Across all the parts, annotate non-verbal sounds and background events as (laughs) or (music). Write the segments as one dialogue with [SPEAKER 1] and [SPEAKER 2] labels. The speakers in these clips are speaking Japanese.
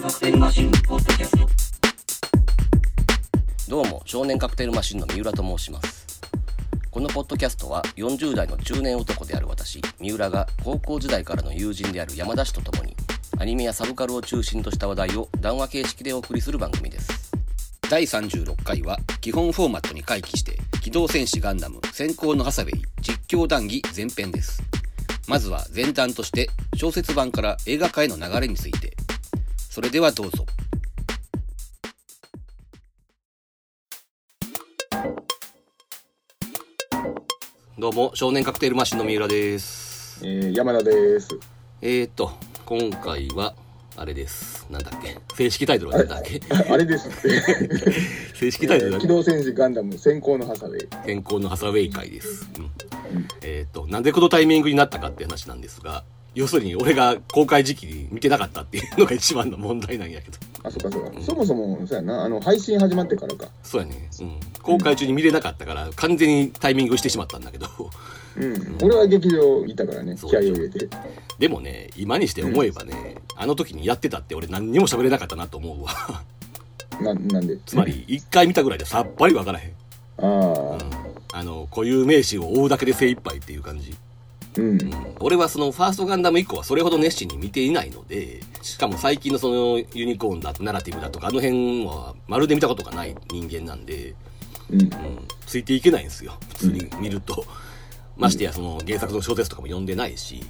[SPEAKER 1] カクテルマシンポッドキャスト
[SPEAKER 2] どうも少年カクテルマシンの三浦と申しますこのポッドキャストは40代の中年男である私三浦が高校時代からの友人である山田氏と共にアニメやサブカルを中心とした話題を談話形式でお送りする番組です第36回は基本フォーマットに回帰して「機動戦士ガンダム先行のハサウェイ実況談義」前編ですまずは前段として小説版から映画化への流れについてそれではどうぞどうも少年カクテルマシンの三浦です
[SPEAKER 3] えー、山田です。 (laughs)
[SPEAKER 2] えーと今回はあれですなんだっけ正式タイトルはなんだっけ (laughs)
[SPEAKER 3] ああれですって。
[SPEAKER 2] 正式タイトル
[SPEAKER 3] え
[SPEAKER 2] だ
[SPEAKER 3] ー
[SPEAKER 2] っけ
[SPEAKER 3] 機動戦士ガンダム先行のハサウェイ。
[SPEAKER 2] 健康のハサウェイ会です、うんえっ、となんでこのタイミングになったかって話なんですが要するに俺が公開時期に見てなかったっていうのが一番の問題なんやけど
[SPEAKER 3] あ、そっかそっか。そもそも、そうやな、あの、配信始まってからか。
[SPEAKER 2] そうやね、うん、公開中に見れなかったから完全にタイミングしてしまったんだけど (laughs)
[SPEAKER 3] うん。俺は劇場いたからね、
[SPEAKER 2] そう
[SPEAKER 3] 気合を入れて。
[SPEAKER 2] でもね今にして思えばね、あの時にやってたって俺何にも喋れなかったなと思うわ (laughs)
[SPEAKER 3] な、なんで。
[SPEAKER 2] つまり一回見たぐらいでさっぱりわからへん、
[SPEAKER 3] ああ
[SPEAKER 2] うん、あの固有名詞を追うだけで精一杯っていう感じ
[SPEAKER 3] うん。
[SPEAKER 2] 俺はそのファーストガンダム以降はそれほど熱心に見ていないので、しかも最近のそのユニコーンだ、ナラティブだとか、あの辺はまるで見たことがない人間なんで、
[SPEAKER 3] うん。
[SPEAKER 2] うん、ついていけないんですよ、普通に見ると。ましてやその原作の小説とかも読んでないし、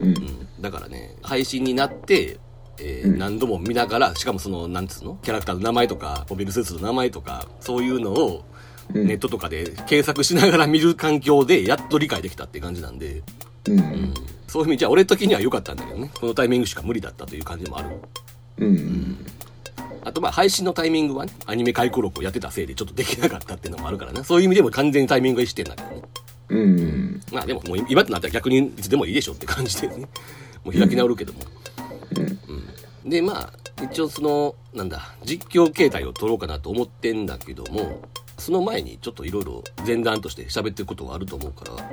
[SPEAKER 3] うん。
[SPEAKER 2] うん、だからね、配信になって、えー
[SPEAKER 3] うん
[SPEAKER 2] 何度も見ながら、しかもその、なんつうのキャラクターの名前とか、モビルスーツの名前とか、そういうのを、
[SPEAKER 3] うん
[SPEAKER 2] ネットとかで検索しながら見る環境で、やっと理解できたって感じなんで、
[SPEAKER 3] うん。
[SPEAKER 2] そういう意味じゃ俺的には良かったんだけどねこのタイミングしか無理だったという感じもある
[SPEAKER 3] うん。
[SPEAKER 2] あとまあ配信のタイミングはねアニメ回顧録をやってたせいでちょっとできなかったっていうのもあるからねそういう意味でも完全にタイミングが一致してんだけどね
[SPEAKER 3] うん。
[SPEAKER 2] まあでももう今となっては逆にいつでもいいでしょって感じでね
[SPEAKER 3] (laughs)
[SPEAKER 2] もう開き直るけども、うん、でまあ一応そのなんだ実況形態を取ろうかなと思ってんだけどもその前にちょっといろいろ前段として喋ってることはあると思うから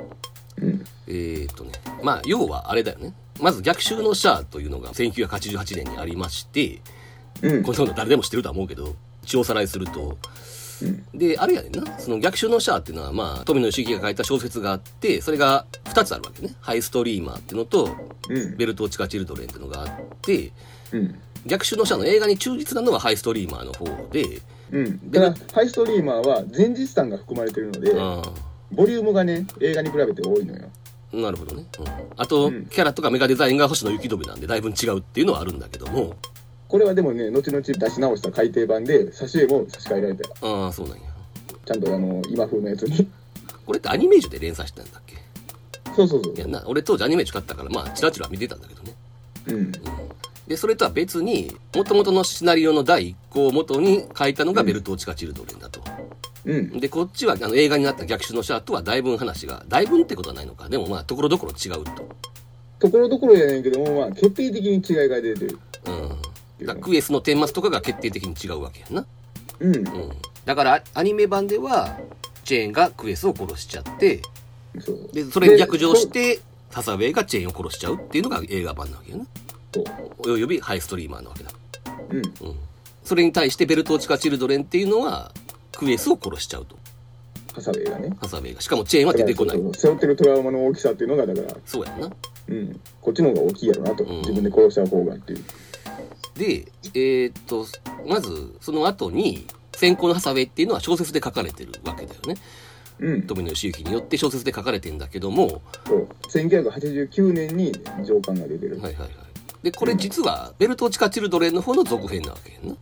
[SPEAKER 3] うん。
[SPEAKER 2] えー、とね、まあ、要はあれだよね。まず逆襲のシャアというのが1988年にありまして、
[SPEAKER 3] うん。
[SPEAKER 2] こんなの誰でも知ってるとは思うけど、一応おさらいすると、で、あれやねんな。その逆襲のシャアっていうのは、まあ、富野由悠季が書いた小説があって、それが2つあるわけね。ハイストリーマーっていうのと、
[SPEAKER 3] うん。
[SPEAKER 2] ベルトーチカ・チルドレンっていうのがあって、
[SPEAKER 3] うん。
[SPEAKER 2] 逆襲のシャアの映画に忠実なのはハイストリーマーの方で、
[SPEAKER 3] うん。ただ、ハイストリーマーは前日談が含まれてるので、
[SPEAKER 2] あー
[SPEAKER 3] ボリュームがね、映画に比べて多いのよ。
[SPEAKER 2] なるほどね。うん、あと、
[SPEAKER 3] うん
[SPEAKER 2] キャラとかメガデザインが星野雪飛なんで、だいぶ違うっていうのはあるんだけども、
[SPEAKER 3] これはでもね、後々出し直した改訂版で、挿絵も差し替えられたよ。
[SPEAKER 2] ああ、そうなんや。
[SPEAKER 3] ちゃんとあの、今風のやつに。
[SPEAKER 2] これってアニメージュで連載してたんだっけ
[SPEAKER 3] そうそうそう
[SPEAKER 2] い。やな俺当時アニメージュ買ったからまあチラチラ見てたんだけどね、
[SPEAKER 3] うん。
[SPEAKER 2] うん、でそれとは別に元々のシナリオの第1項を元に書いたのが「ベルトーチカ・チルドレン」だと、
[SPEAKER 3] うん。
[SPEAKER 2] でこっちはあの映画になった「逆襲のシャア」とはだいぶん話がだいぶんってことはないのかでもまあところどころ違うと、
[SPEAKER 3] ところどころやねんけども、まあ、決定的に違いが出てる。
[SPEAKER 2] うん、だからクエスの顛末とかが決定的に違うわけやな、
[SPEAKER 3] うん
[SPEAKER 2] う、ん、だからアニメ版ではチェーンがクエスを殺しちゃって
[SPEAKER 3] そう。
[SPEAKER 2] でそれに逆上してハサウェイがチェーンを殺しちゃうっていうのが映画版なわけよね
[SPEAKER 3] そう。
[SPEAKER 2] およびハイストリーマーなわけだ、
[SPEAKER 3] うん、
[SPEAKER 2] うん、それに対してベルトーチカ・チルドレンっていうのはクエスを殺しちゃうと
[SPEAKER 3] ハサウェイがね。
[SPEAKER 2] ハサウェイがしかもチェーンは出てこな
[SPEAKER 3] だ
[SPEAKER 2] い
[SPEAKER 3] からそうそう背負ってるトラウマの大きさっていうのが、だから、
[SPEAKER 2] そうやんな
[SPEAKER 3] うん、こっちの方が大きいやろなと、
[SPEAKER 2] うん
[SPEAKER 3] 自分で殺した方がっていう。
[SPEAKER 2] でえーっとまずその後に先行のハサウェイっていうのは小説で書かれてるわけだよね
[SPEAKER 3] うん、
[SPEAKER 2] 富野義行によって小説で書かれてんだけども
[SPEAKER 3] そう。1989年に上巻が出てる。
[SPEAKER 2] はいはいはいでこれ実はベルトーチカ・チルドレンの方の続編なわけやんな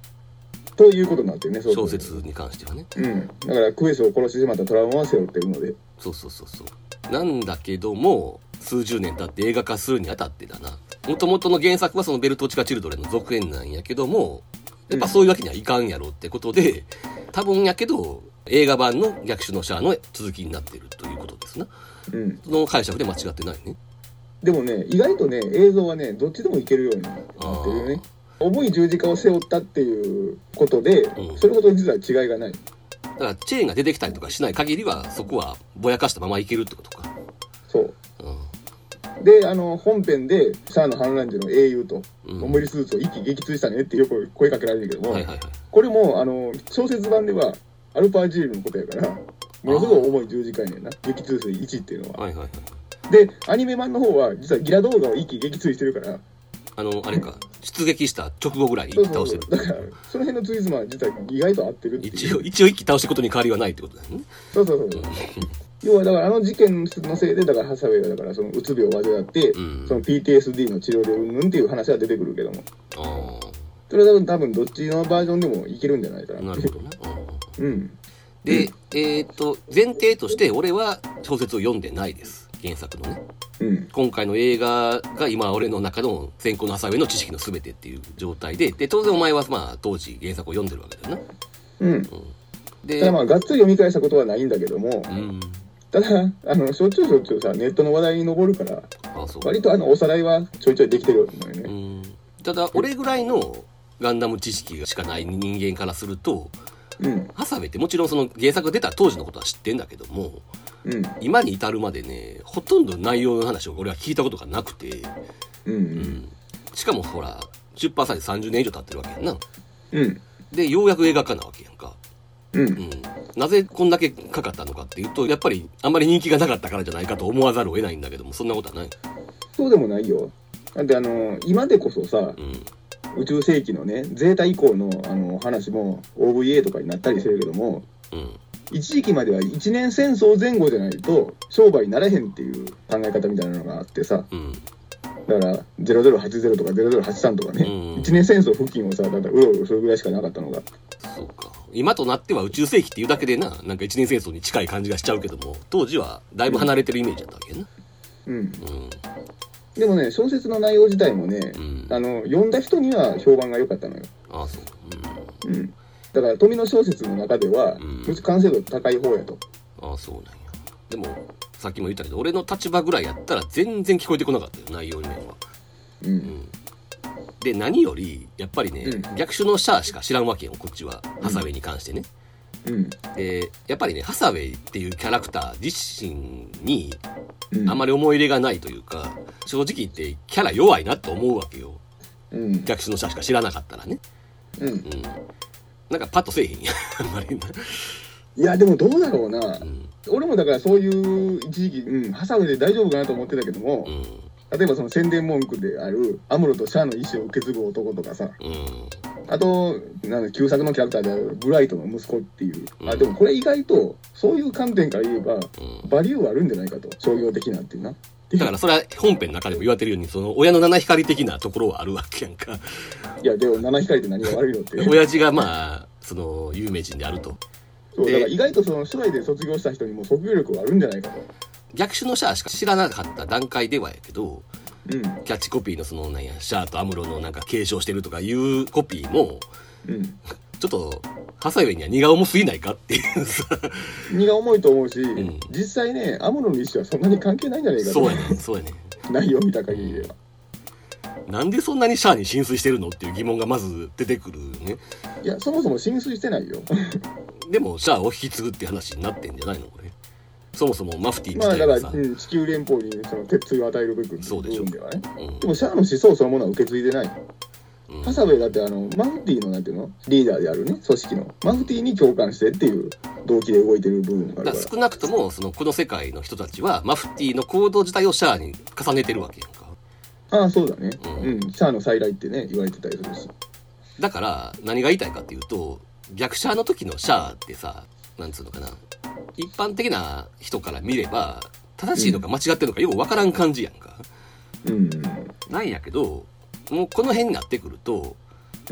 [SPEAKER 3] ということになってるね、そう
[SPEAKER 2] 小説。に関してはね
[SPEAKER 3] うん。だから、クエスを殺してしまったトラウマは背負ってるので。
[SPEAKER 2] そうそうそうそうなんだけども数十年経って映画化するにあたってだなもともとの原作はその「ベルト・チカ・チルドレン」の続編なんやけどもやっぱそういうわけにはいかんやろってことで多分やけど映画版の「逆襲のシャア」の続きになってるということですな
[SPEAKER 3] うん。
[SPEAKER 2] その解釈で間違ってないね
[SPEAKER 3] でもね、意外とね、映像はね、どっちでもいけるようになってるよね。重い十字架を背負ったっていうことで、
[SPEAKER 2] うん
[SPEAKER 3] それほど実は違いがない。
[SPEAKER 2] だからチェーンが出てきたりとかしない限りはそこはぼやかしたままいけるってことか
[SPEAKER 3] そう。
[SPEAKER 2] うん
[SPEAKER 3] であの本編でシャアの反乱時の英雄と
[SPEAKER 2] うん
[SPEAKER 3] オムリスーツを一気撃墜したねってよく声かけられるけども、
[SPEAKER 2] はいはいはい
[SPEAKER 3] これもあの小説版ではアルパージールのことやからものすごい重い十字架やねんな撃墜数1っていうのは
[SPEAKER 2] はいはいはい
[SPEAKER 3] でアニメ版の方は実はギラ動画を一気撃墜してるから
[SPEAKER 2] あのあれか出撃した直後ぐらいに
[SPEAKER 3] そう
[SPEAKER 2] 一
[SPEAKER 3] そ
[SPEAKER 2] 気倒して
[SPEAKER 3] うそう
[SPEAKER 2] る
[SPEAKER 3] だからその辺のツイズマは実は意外と合ってるっていう
[SPEAKER 2] 一応一応一気倒したことに変わりはないってことだよね
[SPEAKER 3] そうそうそう要はだからあの事件のせいでだからハサウェイがだからそのうつ病を患って、
[SPEAKER 2] うん
[SPEAKER 3] その PTSD の治療でうんぬんっていう話は出てくるけども
[SPEAKER 2] ああ
[SPEAKER 3] それは多分どっちのバージョンでもいけるんじゃないかな
[SPEAKER 2] ーなるほどねうん
[SPEAKER 3] うん
[SPEAKER 2] で、えっ、と、前提として俺は小説を読んでないです。原作のね。
[SPEAKER 3] うん
[SPEAKER 2] 今回の映画が今俺の中の先行の朝上の知識の全てっていう状態で、で、当然お前はまあ当時原作を読んでるわけだよな。
[SPEAKER 3] うんた
[SPEAKER 2] で、
[SPEAKER 3] だまあがっつり読み返したことはないんだけども
[SPEAKER 2] うん。
[SPEAKER 3] ただあのしょっちゅうしょっちゅうさネットの話題に上るから
[SPEAKER 2] あ、そう。
[SPEAKER 3] 割とあのおさらいはちょいちょいできてるのよ
[SPEAKER 2] う
[SPEAKER 3] ね
[SPEAKER 2] ん。ただ、俺ぐらいのガンダム知識しかない人間からすると、
[SPEAKER 3] うん
[SPEAKER 2] ハサベってもちろんその原作が出た当時のことは知ってんだけども、
[SPEAKER 3] うん
[SPEAKER 2] 今に至るまでね、ほとんど内容の話を俺は聞いたことがなくて、
[SPEAKER 3] う
[SPEAKER 2] うんん、しかもほら出版されて30年以上経ってるわけやんな
[SPEAKER 3] うん
[SPEAKER 2] でようやく映画化なわけやんか、
[SPEAKER 3] うん
[SPEAKER 2] うん、なぜこんだけかかったのかっていうとやっぱりあんまり人気がなかったからじゃないかと思わざるを得ないんだけどもそんなことはない、
[SPEAKER 3] そうでもないよだってあの今でこそさ
[SPEAKER 2] うん、
[SPEAKER 3] 宇宙世紀のねゼータ以降のあの話も OVA とかになったりするけども
[SPEAKER 2] うん
[SPEAKER 3] 一時期までは一年戦争前後じゃないと商売にならへんっていう考え方みたいなのがあってさ
[SPEAKER 2] うん
[SPEAKER 3] だから0080とか0083とかね、
[SPEAKER 2] うん
[SPEAKER 3] 一年戦争付近をさだからうろうろするぐらいしかなかったのが
[SPEAKER 2] そうか今となっては宇宙世紀っていうだけでななんか一年戦争に近い感じがしちゃうけども当時はだいぶ離れてるイメージだったわけやな
[SPEAKER 3] うん
[SPEAKER 2] うん
[SPEAKER 3] でもね小説の内容自体もね、
[SPEAKER 2] うん
[SPEAKER 3] あの読んだ人には評判が良かったのよ、
[SPEAKER 2] ああそう
[SPEAKER 3] うん、だから富野小説の中では、
[SPEAKER 2] うん
[SPEAKER 3] 完成度高い方やと
[SPEAKER 2] うんああそうなんやでもさっきも言ったけど俺の立場ぐらいやったら全然聞こえてこなかったよ内容には
[SPEAKER 3] う
[SPEAKER 2] うんんで何よりやっぱりね、
[SPEAKER 3] うん
[SPEAKER 2] 逆種のシャアしか知らんわけよこっちはハサウェイに関してね、
[SPEAKER 3] うん
[SPEAKER 2] でやっぱりねハサウェイっていうキャラクター自身に
[SPEAKER 3] うん
[SPEAKER 2] あまり思い入れがないというか、正直言ってキャラ弱いなと思うわけよ
[SPEAKER 3] うん
[SPEAKER 2] 逆種のシャアしか知らなかったらね
[SPEAKER 3] うん
[SPEAKER 2] うんなんかパッとせえへんやん (laughs) あんまりな、
[SPEAKER 3] いやでもどうだろうな
[SPEAKER 2] うん
[SPEAKER 3] 俺もだからそういう一時期、うん、ハサウェイで大丈夫かなと思ってたけども
[SPEAKER 2] う、ん
[SPEAKER 3] 例えばその宣伝文句であるアムロとシャアの意思を受け継ぐ男とかさ
[SPEAKER 2] うん
[SPEAKER 3] あとなんか旧作のキャラクターであるブライトの息子っていう、
[SPEAKER 2] う
[SPEAKER 3] あ
[SPEAKER 2] ん
[SPEAKER 3] でもこれ意外とそういう観点から言えば
[SPEAKER 2] うん
[SPEAKER 3] バリューはあるんじゃないかと商業的なっていうな
[SPEAKER 2] だからそれは本編の中でも言われてるようにその親の七光的なところはあるわけやんか
[SPEAKER 3] (laughs) いやでも七光って何が悪い
[SPEAKER 2] (laughs)
[SPEAKER 3] のって
[SPEAKER 2] 親父がまあその有名人であると
[SPEAKER 3] そうだから意外とその初代で卒業した人にも即業力はあるんじゃないかと
[SPEAKER 2] 逆種のシャアしか知らなかった段階ではやけどキャッチコピーのそのなんやシャアとアムロのなんか継承してるとかいうコピーも
[SPEAKER 3] うん
[SPEAKER 2] (laughs)
[SPEAKER 3] うん
[SPEAKER 2] ちょっとハサウェイには荷が重すぎないかっていうさ
[SPEAKER 3] 荷が重いと思うし、
[SPEAKER 2] ん
[SPEAKER 3] 実際ねアムロの意思はそんなに関係ないんじゃないかと
[SPEAKER 2] そうやねんそうやね
[SPEAKER 3] 内容見た限りでは。
[SPEAKER 2] んなんでそんなにシャアに浸水してるのっていう疑問がまず出てくるね
[SPEAKER 3] いや、そもそも浸水してないよ。
[SPEAKER 2] でもシャアを引き継ぐって話になってんじゃないのこれそもそもマフティー
[SPEAKER 3] まあ、
[SPEAKER 2] 自体
[SPEAKER 3] だから、
[SPEAKER 2] がさ、
[SPEAKER 3] うん、地球連邦にその鉄槌を与えるべくってい
[SPEAKER 2] そうでしょ
[SPEAKER 3] 部分ではね。
[SPEAKER 2] うん
[SPEAKER 3] でも、シャアの思想そのものは受け継いでない。
[SPEAKER 2] うん
[SPEAKER 3] ハサウェイだって、あの、マフティーの、なんていうのリーダーであるね、組織の。マフティーに共感してっていう動機で動いてる部分が
[SPEAKER 2] だか
[SPEAKER 3] あるからら。
[SPEAKER 2] 少なくともそのこの世界の人たちはマフティーの行動自体をシャアに重ねてるわけやんか
[SPEAKER 3] ああ、そうだね。
[SPEAKER 2] う
[SPEAKER 3] うんん。シャアの再来ってね、言われてたりするし。
[SPEAKER 2] だから何が言いたいかっていうと逆シャアの時のシャアってさなんつうのかな一般的な人から見れば正しいのか間違ってるのかよくわからん感じやんか。
[SPEAKER 3] うん。
[SPEAKER 2] なんやけどもうこの辺になってくると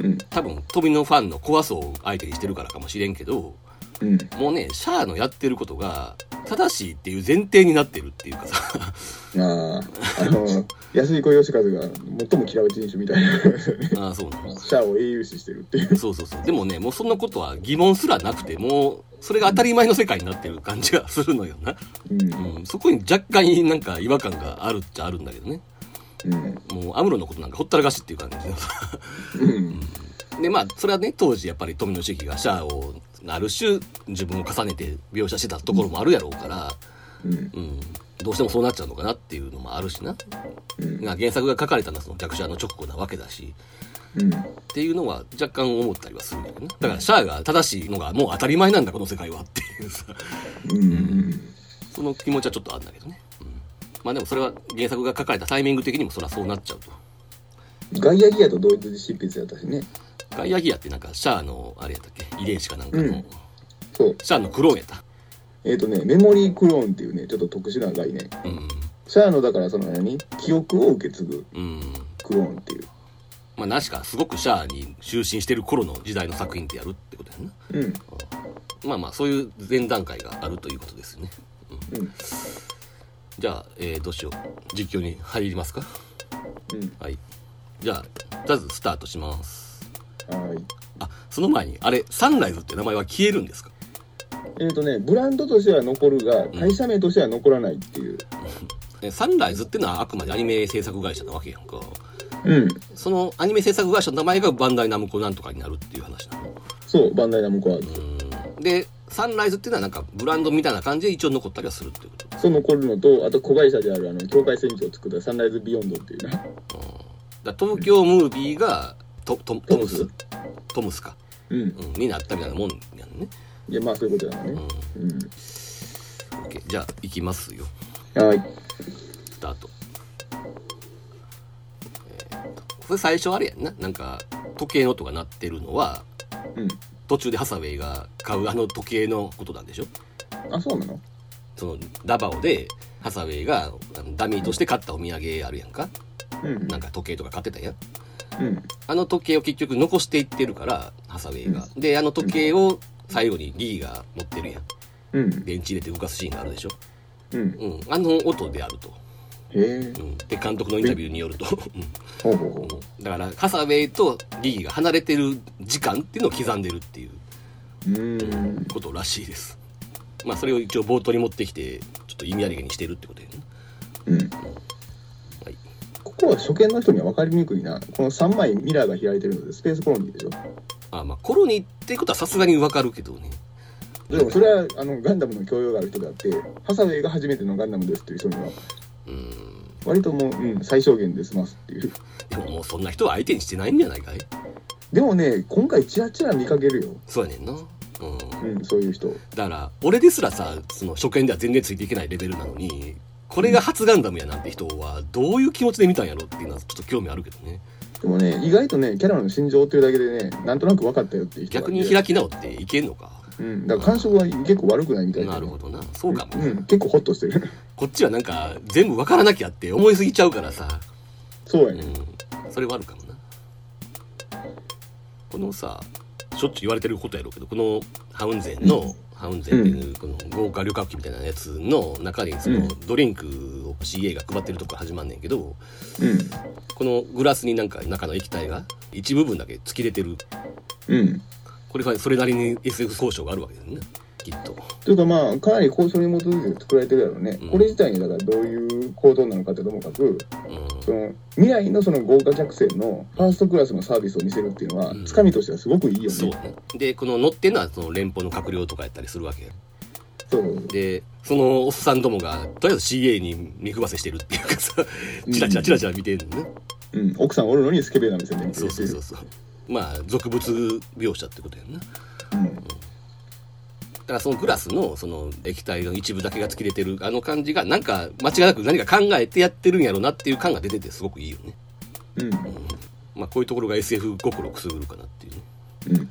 [SPEAKER 3] うん。
[SPEAKER 2] 多分富のファンの怖さを相手にしてるからかもしれんけど
[SPEAKER 3] うん。
[SPEAKER 2] もうねシャアのやってることが正しいっていう前提になってるっていうか
[SPEAKER 3] (laughs)
[SPEAKER 2] さ
[SPEAKER 3] ああ、あ
[SPEAKER 2] (laughs)
[SPEAKER 3] の、安井小義和が最も嫌う人種みたいな、
[SPEAKER 2] ああそうなの
[SPEAKER 3] (laughs) シャアを英雄視してるっていう。
[SPEAKER 2] そうそうそうでもねもうそんなことは疑問すらなくてもうそれが当たり前の世界になってる感じがするのよな。
[SPEAKER 3] うん。
[SPEAKER 2] うん、そこに若干なんか違和感があるっちゃあるんだけどね
[SPEAKER 3] うん。
[SPEAKER 2] もうアムロのことなんかほったらかしっていう感じで
[SPEAKER 3] うん。
[SPEAKER 2] (laughs) でまあそれはね当時やっぱり富野主義がシャアをある種自分を重ねて描写してたところもあるやろうから、
[SPEAKER 3] うん。
[SPEAKER 2] うん、どうしてもそうなっちゃうのかなっていうのもあるしな、
[SPEAKER 3] うん
[SPEAKER 2] が原作が書かれたのはその逆者の直後なわけだし
[SPEAKER 3] うん
[SPEAKER 2] っていうのは若干思ったりはするんだよねだからシャアが正しいのがもう当たり前なんだこの世界はっていうさ
[SPEAKER 3] うん
[SPEAKER 2] その気持ちはちょっとあるんだけどね、うん、まあでもそれは原作が書かれたタイミング的にもそりゃそうなっちゃうと
[SPEAKER 3] ガイアギアと同一執筆やったしね
[SPEAKER 2] ガイアギアってなんかシャアのあれやったっけ遺伝子かなんかの、
[SPEAKER 3] うんそう
[SPEAKER 2] シャアのクローンやった
[SPEAKER 3] えっ、とねメモリークローンっていうねちょっと特殊な概念
[SPEAKER 2] うん
[SPEAKER 3] シャアのだからその何記憶を受け継ぐ
[SPEAKER 2] うん
[SPEAKER 3] クローンっていう
[SPEAKER 2] まあ何しかすごくシャアに就寝してる頃の時代の作品ってやるってことやんな
[SPEAKER 3] うん
[SPEAKER 2] まあまあそういう前段階があるということですよね
[SPEAKER 3] うん
[SPEAKER 2] じゃあ、えーどうしよう実況に入りますか
[SPEAKER 3] うん
[SPEAKER 2] はいじゃあとりあえずスタートします
[SPEAKER 3] はーい
[SPEAKER 2] あその前にあれサンライズって名前は消えるんですか
[SPEAKER 3] えっ、とねブランドとしては残るが会社名としては残らないっていう
[SPEAKER 2] えサンライズってのはあくまでアニメ制作会社なわけやんか
[SPEAKER 3] うん
[SPEAKER 2] そのアニメ制作会社の名前がバンダイナムコなんとかになるっていう話なの
[SPEAKER 3] そうバンダイナムコアーズ
[SPEAKER 2] うんでサンライズっていうのはなんかブランドみたいな感じで一応残ったりはするっていうこと
[SPEAKER 3] そう残るのとあと子会社であるあの境界線長を作ったサンライズビヨンドっていうね
[SPEAKER 2] だから東京ムービーがトトトムス
[SPEAKER 3] トム
[SPEAKER 2] トムスか、
[SPEAKER 3] うん
[SPEAKER 2] うん、になったみたいなもんやんね、
[SPEAKER 3] いやまあそういうことだ
[SPEAKER 2] うん、
[SPEAKER 3] ね
[SPEAKER 2] オ
[SPEAKER 3] うん
[SPEAKER 2] ッケーじゃあ行きますよ
[SPEAKER 3] はーい
[SPEAKER 2] スタート、えーとこれ最初あれやんななんか時計の音が鳴ってるのは
[SPEAKER 3] うん
[SPEAKER 2] 途中でハサウェイが買うあの時計のことなんでしょ
[SPEAKER 3] あそうなの
[SPEAKER 2] そのダバオでハサウェイがあのダミーとして買ったお土産あるやんか
[SPEAKER 3] うんうん
[SPEAKER 2] なんか時計とか買ってたやん
[SPEAKER 3] うん
[SPEAKER 2] あの時計を結局残していってるからハサウェイが、であの時計を最後にギギが持ってるやん
[SPEAKER 3] うん
[SPEAKER 2] 電池入れて動かすシーンがあるでしょ、
[SPEAKER 3] うん
[SPEAKER 2] うん、あの音であると、
[SPEAKER 3] へえ
[SPEAKER 2] うん、で監督のインタビューによると、 (laughs)
[SPEAKER 3] ほうほうほ
[SPEAKER 2] うん、だからハサウェイとギギが離れてる時間っていうのを刻んでるっていう
[SPEAKER 3] ううーん
[SPEAKER 2] ことらしいですまあそれを一応冒頭に持ってきてちょっと意味ありげにしてるってことやね、
[SPEAKER 3] うん
[SPEAKER 2] はい、
[SPEAKER 3] ここは初見の人には分かりにくいな。この3枚ミラーが開いてるので、スペースコロニーでしょ。
[SPEAKER 2] あまあコロニーってことはさすがにわかるけどね
[SPEAKER 3] でもそれはあのガンダムの教養がある人であって、ハサウェイが初めてのガンダムですっていう人には、
[SPEAKER 2] うん
[SPEAKER 3] 割ともう、うん、最小限で済ますっていう。
[SPEAKER 2] でももうそんな人は相手にしてないんじゃないかい
[SPEAKER 3] でもね、今回チラチラ見かけるよ。
[SPEAKER 2] そうやねんなうん
[SPEAKER 3] うん、そういう人。
[SPEAKER 2] だから俺ですらさその初見では全然ついていけないレベルなのにこれが初ガンダムやなんて人はどういう気持ちで見たんやろっていうのはちょっと興味あるけどね
[SPEAKER 3] でもね、意外とね、キャラの心情っていうだけでね、なんとなく分かったよっていう人が
[SPEAKER 2] 逆
[SPEAKER 3] いて
[SPEAKER 2] に開き直っていけんのか
[SPEAKER 3] うん、だから感触は結構悪くないみたいな。
[SPEAKER 2] なるほどなそうかもね、
[SPEAKER 3] うん、結構ホッとしてる。 (laughs)
[SPEAKER 2] こっちはなんか全部わからなきゃって思いすぎちゃうからさ
[SPEAKER 3] そう
[SPEAKER 2] う
[SPEAKER 3] やね。
[SPEAKER 2] んそれはあるかもなこのさしょっちゅう言われてることやろうけどこのハウンゼンの、ハウンゼンっていうこの豪華旅客機みたいなやつの中にそうの
[SPEAKER 3] ん
[SPEAKER 2] ドリンクを CA が配ってるとこから始まんねんけど
[SPEAKER 3] う
[SPEAKER 2] このグラスになんか中の液体が一部分だけ突き出てる
[SPEAKER 3] ん。うん。
[SPEAKER 2] これはそれなりに SF 交渉があるわけだよねきっと。
[SPEAKER 3] というかまあかなり交渉に基づいて作られてるやろうね、
[SPEAKER 2] うん
[SPEAKER 3] これ自体にだからどういう行動なのかってともかく
[SPEAKER 2] うん
[SPEAKER 3] その未来のその豪華客船のファーストクラスのサービスを見せるっていうのは
[SPEAKER 2] うん
[SPEAKER 3] つかみとしてはすごくいいよね、
[SPEAKER 2] そうね、でこの乗ってんのはその連邦の閣僚とかやったりするわけ
[SPEAKER 3] そう
[SPEAKER 2] でそのおっさんどもがとりあえず CA に見くばせしてるっていうかさチラチラチラチラ見てるのね、
[SPEAKER 3] うん、奥さんおるのにスケベなんですよね
[SPEAKER 2] そうそうそうそうまあ俗物描写ってことやんなだ
[SPEAKER 3] うん
[SPEAKER 2] からそのグラスのその液体の一部だけが突き出てるあの感じがなんか間違いなく何か考えてやってるんやろなっていう感が出ててすごくいいよね、
[SPEAKER 3] うん
[SPEAKER 2] うん、まあこういうところが SF 心くすぐるかなっていうね
[SPEAKER 3] うん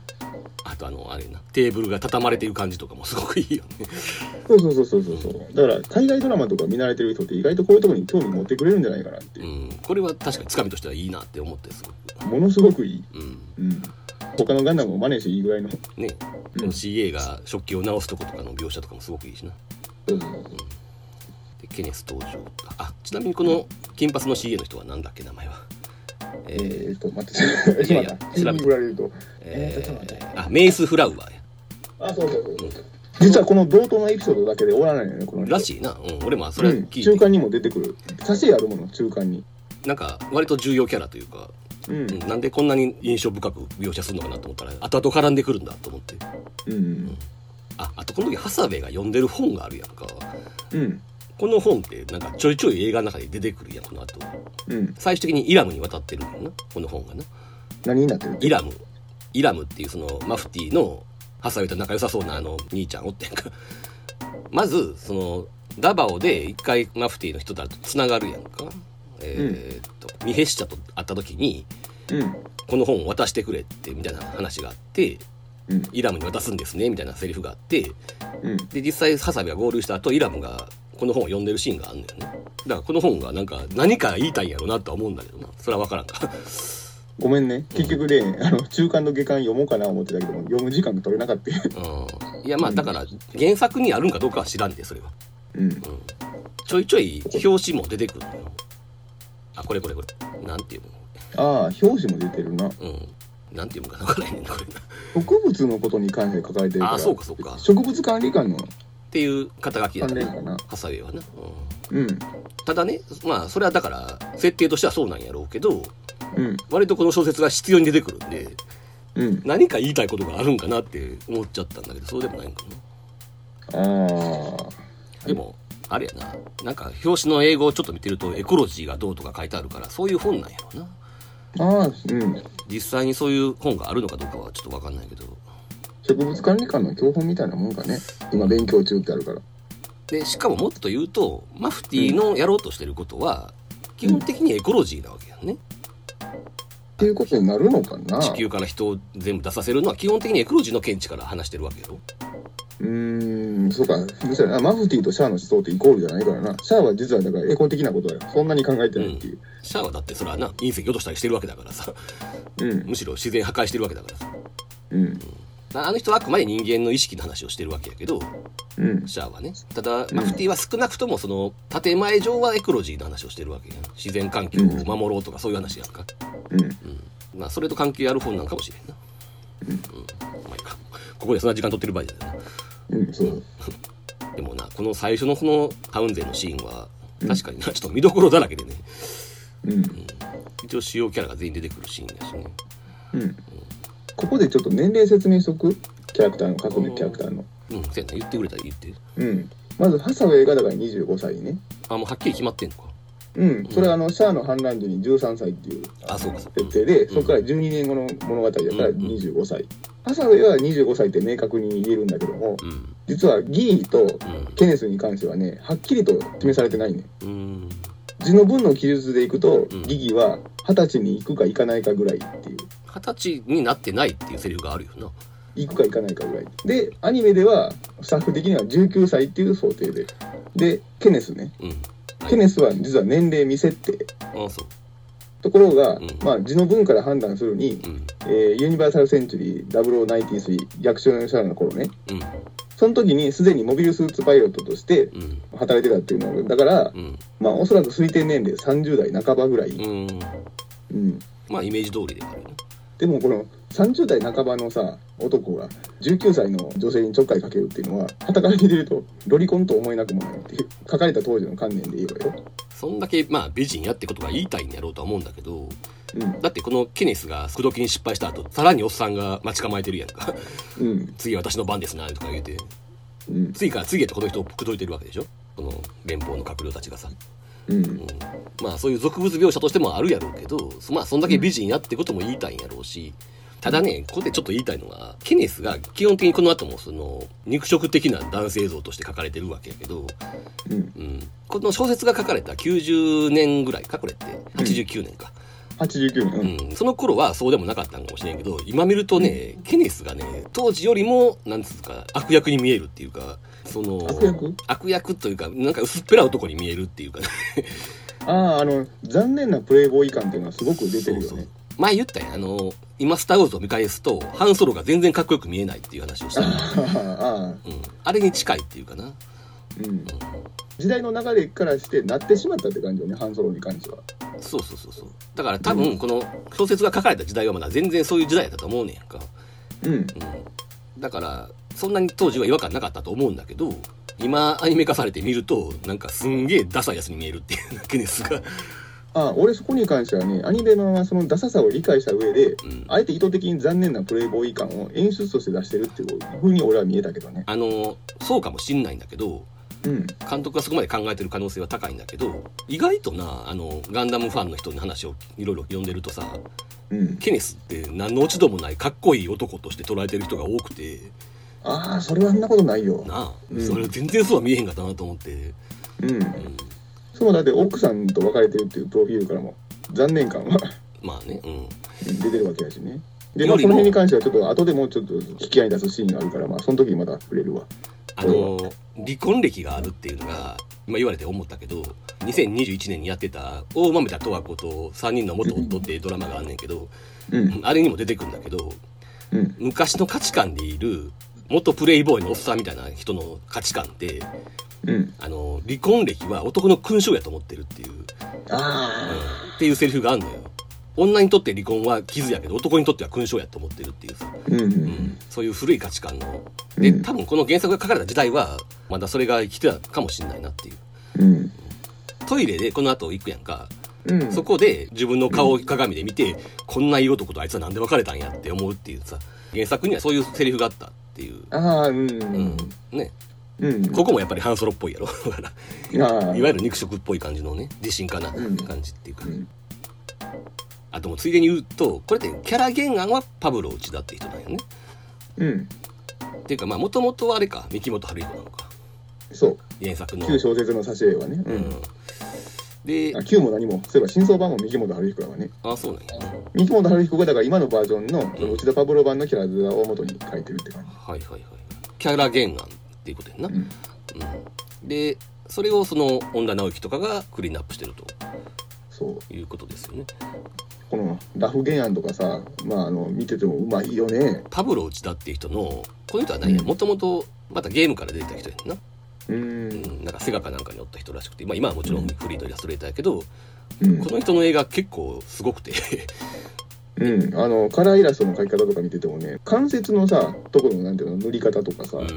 [SPEAKER 2] あとあのあれなテーブルが畳まれてる感じとかもすごくいいよね
[SPEAKER 3] そうそうそうそうそうそうだから海外ドラマとか見慣れてる人って意外とこういうところに興味持ってくれるんじゃないかなって
[SPEAKER 2] う
[SPEAKER 3] い
[SPEAKER 2] ん
[SPEAKER 3] う、
[SPEAKER 2] これは確かにつかみとしてはいいなって思ってすごく
[SPEAKER 3] ものすごくいい、
[SPEAKER 2] うん
[SPEAKER 3] うん、他のガンダムを真似していいぐらいの
[SPEAKER 2] ね、
[SPEAKER 3] うん
[SPEAKER 2] この CA が食器を直すとことかの描写とかもすごくいいしな
[SPEAKER 3] そうそうそう
[SPEAKER 2] でケネス登場あちなみにこの金髪の CA の人は何だっけ名前はえー
[SPEAKER 3] えー、っと待って (laughs) ちょっと
[SPEAKER 2] いやいや
[SPEAKER 3] 待って急に振られるとえー
[SPEAKER 2] え
[SPEAKER 3] ちょっと待って
[SPEAKER 2] ーあメイス・フラウアーや
[SPEAKER 3] あ、そうそうそうそう。実はこの冒頭のエピソードだけで終わらないのよね、この人
[SPEAKER 2] らしいな、うん、俺もそれ
[SPEAKER 3] う
[SPEAKER 2] は
[SPEAKER 3] ん、
[SPEAKER 2] 聞い
[SPEAKER 3] 中
[SPEAKER 2] て、
[SPEAKER 3] 間にも出てくる。差しあるもの、中間に。
[SPEAKER 2] なんか割と重要キャラというか、
[SPEAKER 3] うん。
[SPEAKER 2] うんなんでこんなに印象深く描写するのかなと思ったら後々絡んでくるんだと思って
[SPEAKER 3] うん。
[SPEAKER 2] ああとこの時ハサウェイが読んでる本があるやんか
[SPEAKER 3] うん。
[SPEAKER 2] この本ってなんかちょいちょい映画の中で出てくるやんこの後
[SPEAKER 3] うん
[SPEAKER 2] 最終的にイラムに渡ってるんだよなこの本がな
[SPEAKER 3] 何になってる
[SPEAKER 2] イラムイラムっていうそのマフティーのハサウェイと仲良さそうなあの兄ちゃんおってんか (laughs) まずそのダバオで一回マフティーの人だとつながるやんかえーっと、ミヘシチャと会った時に
[SPEAKER 3] うん
[SPEAKER 2] この本を渡してくれってみたいな話があって
[SPEAKER 3] うん
[SPEAKER 2] イラムに渡すんですねみたいなセリフがあって
[SPEAKER 3] うん
[SPEAKER 2] で実際ハサウェイが合流した後イラムがこの本を読んでるシーンがあんのよねだからこの本がなんか何か言いたいんやろうなとは思うんだけどなそれは分からんか (laughs)
[SPEAKER 3] ごめんね結局ねあの中間の下巻読もうかな思ってたけども読む時間が取れなかった (laughs)
[SPEAKER 2] うんいやまあだから原作にあるんかどうかは知らんでそれは
[SPEAKER 3] うん
[SPEAKER 2] うんちょいちょい表紙も出てくるのよあこれこれこれなんていう
[SPEAKER 3] ああ表紙も出てるな
[SPEAKER 2] のうんなんていうのかな分からへんねんなこれ
[SPEAKER 3] 植物のことに関して書かれてるから
[SPEAKER 2] あそうかそうかっ
[SPEAKER 3] 植物管理官の
[SPEAKER 2] ていう肩書きだった
[SPEAKER 3] 関連
[SPEAKER 2] な
[SPEAKER 3] かな
[SPEAKER 2] ハサウェイはな、うん
[SPEAKER 3] うん
[SPEAKER 2] ただねまあそれはだから設定としてはそうなんやろうけど
[SPEAKER 3] うん
[SPEAKER 2] 割とこの小説が必要に出てくるんで
[SPEAKER 3] うん
[SPEAKER 2] 何か言いたいことがあるんかなって思っちゃったんだけどそうでもないんか
[SPEAKER 3] ああ
[SPEAKER 2] なでもあれやななんか表紙の英語をちょっと見てるとエコロジーがどうとか書いてあるからそういう本なんやろな
[SPEAKER 3] ああうん
[SPEAKER 2] 実際にそういう本があるのかどうかはちょっと分かんないけど
[SPEAKER 3] 植物管理官の教本みたいなもんかね今勉強中ってあるから
[SPEAKER 2] でしかももっと言うとマフティーのやろうとしてることは基本的にエコロジーなわけやんね
[SPEAKER 3] っていうことになるのかな
[SPEAKER 2] 地球から人を全部出させるのは基本的にエコロジーの見地から話してるわけやろ
[SPEAKER 3] うーんそうかむしろなマフティーとシャアの思想ってイコールじゃないからなシャアは実はだからエコ的なことだよそんなに考えてないっていう
[SPEAKER 2] シャアはだってそれはな隕石落としたりしてるわけだからさ (laughs)
[SPEAKER 3] うん
[SPEAKER 2] むしろ自然破壊してるわけだからさ
[SPEAKER 3] うん
[SPEAKER 2] まああの人はあくまで人間の意識の話をしてるわけやけど
[SPEAKER 3] うん
[SPEAKER 2] シャアはねただマフティーは少なくともその建前上はエコロジーの話をしてるわけやん自然環境を守ろうとかそういう話やんか
[SPEAKER 3] うん
[SPEAKER 2] うん、まあそれと関係ある本なのかもしれんな、うんまあいいかここでそんな時間取ってる場合じゃない
[SPEAKER 3] うんそう
[SPEAKER 2] なでもなこの最初のこのハウンゼンのシーンは確かになちょっと見どころだらけでね
[SPEAKER 3] うん
[SPEAKER 2] 一応主要キャラが全員出てくるシーンだしね
[SPEAKER 3] うんここでちょっと年齢説明しとくキャラクターの過去のキャラクターの
[SPEAKER 2] うんせやな言ってくれたら言って
[SPEAKER 3] うんまずハサウェイがだから25歳ね
[SPEAKER 2] あもうはっきり決まってんのか
[SPEAKER 3] うんそれはあのシャアの反乱時に13歳っていう
[SPEAKER 2] あそうかそうか
[SPEAKER 3] 設定で、そこから12年後の物語だから25歳、ハサウェイは25歳って明確に言えるんだけども
[SPEAKER 2] うん
[SPEAKER 3] 実はギーと
[SPEAKER 2] うん
[SPEAKER 3] ケネスに関してはねはっきりと決めされてないね
[SPEAKER 2] うん
[SPEAKER 3] 字の文の記述でいくと、
[SPEAKER 2] うん
[SPEAKER 3] ギギは二十歳に行くか行かないかぐらいっていう
[SPEAKER 2] 二十歳になってないっていうセリフがあるよな
[SPEAKER 3] 行くか行かないかぐらいでアニメではスタッフ的には19歳っていう想定ででケネスね
[SPEAKER 2] うん
[SPEAKER 3] ケネスは実は年齢未設定
[SPEAKER 2] あそう
[SPEAKER 3] ところが、
[SPEAKER 2] うん
[SPEAKER 3] まあ字の文から判断するに、
[SPEAKER 2] うん
[SPEAKER 3] えーユニバーサルセンチュリー0093逆襲のシャアの頃ね
[SPEAKER 2] うん
[SPEAKER 3] その時にすでにモビルスーツパイロットとして
[SPEAKER 2] うん
[SPEAKER 3] 働いてたっていうのがだから、
[SPEAKER 2] うん
[SPEAKER 3] まあおそらく推定年齢30代半ばぐらい、
[SPEAKER 2] うん
[SPEAKER 3] うん、
[SPEAKER 2] まあイメージ通りではあるよね
[SPEAKER 3] でもこの30代半ばのさ男が19歳の女性にちょっかいかけるっていうのは傍から見てるとロリコンと思えなくもないっていう書かれた当時の観念で言えばよ、
[SPEAKER 2] そんだけまあ美人やってことが言いたいんやろうとは思うんだけど
[SPEAKER 3] うん
[SPEAKER 2] だってこのケネスが口説きに失敗した後さらにおっさんが待ち構えてるやんか (laughs)
[SPEAKER 3] うん
[SPEAKER 2] 次私の番ですなとか言うて
[SPEAKER 3] うん
[SPEAKER 2] 次から次へとこの人を口説いてるわけでしょこの連邦の閣僚たちがさ、
[SPEAKER 3] うん
[SPEAKER 2] うん、まあそういう俗物描写としてもあるやろうけどそまあそんだけ美人やってことも言いたいんやろうしただねここでちょっと言いたいのはケネスが基本的にこの後もその肉食的な男性像として書かれてるわけやけど、
[SPEAKER 3] うん
[SPEAKER 2] うん、この小説が書かれた90年ぐらいかこれって89年か。
[SPEAKER 3] 89年、うん
[SPEAKER 2] うん、その頃はそうでもなかったんかもしれんけど今見るとねケネスがね当時よりもなんつうか悪役に見えるっていうかその
[SPEAKER 3] 悪役
[SPEAKER 2] 悪役というかなんか薄っぺらい男に見えるっていうか、ね、
[SPEAKER 3] あああの残念なプレイボーイ感っていうのはすごく出てるよ (laughs) ね
[SPEAKER 2] 前言ったやんあの今「スター・ウォーズ」を見返すとハンソロが全然かっこよく見えないっていう話をした、うん、
[SPEAKER 3] ああ
[SPEAKER 2] あれに近いっていうかな、
[SPEAKER 3] うん時代の流れからしてなってしまったって感じよね半ソロに関しては
[SPEAKER 2] うん、そうそうそうそうだから多分この小説が書かれた時代はまだ全然そういう時代だと思うねんか
[SPEAKER 3] うん
[SPEAKER 2] うん、だからそんなに当時は違和感なかったと思うんだけど今アニメ化されてみるとなんかすんげえダサいやつに見えるっていうだけですが、
[SPEAKER 3] ああ俺そこに関してはねアニメ版はそのダサさを理解した上で
[SPEAKER 2] うん、
[SPEAKER 3] あえて意図的に残念なプレイボーイ感を演出として出してるっていう風に俺は見えたけどね。
[SPEAKER 2] あのそうかもしんないんだけど
[SPEAKER 3] うん。
[SPEAKER 2] 監督がそこまで考えてる可能性は高いんだけど意外となあのガンダムファンの人に話をいろいろ読んでるとさ
[SPEAKER 3] うん。
[SPEAKER 2] ケネスって何の落ち度もないかっこいい男として捉えてる人が多くて
[SPEAKER 3] ああ、それはあんなことないよ。
[SPEAKER 2] なあ、
[SPEAKER 3] うん
[SPEAKER 2] それ全然そうは見えへんかったなと思って、
[SPEAKER 3] うん。
[SPEAKER 2] うん、
[SPEAKER 3] そうだって奥さんと別れてるっていうプロフィールからも残念感は (laughs)
[SPEAKER 2] まあねうん
[SPEAKER 3] 出てるわけやしね。で、ま
[SPEAKER 2] よ
[SPEAKER 3] あ、
[SPEAKER 2] り
[SPEAKER 3] そ
[SPEAKER 2] も
[SPEAKER 3] の辺に関してはちょっと後でもうちょっと引き合いに出すシーンがあるから、まあ、その時にまた触れるわ。
[SPEAKER 2] あの離婚歴があるっていうのが今言われて思ったけど2021年にやってた「大豆田十和子と3人の元夫」っていうドラマがあんねんけど
[SPEAKER 3] うん。
[SPEAKER 2] あれにも出てくるんだけど
[SPEAKER 3] うん。
[SPEAKER 2] 昔の価値観でいる元プレイボーイのおっさんみたいな人の価値観って
[SPEAKER 3] うん。
[SPEAKER 2] あの離婚歴は男の勲章やと思ってるっていう、うん、っ
[SPEAKER 3] あ
[SPEAKER 2] ていうセリフがあるのよ女にとって離婚は傷やけど男にとっては勲章やと思ってるっていうさ、
[SPEAKER 3] あ。うん。う
[SPEAKER 2] うんん、そういう古い価値観ので
[SPEAKER 3] うん
[SPEAKER 2] 多分この原作が書かれた時代はまだそれが生きてたかもしれないなっていう
[SPEAKER 3] うん。
[SPEAKER 2] トイレでこの後行くやんか
[SPEAKER 3] うん。
[SPEAKER 2] そこで自分の顔を鏡で見て、こんないい男とあいつはなんで別れたんやって思うっていうさ原作にはそういうセリフがあったっていう、
[SPEAKER 3] ああ、うん。
[SPEAKER 2] うんね、
[SPEAKER 3] うん。
[SPEAKER 2] ここもやっぱり半ソロっぽいやろ (laughs) だから
[SPEAKER 3] ああ。
[SPEAKER 2] いわゆる肉食っぽい感じのね自信家な
[SPEAKER 3] うん
[SPEAKER 2] 感じっていうか、
[SPEAKER 3] うん
[SPEAKER 2] あともうついでに言うとこれってキャラ原案はパブロ内田って人なんよね
[SPEAKER 3] うん。
[SPEAKER 2] っていうかまあもともとはあれか三木本春彦なのか
[SPEAKER 3] そう。
[SPEAKER 2] 原作の、
[SPEAKER 3] 旧小説の挿絵はね。
[SPEAKER 2] う
[SPEAKER 3] うん。
[SPEAKER 2] ん、で
[SPEAKER 3] あ旧も何も。そういえば、真相版も三木本春彦やわね。
[SPEAKER 2] あそうなんや
[SPEAKER 3] 三木本春彦が、だから今のバージョンの、その内田パブロ版のキャラ図を元に書いてるって感
[SPEAKER 2] はいはいはいキャラ原案っていうことやんな
[SPEAKER 3] じ。うん。
[SPEAKER 2] うん、でそれをその恩田直樹とかがクリーンアップしてると
[SPEAKER 3] そう。
[SPEAKER 2] いうことですよね
[SPEAKER 3] このラフ原案とかさ、まあ、あの見ててもうまいよね。
[SPEAKER 2] パブロ内田っていう人のこの人は何や
[SPEAKER 3] うん
[SPEAKER 2] もともとまたゲームから出てた人やんな、
[SPEAKER 3] う。
[SPEAKER 2] うんん、なんかセガかなんかにおった人らしくて、まあ、今はもちろんフリーのイラストレーターやけど、
[SPEAKER 3] うん
[SPEAKER 2] こ。の人の映画結構すごくて
[SPEAKER 3] うん。あの、カラーイラストの描き方とか見ててもね、関節のさ、ところのなんていうの、塗り方とかさ、
[SPEAKER 2] うん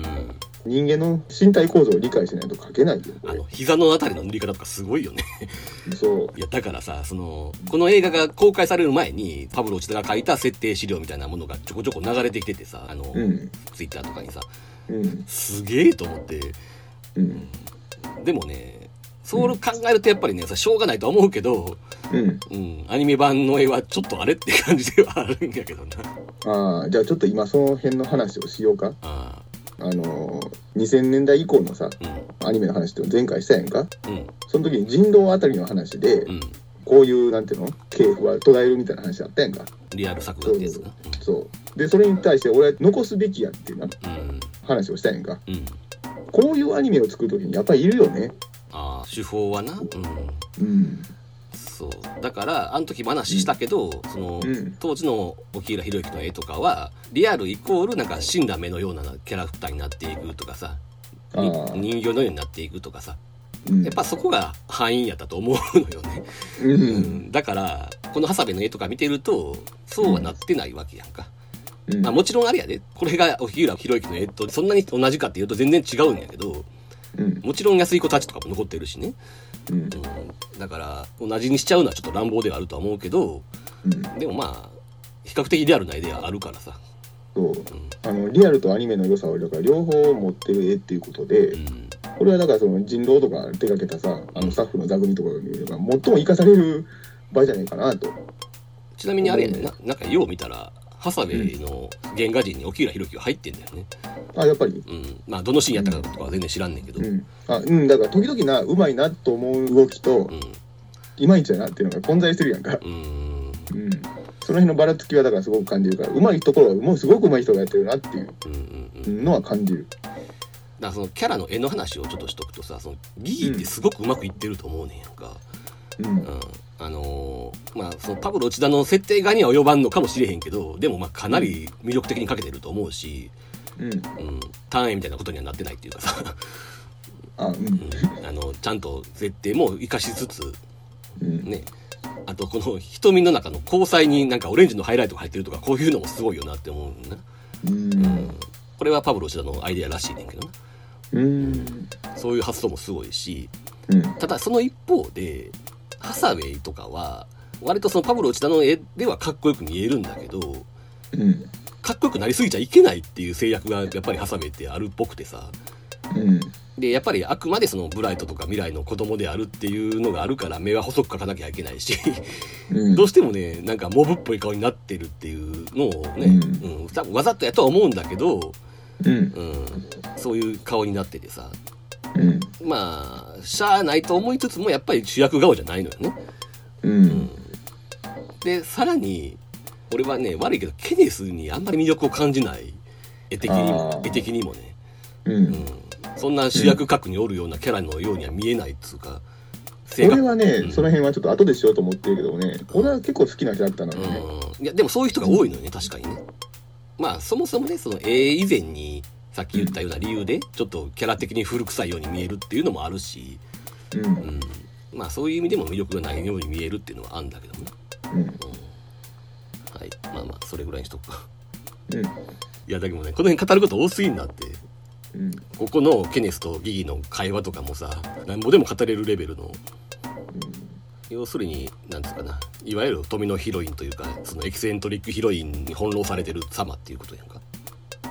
[SPEAKER 3] 人間の身体構造を理解しないと描けないよ、こ
[SPEAKER 2] あの
[SPEAKER 3] れ。
[SPEAKER 2] 膝のあたりの塗り方とかすごいよね (laughs)
[SPEAKER 3] そう。
[SPEAKER 2] いやだからさそのこの映画が公開される前にパブロ内田が書いた設定資料みたいなものがちょこちょこ流れてきててさあの、
[SPEAKER 3] うん。
[SPEAKER 2] ツイッターとかにさ
[SPEAKER 3] うん。
[SPEAKER 2] すげえと思って
[SPEAKER 3] うん。
[SPEAKER 2] でもねそう考えるとやっぱりねさしょうがないとは思うけど、
[SPEAKER 3] うん。
[SPEAKER 2] うん、アニメ版の絵はちょっとあれって感じではあるんやけ
[SPEAKER 3] (laughs)
[SPEAKER 2] どな
[SPEAKER 3] ああ、じゃあちょっと今その辺の話をしようか。
[SPEAKER 2] あ
[SPEAKER 3] あのー、2000年代以降のさ、
[SPEAKER 2] ー
[SPEAKER 3] アニメの話って前回したやんか。
[SPEAKER 2] うんうん
[SPEAKER 3] その時に人狼あたりの話で
[SPEAKER 2] う、ん
[SPEAKER 3] こういう、なんていうの、系譜は途絶えるみたいな話あったやんか。
[SPEAKER 2] リアル作画ってやつな
[SPEAKER 3] そう。で、それに対して俺は残すべきやっていう
[SPEAKER 2] う
[SPEAKER 3] な
[SPEAKER 2] ん
[SPEAKER 3] 話をしたやんか。
[SPEAKER 2] うん
[SPEAKER 3] こういうアニメを作るときにやっぱりいるよね。
[SPEAKER 2] ああ手法はなうん
[SPEAKER 3] うん。
[SPEAKER 2] そうだからあの時も話したけど、その、
[SPEAKER 3] うん
[SPEAKER 2] 当時の沖浦博之の絵とかはリアルイコールなんか死んだ目のようなキャラクターになっていくとかさ
[SPEAKER 3] あ
[SPEAKER 2] に
[SPEAKER 3] ー
[SPEAKER 2] 人形のようになっていくとかさ
[SPEAKER 3] うん
[SPEAKER 2] やっぱそこが範囲やったと思うのよね
[SPEAKER 3] う。
[SPEAKER 2] うんん、だからこのハサベの絵とか見てるとそうはなってないわけやんか、
[SPEAKER 3] うん
[SPEAKER 2] まあ、もちろんあれやでこれが沖浦博之の絵とそんなに同じかっていうと全然違うんやけど
[SPEAKER 3] うん。
[SPEAKER 2] もちろん安い子たちとかも残ってるしね、
[SPEAKER 3] うん。
[SPEAKER 2] うん、だから同じにしちゃうのはちょっと乱暴ではあるとは思うけど
[SPEAKER 3] うん。
[SPEAKER 2] でもまあ比較的リアルな絵ではあるからさ、
[SPEAKER 3] そう。
[SPEAKER 2] うん
[SPEAKER 3] あの、リアルとアニメの良さを、だから両方持ってる絵っていうこと
[SPEAKER 2] う
[SPEAKER 3] で、
[SPEAKER 2] ん、
[SPEAKER 3] これはだからその人狼とか手掛けたさ、あのスタッフの座組とかが見れば、最も活かされる場合じゃないかなと。
[SPEAKER 2] ちなみにあれやでななんかよう見たらハサベの原画人に沖浦博之が入ってんだよね、
[SPEAKER 3] あ、やっぱり。
[SPEAKER 2] うん、まあどのシーンやったかとかは全然知らんねんけど、
[SPEAKER 3] う
[SPEAKER 2] うん
[SPEAKER 3] ん。あ、うん。だから時々な、うまいなと思う動きと、いまいちだなっていうのが混在してるやんか。
[SPEAKER 2] うん
[SPEAKER 3] うん、その辺のばらつきはだからすごく感じるからうまいところはもうすごくうまい人がやってるなっていう
[SPEAKER 2] うんうんうん
[SPEAKER 3] のは感じる
[SPEAKER 2] だからそのキャラの絵の話をちょっとしとくとさそのギーってすごくうまくいってると思うねんやんか、
[SPEAKER 3] う
[SPEAKER 2] うん
[SPEAKER 3] ん
[SPEAKER 2] あのーまあそのパブロ内田の設定画には及ばんのかもしれへんけどでもまあかなり魅力的に描けてると思うし、
[SPEAKER 3] うん
[SPEAKER 2] うん、単位みたいなことにはなってないっていうかさ、 (laughs)
[SPEAKER 3] あう
[SPEAKER 2] うんん、あのちゃんと設定も生かしつつ
[SPEAKER 3] うん
[SPEAKER 2] ねあとこの瞳の中の交際になんかオレンジのハイライトが入ってるとかこういうのもすごいよなって思うな、
[SPEAKER 3] うん
[SPEAKER 2] これはパブロ内田のアイデアらしいねんけどな
[SPEAKER 3] うん
[SPEAKER 2] そういう発想もすごいし
[SPEAKER 3] うん
[SPEAKER 2] ただその一方でハサウェイとかは割とそのパブロ内田の絵ではかっこよく見えるんだけど
[SPEAKER 3] うん
[SPEAKER 2] かっこよくなりすぎちゃいけないっていう制約がやっぱりハサウェイってあるっぽくてさ
[SPEAKER 3] うん
[SPEAKER 2] でやっぱりあくまでそのブライトとか未来の子供であるっていうのがあるから目は細く描かなきゃいけないし (laughs)
[SPEAKER 3] うん
[SPEAKER 2] どうしてもねなんかモブっぽい顔になってるっていうのをね、う
[SPEAKER 3] うん
[SPEAKER 2] 多分わざとやとは思うんだけど、
[SPEAKER 3] うん
[SPEAKER 2] うん、そういう顔になっててさ
[SPEAKER 3] うん
[SPEAKER 2] まあしゃあないと思いつつもやっぱり主役顔じゃないのよね。
[SPEAKER 3] うん
[SPEAKER 2] でさらに俺はね悪いけどケネスにあんまり魅力を感じない絵的に
[SPEAKER 3] あ
[SPEAKER 2] も
[SPEAKER 3] ー
[SPEAKER 2] 絵的にもね、
[SPEAKER 3] う
[SPEAKER 2] うんん、そんな主役格におるようなキャラのようには見えないっつうか性
[SPEAKER 3] 俺
[SPEAKER 2] 格
[SPEAKER 3] はね、
[SPEAKER 2] うん
[SPEAKER 3] その辺はちょっと後でしようと思ってるけどね、俺は結構好きなキャラクターな
[SPEAKER 2] う
[SPEAKER 3] のね。
[SPEAKER 2] んいやでもそういう人が多いのよね確かにねまあそもそもねその絵以前にさっき言ったような理由でちょっとキャラ的に古臭いように見えるっていうのもあるし、
[SPEAKER 3] うん。
[SPEAKER 2] う
[SPEAKER 3] うん
[SPEAKER 2] ん、まあそういう意味でも魅力がないように見えるっていうのはあるんだけどもね、うん、はいまあまあそれぐらいにしとくか
[SPEAKER 3] うん。
[SPEAKER 2] いやだけどねこの辺語ること多すぎんなって
[SPEAKER 3] うん。
[SPEAKER 2] ここのケネスとギギの会話とかもさなんぼでも語れるレベルの要するになんつうかないわゆる富のヒロインというかそのエキセントリックヒロインに翻弄されてる様っていうことやんか、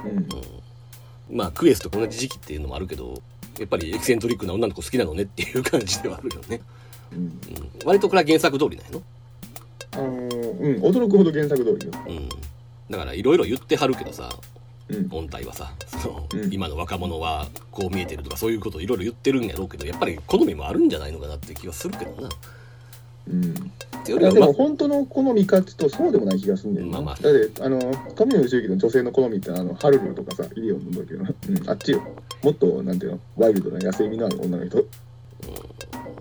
[SPEAKER 3] うん。
[SPEAKER 2] うん、まあクエスと同じ時期っていうのもあるけどやっぱりエキセントリックな女の子好きなのねっていう感じではあるよね、
[SPEAKER 3] うん。
[SPEAKER 2] うん、割とこれは原作通りなんやの、
[SPEAKER 3] あのーうん。驚くほど原作通りよ。
[SPEAKER 2] うん、だからいろいろ言ってはるけどさ
[SPEAKER 3] うん。
[SPEAKER 2] 本体はさその、
[SPEAKER 3] うん
[SPEAKER 2] 今の若者はこう見えてるとかそういうことをいろいろ言ってるんやろうけどやっぱり好みもあるんじゃないのかなって気はするけどな。
[SPEAKER 3] うん。
[SPEAKER 2] っていうよ
[SPEAKER 3] い
[SPEAKER 2] り
[SPEAKER 3] や
[SPEAKER 2] は
[SPEAKER 3] で
[SPEAKER 2] まあ
[SPEAKER 3] も本当の好みかっていうとそうでもない気がするんだよね。
[SPEAKER 2] まあまあ
[SPEAKER 3] だって、あの、神野義行の女性の好みってあの、ハルルとかさ、イリオンの時の、うん、あっちよ。もっと、なんていうの、ワイルドな野生味のある女の人。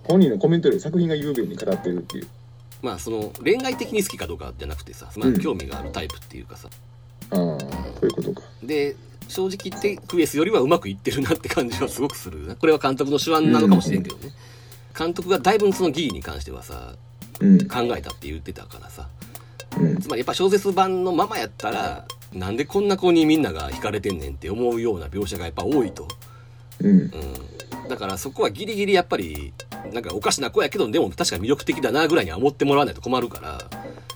[SPEAKER 3] 本人のコメントより作品が優美に語ってるっていう。
[SPEAKER 2] まあその恋愛的に好きかどうかじゃなくてさ、まあ
[SPEAKER 3] うん
[SPEAKER 2] 興味があるタイプっていうかさ
[SPEAKER 3] ああ、そういうことか。
[SPEAKER 2] で正直言ってクエスよりはうまくいってるなって感じはすごくするなこれは監督の手腕なのかもしれんけどね、監督がだいぶその議員に関してはさ
[SPEAKER 3] うん。
[SPEAKER 2] 考えたって言ってたからさ
[SPEAKER 3] うん。
[SPEAKER 2] つまりやっぱ小説版のままやったらなんでこんな子にみんなが惹かれてんねんって思うような描写がやっぱ多いと、
[SPEAKER 3] うん。
[SPEAKER 2] うん、だからそこはギリギリやっぱりなんかおかしな子やけどでも確かに魅力的だなぐらいには思ってもらわないと困るから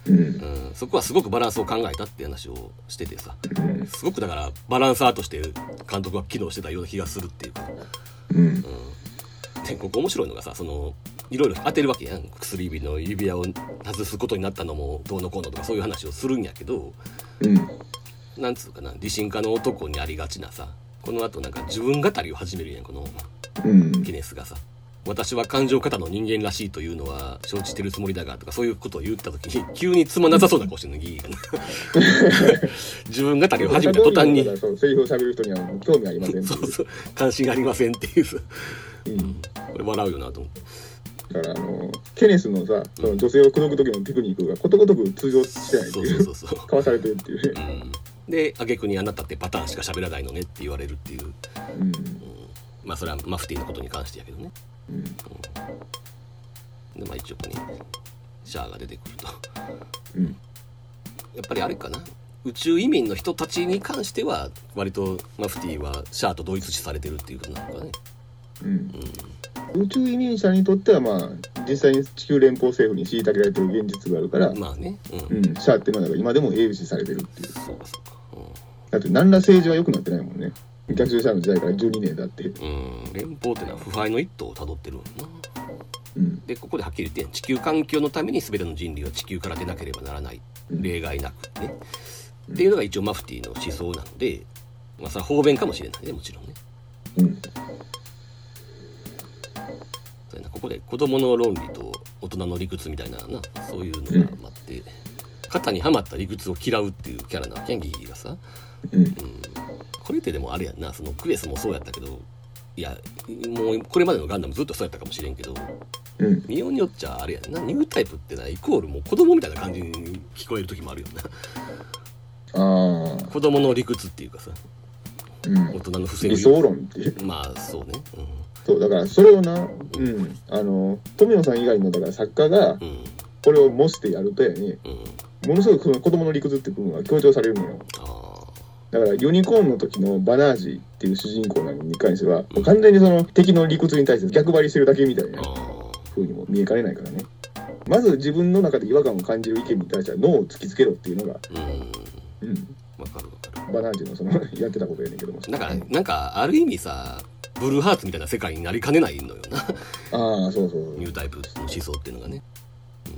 [SPEAKER 3] うん。
[SPEAKER 2] うん、そこはすごくバランスを考えたって話をしててさ
[SPEAKER 3] うん。
[SPEAKER 2] すごくだからバランサーとして監督は機能してたような気がするっていうか、
[SPEAKER 3] うん。
[SPEAKER 2] うん、でここ面白いのがさそのいろいろ当てるわけやん薬指の指輪を外すことになったのもどうのこうのとかそういう話をするんやけど
[SPEAKER 3] うん。
[SPEAKER 2] なんつうかな理心家の男にありがちなさこの後なんか自分語りを始めるやんこの
[SPEAKER 3] うん
[SPEAKER 2] ギネスがさ私は感情過多の人間らしいというのは承知してるつもりだがとかそういうことを言った
[SPEAKER 3] (laughs)
[SPEAKER 2] 時に急につまんなさそうな顔してるのギギがな
[SPEAKER 3] (laughs)
[SPEAKER 2] 自分語りを始めた途端に
[SPEAKER 3] だからそうセリフを喋る人にはもう興味ありませんってい
[SPEAKER 2] そうそう関心がありませんっていうさ
[SPEAKER 3] う、うん、だ
[SPEAKER 2] これ笑うよなと思って
[SPEAKER 3] からあのケネスのさその女性を口説く時のテクニックがことごとく通常してないって
[SPEAKER 2] そう
[SPEAKER 3] い
[SPEAKER 2] そううそうそう
[SPEAKER 3] かわされてるっていうね、
[SPEAKER 2] うんで挙句にあなたってパターンしか喋らないのねって言われるっていう
[SPEAKER 3] うん
[SPEAKER 2] まあそれはマフティーのことに関してやけどね
[SPEAKER 3] うん、
[SPEAKER 2] でまあ一応ここにシャアが出てくると
[SPEAKER 3] うん
[SPEAKER 2] やっぱりあれかな宇宙移民の人たちに関しては割とマフティーはシャアと同一視されてるっていうことなのかね
[SPEAKER 3] うん、宇宙移民者にとってはまあ実際に地球連邦政府に虐げられてる現実があるから、
[SPEAKER 2] まあねうん、
[SPEAKER 3] うん、シャアっていうのは今でも英視されてるっていう
[SPEAKER 2] そうかそうか
[SPEAKER 3] だって何ら政治は良くなってないもんね逆襲者の時代から12年だって、
[SPEAKER 2] うん、うん、連邦ってのは腐敗の一途をたどってるもんな
[SPEAKER 3] うん
[SPEAKER 2] でここではっきり言ってん地球環境のために全ての人類は地球から出なければならない
[SPEAKER 3] うん
[SPEAKER 2] 例外なくね、っていうのが一応マフティーの思想なのでまあそれは方便かもしれないねもちろんね
[SPEAKER 3] うん
[SPEAKER 2] そうやなここで子供の論理と大人の理屈みたいななそういうのがあって、肩にはまった理屈を嫌うっていうキャラなわけやんギギがさ
[SPEAKER 3] うん
[SPEAKER 2] これってでもあれやんなそのクエスもそうやったけどいやもうこれまでのガンダムずっとそうやったかもしれんけど
[SPEAKER 3] うん
[SPEAKER 2] 見ようによっちゃあれやんなニュータイプってなイコールもう子供みたいな感じに聞こえる時もあるよな (laughs)
[SPEAKER 3] ああ
[SPEAKER 2] 子供の理屈っていうかさ
[SPEAKER 3] うん
[SPEAKER 2] 大人の不正
[SPEAKER 3] 理想論っていう
[SPEAKER 2] まあそうね
[SPEAKER 3] そうだからそれをな、うん、あの富野さん以外のだから作家が
[SPEAKER 2] うんうん
[SPEAKER 3] これを模してやるとやに
[SPEAKER 2] うん
[SPEAKER 3] ものすごくその子供の理屈って部分が強調されるのよ
[SPEAKER 2] ああ
[SPEAKER 3] だからユニコーンの時のバナージっていう主人公なのに関してはもう完全にその敵の理屈に対して逆張りしてるだけみたい
[SPEAKER 2] あ
[SPEAKER 3] な
[SPEAKER 2] あ
[SPEAKER 3] 風にも見えかねないからねまず自分の中で違和感を感じる意見に対しては脳を突きつけろっていうのが、
[SPEAKER 2] うん
[SPEAKER 3] うん、
[SPEAKER 2] わかるわか
[SPEAKER 3] (laughs) バナージのそのやってたことやねんけども
[SPEAKER 2] るだからなんかある意味さブルーハーツみたいな世界になりかねないのよな
[SPEAKER 3] ああそうそうそう
[SPEAKER 2] ニュータイプの思想っていうのがね、うん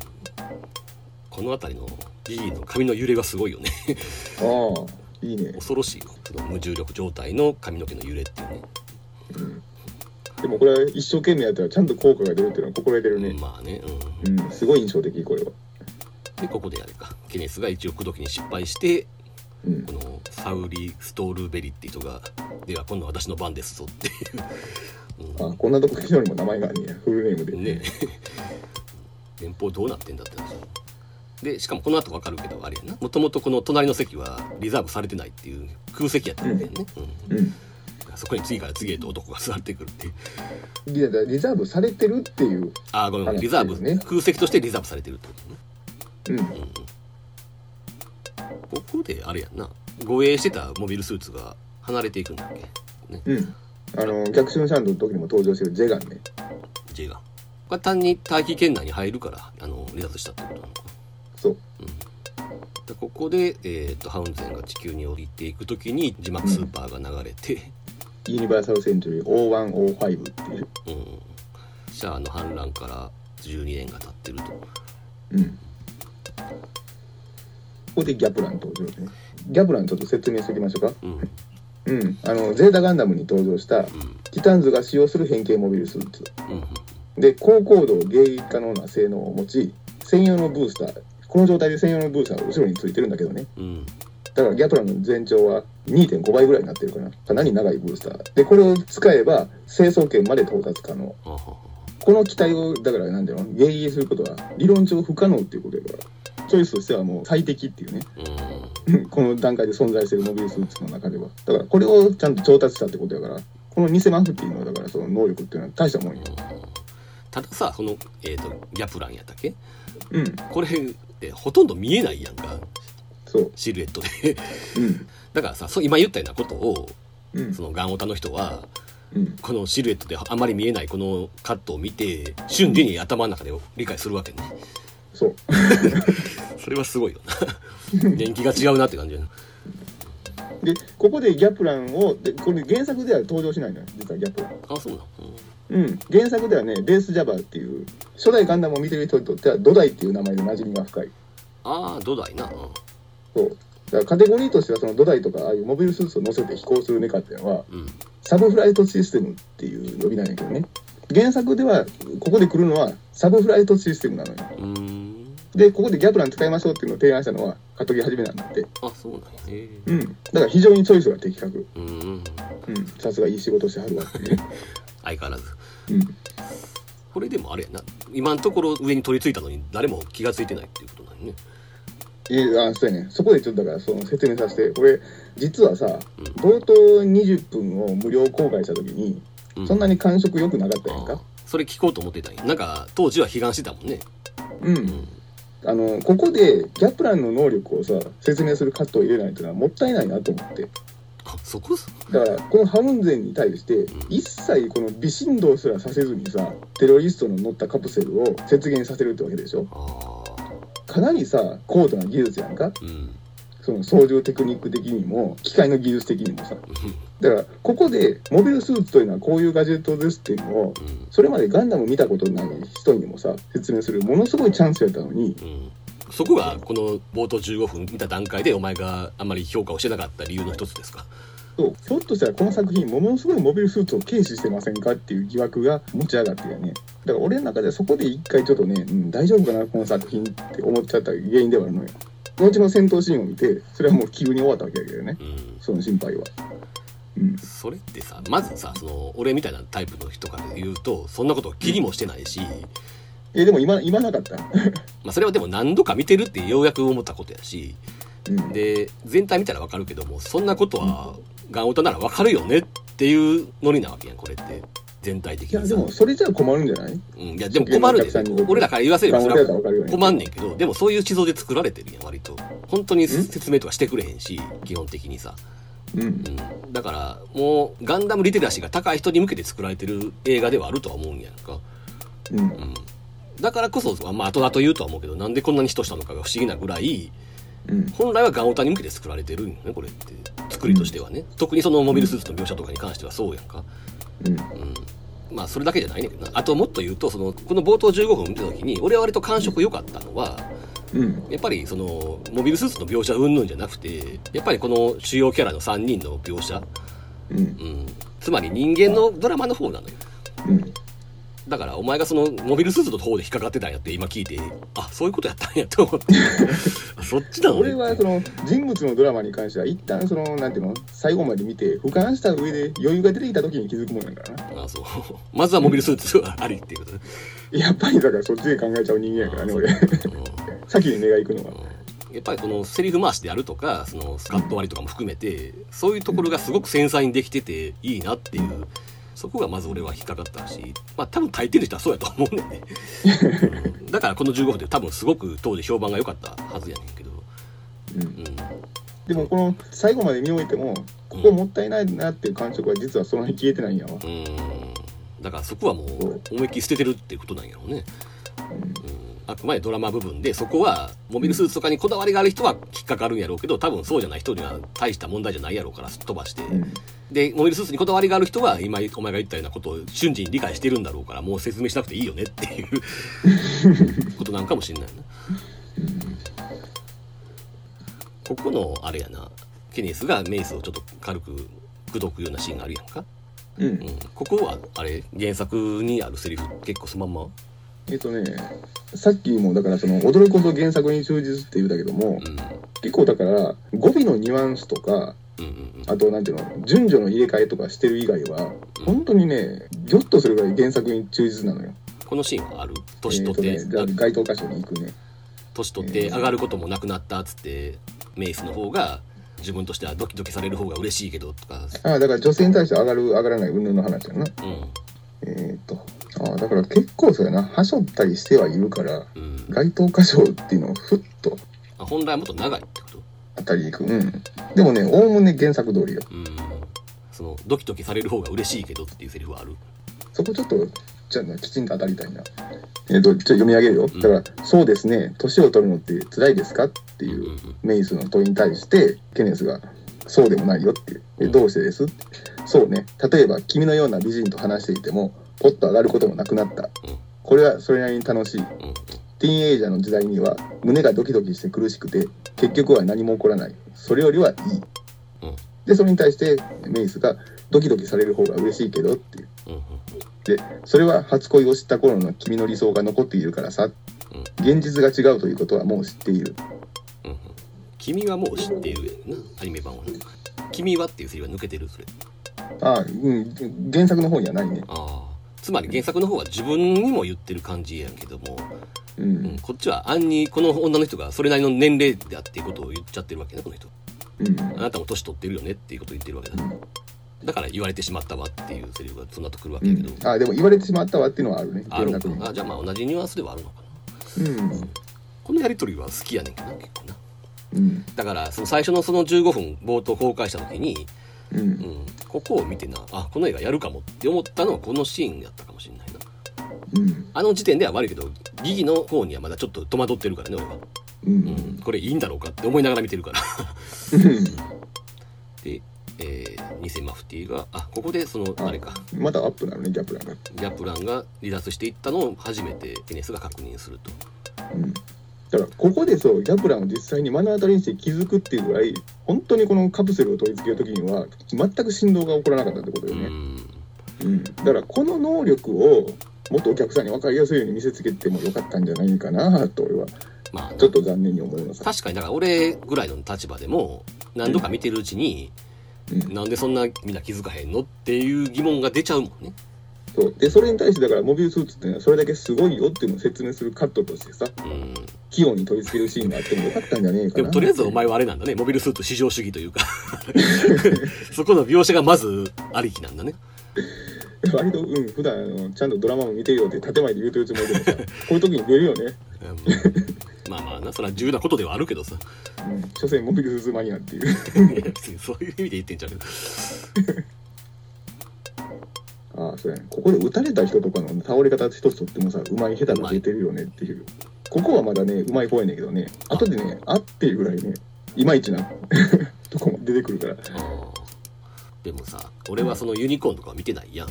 [SPEAKER 2] この辺りのジジイの髪の揺れがすごいよね
[SPEAKER 3] ああいいね、
[SPEAKER 2] 恐ろしいよその無重力状態の髪の毛の揺れっていうね
[SPEAKER 3] うん、でもこれは一生懸命やったらちゃんと効果が出るっていうのは心得てるね
[SPEAKER 2] まあね、うん、
[SPEAKER 3] うんすごい印象的これは
[SPEAKER 2] でここであれかケネスが一応口説きに失敗して
[SPEAKER 3] うん
[SPEAKER 2] このサウリ・ストールベリって人が「では今度は私の番ですぞ」っていう、
[SPEAKER 3] あこんなとこ来たのにも名前があんねやフルネームで
[SPEAKER 2] うん、ね (laughs) 連邦どうなってんだって話でしかもこの後わかるけどあれやなもともとこの隣の席はリザーブされてないっていう空席やったんだよね、うん
[SPEAKER 3] うん
[SPEAKER 2] そこに次から次へと男が座ってくるっていう
[SPEAKER 3] リザリザーブされてるっていう、
[SPEAKER 2] ああごめんごめんリザーブ、
[SPEAKER 3] ね
[SPEAKER 2] 空席としてリザーブされてるってことね
[SPEAKER 3] うん、
[SPEAKER 2] ここであれやんな護衛してたモビルスーツが離れていくんだっけね
[SPEAKER 3] うん。あの、逆襲のシャンドの時にも登場してるジェガンね。
[SPEAKER 2] J がこれは単に大気圏内に入るからあの離脱したってことなのか
[SPEAKER 3] そう。
[SPEAKER 2] でここで、えー、とハウンゼンが地球に降りていく時に字幕スーパーが流れて、
[SPEAKER 3] ユニバーサルセンチュリー0105っていう。
[SPEAKER 2] うんシャアの反乱から12年が経ってると
[SPEAKER 3] うん。ここでギャプラン登場ね。ギャプランちょっと説明しておきましょうか。
[SPEAKER 2] うんうん
[SPEAKER 3] うん。あの、ゼータガンダムに登場した、ティタンズが使用する変形モビルスーツ。
[SPEAKER 2] うん
[SPEAKER 3] で、高高度迎撃可能な性能を持ち、専用のブースター、この状態で専用のブースターが後ろについてるんだけどね。
[SPEAKER 2] うん
[SPEAKER 3] だからギャプランの全長は2.5倍ぐらいになってるかな。かなり長いブースター。で、これを使えば、成層圏まで到達可能。
[SPEAKER 2] あはは
[SPEAKER 3] この機体を、だからなんだろう、迎撃することは理論上不可能っていうことだから、チョイスとしてはもう最適っていうね、 (laughs)
[SPEAKER 2] う
[SPEAKER 3] うんこの段階で存在してるモビルスーツの中では。だからこれをちゃんと調達したってことだから、この偽マフティーの、だからその能力っていうのは大したもんよ。
[SPEAKER 2] んうんたださこの、えー、とギャプランやったっけ
[SPEAKER 3] うん、
[SPEAKER 2] これ、えーほとんど見えないやんか
[SPEAKER 3] そう。
[SPEAKER 2] シルエットで (laughs)
[SPEAKER 3] うん、
[SPEAKER 2] だからさそう今言ったようなことを
[SPEAKER 3] うん
[SPEAKER 2] そ、のガンオタの人は
[SPEAKER 3] うん。
[SPEAKER 2] このシルエットであまり見えないこのカットを見て瞬時に頭の中で理解するわけね
[SPEAKER 3] そう。
[SPEAKER 2] それはすごいよな年季が違うなって感じやな
[SPEAKER 3] で、ここでギャプランを、でこれ原作では登場しないのよ、実はギャプラン。
[SPEAKER 2] あそうなの、
[SPEAKER 3] うん、原作ではね、レースジャバーっていう、初代ガンダムを見てる人にとっては、土台っていう名前で馴染みが深い。
[SPEAKER 2] ああ土台な、うん
[SPEAKER 3] そう。だからカテゴリーとしては、その土台とか、ああいうモビルスーツを乗せて飛行するメカっていうのは、
[SPEAKER 2] うん、
[SPEAKER 3] サブフライトシステムっていう呼びなんやけどね。原作では、ここで来るのは、サブフライトシステムなのよ。
[SPEAKER 2] うーん
[SPEAKER 3] で、ここでギャプラン使いましょうっていうのを提案したのは、カトギはじめなんだって。
[SPEAKER 2] あそうなんやへえ
[SPEAKER 3] うん。だから非常にチョイスが的確。
[SPEAKER 2] うんうん
[SPEAKER 3] うん。さすがいい仕事してはるわっていうね。
[SPEAKER 2] 相変わらず
[SPEAKER 3] (laughs) うん。
[SPEAKER 2] これでもあれやな今のところ上に取り付いたのに誰も気が付いてないっていうことなのね
[SPEAKER 3] えあそうやねそこでちょっとだからその説明させて俺実はさ冒頭20分を無料公開した時に
[SPEAKER 2] う
[SPEAKER 3] そんなに感触良くなかったやん
[SPEAKER 2] あー
[SPEAKER 3] か
[SPEAKER 2] それ聞こうと思ってたんやなんか当時は批判してたもんね
[SPEAKER 3] うん、あのここでギャプランの能力をさ説明するカットを入れないっていうのはもったいないなと思って
[SPEAKER 2] あそこ
[SPEAKER 3] だからこのハウンゼンに対して一切この微振動すらさせずにさテロリストの乗ったカプセルを雪原させるってわけでしょ
[SPEAKER 2] ああ
[SPEAKER 3] かなりさ高度な技術やんか
[SPEAKER 2] うん
[SPEAKER 3] その操縦テクニック的にも機械の技術的にもさだからここでモビルスーツというのはこういうガジェットですっていうのを
[SPEAKER 2] うん
[SPEAKER 3] それまでガンダム見たことない人にもさ説明するものすごいチャンスやったのに
[SPEAKER 2] うんそこがこの冒頭15分見た段階でお前があんまり評価をしてなかった理由の一つですか
[SPEAKER 3] そうひょっとしたらこの作品もものすごいモビルスーツを軽視してませんかっていう疑惑が持ち上がってやねだから俺の中でそこで一回ちょっとね、うん、大丈夫かなこの作品って思っちゃった原因ではあるのよ後の戦闘シーンを見てそれはもう急に終わったわけだけどね
[SPEAKER 2] うん
[SPEAKER 3] その心配はうん
[SPEAKER 2] それってさまずさその俺みたいなタイプの人から言うとそんなことを気にもしてないし、
[SPEAKER 3] えでも今今なかった、
[SPEAKER 2] まあ、それはでも何度か見てるってようやく思ったことやし
[SPEAKER 3] うん、
[SPEAKER 2] で全体見たらわかるけどもそんなことはガンオタならわかるよねっていうノリなわけやんこれって全体的
[SPEAKER 3] いや
[SPEAKER 2] にさ
[SPEAKER 3] でもそれじゃ困るんじゃない
[SPEAKER 2] うんいやでも困る
[SPEAKER 3] お客さん
[SPEAKER 2] で
[SPEAKER 3] に
[SPEAKER 2] 俺らから言わせれば
[SPEAKER 3] ガン
[SPEAKER 2] そ
[SPEAKER 3] オタ
[SPEAKER 2] れ
[SPEAKER 3] や
[SPEAKER 2] は
[SPEAKER 3] ったらわかるよね
[SPEAKER 2] 困んねんけどでもそういう地蔵で作られてるやん割と本当に説明とかしてくれへんし基本的にさ、
[SPEAKER 3] うん
[SPEAKER 2] うん、だからもうガンダムリテラシーが高い人に向けて作られてる映画ではあるとは思うんやんか、
[SPEAKER 3] うん
[SPEAKER 2] うん、だからこそ、まあ、後々言うとは思うけどなんでこんなに人したのかが不思議なぐらい
[SPEAKER 3] うん
[SPEAKER 2] 本来はガンオタに向けて作られてるんよねこれって作りとしてはね特にそのモビルスーツの描写とかに関してはそうやんか、
[SPEAKER 3] うん
[SPEAKER 2] うん、まあそれだけじゃないねんけどなあともっと言うとそのこの冒頭15分見た時に俺は割と感触良かったのは
[SPEAKER 3] うん
[SPEAKER 2] やっぱりそのモビルスーツの描写云々じゃなくてやっぱりこの主要キャラの3人の描写、
[SPEAKER 3] うん
[SPEAKER 2] うん、つまり人間のドラマの方なのよ
[SPEAKER 3] うん
[SPEAKER 2] だからお前がそのモビルスーツの方で引っかかってたんやって今聞いてあそういうことやったんやと思
[SPEAKER 3] (laughs)
[SPEAKER 2] ってあそっちなの
[SPEAKER 3] 俺はその人物のドラマに関しては一旦そのなんていうの最後まで見て俯瞰した上で余裕が出てきた時に気づくもんやからな
[SPEAKER 2] あそう (laughs) まずはモビルスーツがありっていうことね
[SPEAKER 3] やっぱりだからそっちで考えちゃう人間やからね俺先に目が行くのは
[SPEAKER 2] うん (laughs) やっぱりこのセリフ回しであるとかそのスカット割りとかも含めてそういうところがすごく繊細にできてていいなっていうそこがまず俺は引っかかったしまあ多分大抵の人はそうやと思うねん
[SPEAKER 3] (laughs)
[SPEAKER 2] ね、うんだからこの15分で多分すごく当時評判が良かったはずやねんけど、
[SPEAKER 3] うん
[SPEAKER 2] うん、
[SPEAKER 3] でもこの最後まで見終えてもここもったいないなっていう感触は実はその辺消えてないんやわ
[SPEAKER 2] うーんだからそこはもう思いっきり捨ててるっていうことなんやろうね、うん、あくまでドラマ部分でそこはモビルスーツとかにこだわりがある人は引っかかるんやろうけど多分そうじゃない人には大した問題じゃないやろうからすっ飛ばして、
[SPEAKER 3] うん
[SPEAKER 2] でモビルスーツにこだわりがある人は今お前が言ったようなことを瞬時に理解してるんだろうからもう説明しなくていいよねっていうことなんかもしれないなここのあれやなケネスがメイスをちょっと軽く口説くようなシーンがあるやんか
[SPEAKER 3] うん
[SPEAKER 2] うん、ここはあれ原作にあるセリフ結構そのまんま
[SPEAKER 3] えっとねさっきもだからその驚きこそ原作に忠実って言うたけども
[SPEAKER 2] うん
[SPEAKER 3] 結構だから語尾のニュアンスとか
[SPEAKER 2] うんうん
[SPEAKER 3] あとなんていうの順序の入れ替えとかしてる以外は
[SPEAKER 2] うん
[SPEAKER 3] 本当にねギョッとするぐらい原作に忠実なのよ
[SPEAKER 2] このシーンはある年取っ
[SPEAKER 3] え
[SPEAKER 2] て、
[SPEAKER 3] ーとね、じゃあ該当箇所に行くね
[SPEAKER 2] 年取って上がることもなくなったっつってメイスの方が自分としてはドキドキされる方が嬉しいけどとか、
[SPEAKER 3] ああだから女性に対して上がる上がらない云々の話やな
[SPEAKER 2] うん
[SPEAKER 3] えっ、とああだから結構そうやなはしょったりしてはいるから
[SPEAKER 2] うん、
[SPEAKER 3] 該当箇所っていうのをふっと
[SPEAKER 2] あ本来はもっと長いってこと、
[SPEAKER 3] 当たりに行くうんでもねおおむね原作通りよ
[SPEAKER 2] うん、そのドキドキされる方が嬉しいけどっていうセリフはある
[SPEAKER 3] そこちょっとじゃあきちんと当たりたいなえっ、とちょっと読み上げるよ、だから「そうですね年を取るのって辛いですか?」っていううん
[SPEAKER 2] うん
[SPEAKER 3] メイスの問いに対してケネスが「そうでもないよ」っていう「えどうしてです?」ってそうね例えば君のような美人と話していてもポッと上がることもなくなった
[SPEAKER 2] うん
[SPEAKER 3] これはそれなりに楽しい
[SPEAKER 2] うん
[SPEAKER 3] ティーンエイジャーの時代には胸がドキドキして苦しくて結局は何も起こらないそれよりはいい、
[SPEAKER 2] うん
[SPEAKER 3] でそれに対してメイスが「ドキドキされる方が嬉しいけど」っていう
[SPEAKER 2] うんうん
[SPEAKER 3] でそれは初恋を知った頃の君の理想が残っているからさ、
[SPEAKER 2] うん
[SPEAKER 3] 現実が違うということはもう知っている
[SPEAKER 2] うんうん君はもう知っているやんなアニメ版はね君はっていうセリフは抜けてるそれ
[SPEAKER 3] ああ、うん、原作の方にはないね
[SPEAKER 2] ああつまり原作の方は自分にも言ってる感じやんけども、
[SPEAKER 3] う
[SPEAKER 2] うん
[SPEAKER 3] ん、
[SPEAKER 2] こっちは暗にこの女の人がそれなりの年齢であっていうことを言っちゃってるわけねこの人
[SPEAKER 3] うん、
[SPEAKER 2] あなたも年取ってるよねっていうことを言ってるわけだだから言われてしまったわっていうセリフがそんなとくるわけ
[SPEAKER 3] う
[SPEAKER 2] やけど、
[SPEAKER 3] ん、ああでも言われてしまったわっていうのはあるね
[SPEAKER 2] あ
[SPEAKER 3] 原
[SPEAKER 2] る
[SPEAKER 3] 作に
[SPEAKER 2] あじゃあまあ同じニュアンスではあるのかな
[SPEAKER 3] うん
[SPEAKER 2] このやり取りは好きやねんけどな結構な
[SPEAKER 3] うん
[SPEAKER 2] だからその最初のその15分冒頭公開した時に、
[SPEAKER 3] う
[SPEAKER 2] うんん、ここを見てなあこの映画やるかもって思ったのはこのシーンやったかもしれないな
[SPEAKER 3] うん
[SPEAKER 2] あの時点では悪いけど疑義の方にはまだちょっと戸惑ってるからね俺は
[SPEAKER 3] うんうん
[SPEAKER 2] うん、これいいんだろうかって思いながら見てるから (laughs) で、えー、ニセマフティがあここでそのあれか
[SPEAKER 3] またアップなのねギャップなの
[SPEAKER 2] ギャプランが離脱していったのを初めてケネスが確認すると
[SPEAKER 3] うんだからここでそうギャプランを実際に目の当たりにして気づくっていうぐらい本当にこのカプセルを取り付ける時には全く振動が起こらなかったってこと
[SPEAKER 2] う
[SPEAKER 3] よ
[SPEAKER 2] ん
[SPEAKER 3] ね、うん、だからこの能力をもっとお客さんに分かりやすいように見せつけてもよかったんじゃないかなと俺は
[SPEAKER 2] まあ
[SPEAKER 3] ちょっと残念に思います。
[SPEAKER 2] 確かにだから俺ぐらいの立場でも何度か見てるうちに、
[SPEAKER 3] うん
[SPEAKER 2] なんでそんなみんな気づかへんのっていう疑問が出ちゃうもんね
[SPEAKER 3] そうでそれに対してだからモビルスーツっていうのはそれだけすごいよっていうのを説明するカットとしてさ
[SPEAKER 2] うん
[SPEAKER 3] 器用に取り付けるシーンがあってもよかったんじゃねえかな
[SPEAKER 2] でもとりあえずお前はあれなんだねモビルスーツ至上主義というか (laughs) そこの描写がまずありきなんだね
[SPEAKER 3] 割とうん普段あのちゃんとドラマも見てるよって建前で言うてるつもりでもさこういう時に出るよ (laughs) ね、
[SPEAKER 2] うんまあまあなそれは重要なことではあるけどさ
[SPEAKER 3] うん、所詮モビルスーツマニアっていう
[SPEAKER 2] いや別に (laughs) そういう意味で言ってんじゃん
[SPEAKER 3] ああそうやねここで撃たれた人とかの倒れ方一つとってもさうまい下手が出てるよねっていうここはまだねうまい方やねんけどね後でねあっていうぐらいねいまいちな (laughs) とそこも出てくるから。
[SPEAKER 2] あーでもさ俺はそのユニコーンとかは見てないやん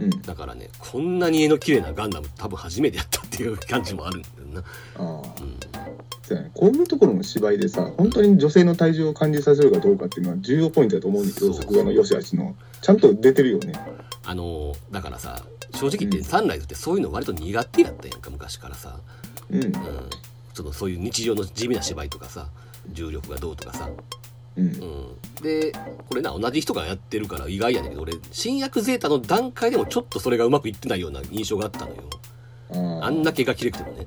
[SPEAKER 3] うん。
[SPEAKER 2] だからねこんなに絵の綺麗なガンダム多分初めてやったっていう感じもあるんだよな
[SPEAKER 3] ああ。
[SPEAKER 2] うん
[SPEAKER 3] そうやねこういうところの芝居でさ、本当に女性の体重を感じさせるかどうかっていうのは重要ポイントだと思うんだけ
[SPEAKER 2] そ
[SPEAKER 3] ど、
[SPEAKER 2] う
[SPEAKER 3] 作画の良し悪しの。ちゃんと出てるよね。
[SPEAKER 2] あのーだからさ正直言って
[SPEAKER 3] うん
[SPEAKER 2] サンライズってそういうの割と苦手やったやんか昔からさ、
[SPEAKER 3] うん。
[SPEAKER 2] うん、そのそういう日常の地味な芝居とかさ重力がどうとかさ、
[SPEAKER 3] うん
[SPEAKER 2] う。ん、でこれな同じ人がやってるから意外やねんけど俺新薬ゼータの段階でもちょっとそれがうまくいってないような印象があったのよ
[SPEAKER 3] あ
[SPEAKER 2] あんだけが綺麗くてもね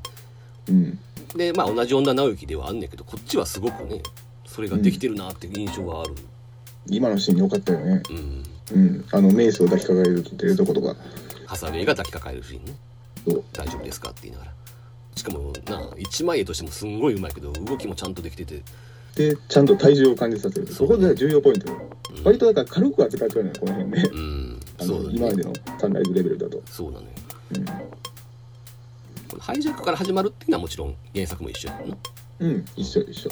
[SPEAKER 3] け。うん。
[SPEAKER 2] でまあ同じ女直行ではあんねんけどこっちはすごくねそれができてるなっていう印象がある、
[SPEAKER 3] 今のシーン良かったよね。
[SPEAKER 2] うん、
[SPEAKER 3] うん。あの、メイスを抱きかかえるっていうとことか。
[SPEAKER 2] ハサウェイが抱きかかえるシーンね
[SPEAKER 3] そう。
[SPEAKER 2] 大丈夫ですかって言いながらしかもな一枚絵としてもすんごいうまいけど動きもちゃんとできてて、
[SPEAKER 3] で、ちゃんと体重を感じさせる。
[SPEAKER 2] そ
[SPEAKER 3] そうこが重要ポイントだよ。
[SPEAKER 2] うん、
[SPEAKER 3] 割とだから軽く扱ってるのよ、この辺ね。
[SPEAKER 2] うん
[SPEAKER 3] あ
[SPEAKER 2] (laughs) そう
[SPEAKER 3] の
[SPEAKER 2] だ
[SPEAKER 3] 今ま
[SPEAKER 2] ね
[SPEAKER 3] でのサンライズレベルだと。
[SPEAKER 2] そうなのよ
[SPEAKER 3] う。
[SPEAKER 2] このハイジャックから始まるっていうのはもちろん原作も一緒やんなん
[SPEAKER 3] うん、一緒一緒。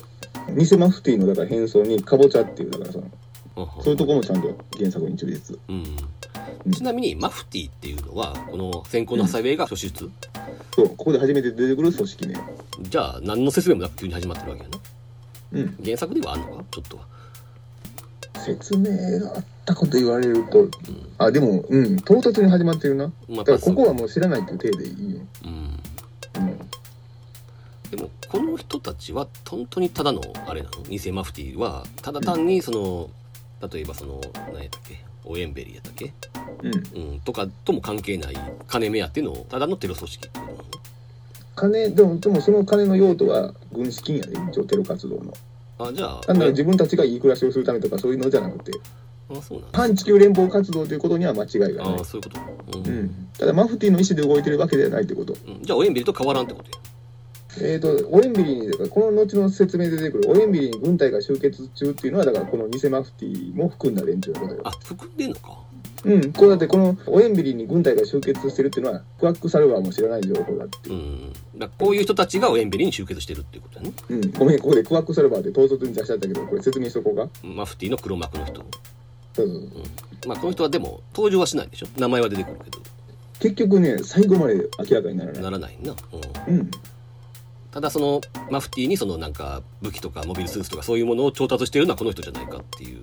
[SPEAKER 3] 偽マフティーのだから変装にかぼちゃっていうだからそのそういうとこもちゃんと原作に忠実
[SPEAKER 2] うん、ちなみにマフティーっていうのはこの先行のハサウェイが初出、
[SPEAKER 3] そうここで初めて出てくる組織ね
[SPEAKER 2] じゃあ何の説明もなく急に始まってるわけやな
[SPEAKER 3] うん
[SPEAKER 2] 原作ではあるのかちょっとは
[SPEAKER 3] 説明があったこと言われるとあでもうん唐突に始まってるな
[SPEAKER 2] うんま
[SPEAKER 3] だ
[SPEAKER 2] た
[SPEAKER 3] からここはもう知らないっていう体でいいよ
[SPEAKER 2] うん
[SPEAKER 3] うん
[SPEAKER 2] でもこの人たちは本当にただのあれなの偽マフティーはただ単にその、例えばその何やったっけオエンベリーやったっけ、
[SPEAKER 3] うん
[SPEAKER 2] うん、とかとも関係ない金目当てのただのテロ組織っていうの
[SPEAKER 3] 金でもでもその金の用途は軍資金やで一応テロ活動の
[SPEAKER 2] あじゃあ
[SPEAKER 3] なんだろう自分たちがいい暮らしをするためとかそういうのじゃなくて
[SPEAKER 2] あそうなんだ
[SPEAKER 3] 反地球連邦活動ということには間違いがない
[SPEAKER 2] あそういうこと、うん
[SPEAKER 3] うん、ただマフティーの意思で動いてるわけではないってこと
[SPEAKER 2] うんじゃあオエンベリーと変わらんってことや
[SPEAKER 3] えー、とオエンビリーにこの後の説明で出てくるオエンビリーに軍隊が集結中っていうのはだからこの偽マフティーも含んだ連中のことよ。
[SPEAKER 2] あ含んでんのか
[SPEAKER 3] うん、これだってこのオエンビリーに軍隊が集結してるっていうのはクワックサルバーも知らない情報だって
[SPEAKER 2] う。んだからこういう人たちがオエンベリーに集結してるっていうことやね
[SPEAKER 3] うん、ごめんここでクワックサルバーって唐突に出しちゃったけどこれ説明しとこうか。
[SPEAKER 2] マフティーの黒幕の人、
[SPEAKER 3] そうそうそう
[SPEAKER 2] まあ、この人はでも登場はしないでしょ名前は出てくるけ
[SPEAKER 3] 結局ね最後まで明らかになら
[SPEAKER 2] ど
[SPEAKER 3] な。
[SPEAKER 2] ないらないな、うん、
[SPEAKER 3] うん、
[SPEAKER 2] ただそのマフティーにそのなんか武器とかモビルスーツとかそういうものを調達しているのはこの人じゃないかっていう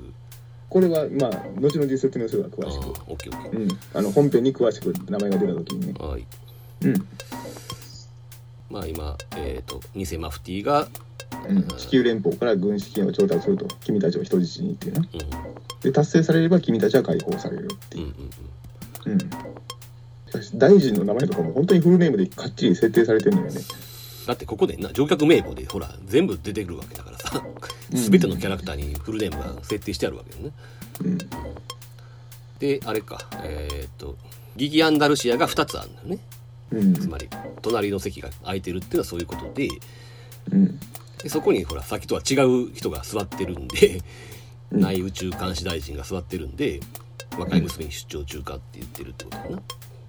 [SPEAKER 3] これはまあ後々説明するわ
[SPEAKER 2] あ
[SPEAKER 3] 詳
[SPEAKER 2] あ
[SPEAKER 3] しく。
[SPEAKER 2] オッケーオッケ
[SPEAKER 3] うん、あの本編に詳しく名前が出た時にね。
[SPEAKER 2] ーはい
[SPEAKER 3] うん
[SPEAKER 2] まあ今えっ、と偽マフティーが、
[SPEAKER 3] うん、地球連邦から軍資金を調達すると君たちを人質にっていうな。
[SPEAKER 2] うん
[SPEAKER 3] で達成されれば君たちは解放されるって
[SPEAKER 2] うんう
[SPEAKER 3] い
[SPEAKER 2] ん
[SPEAKER 3] う、うん大臣の名前とかも本当にフルネームでかっちり設定されてるのよね
[SPEAKER 2] だってここでな乗客名簿でほら全部出てくるわけだからさ
[SPEAKER 3] うん
[SPEAKER 2] 全てのキャラクターにフルネームが設定してあるわけよね
[SPEAKER 3] うん
[SPEAKER 2] であれかえっ、とギギアンダルシアが2つあるんだよね
[SPEAKER 3] うん
[SPEAKER 2] つまり隣の席が空いてるっていうのはそういうことで
[SPEAKER 3] うん
[SPEAKER 2] でそこにほらさっきとは違う人が座ってるんで
[SPEAKER 3] うん
[SPEAKER 2] 内宇宙監視大臣が座ってるんで若い娘に出張中かって言ってるってことだな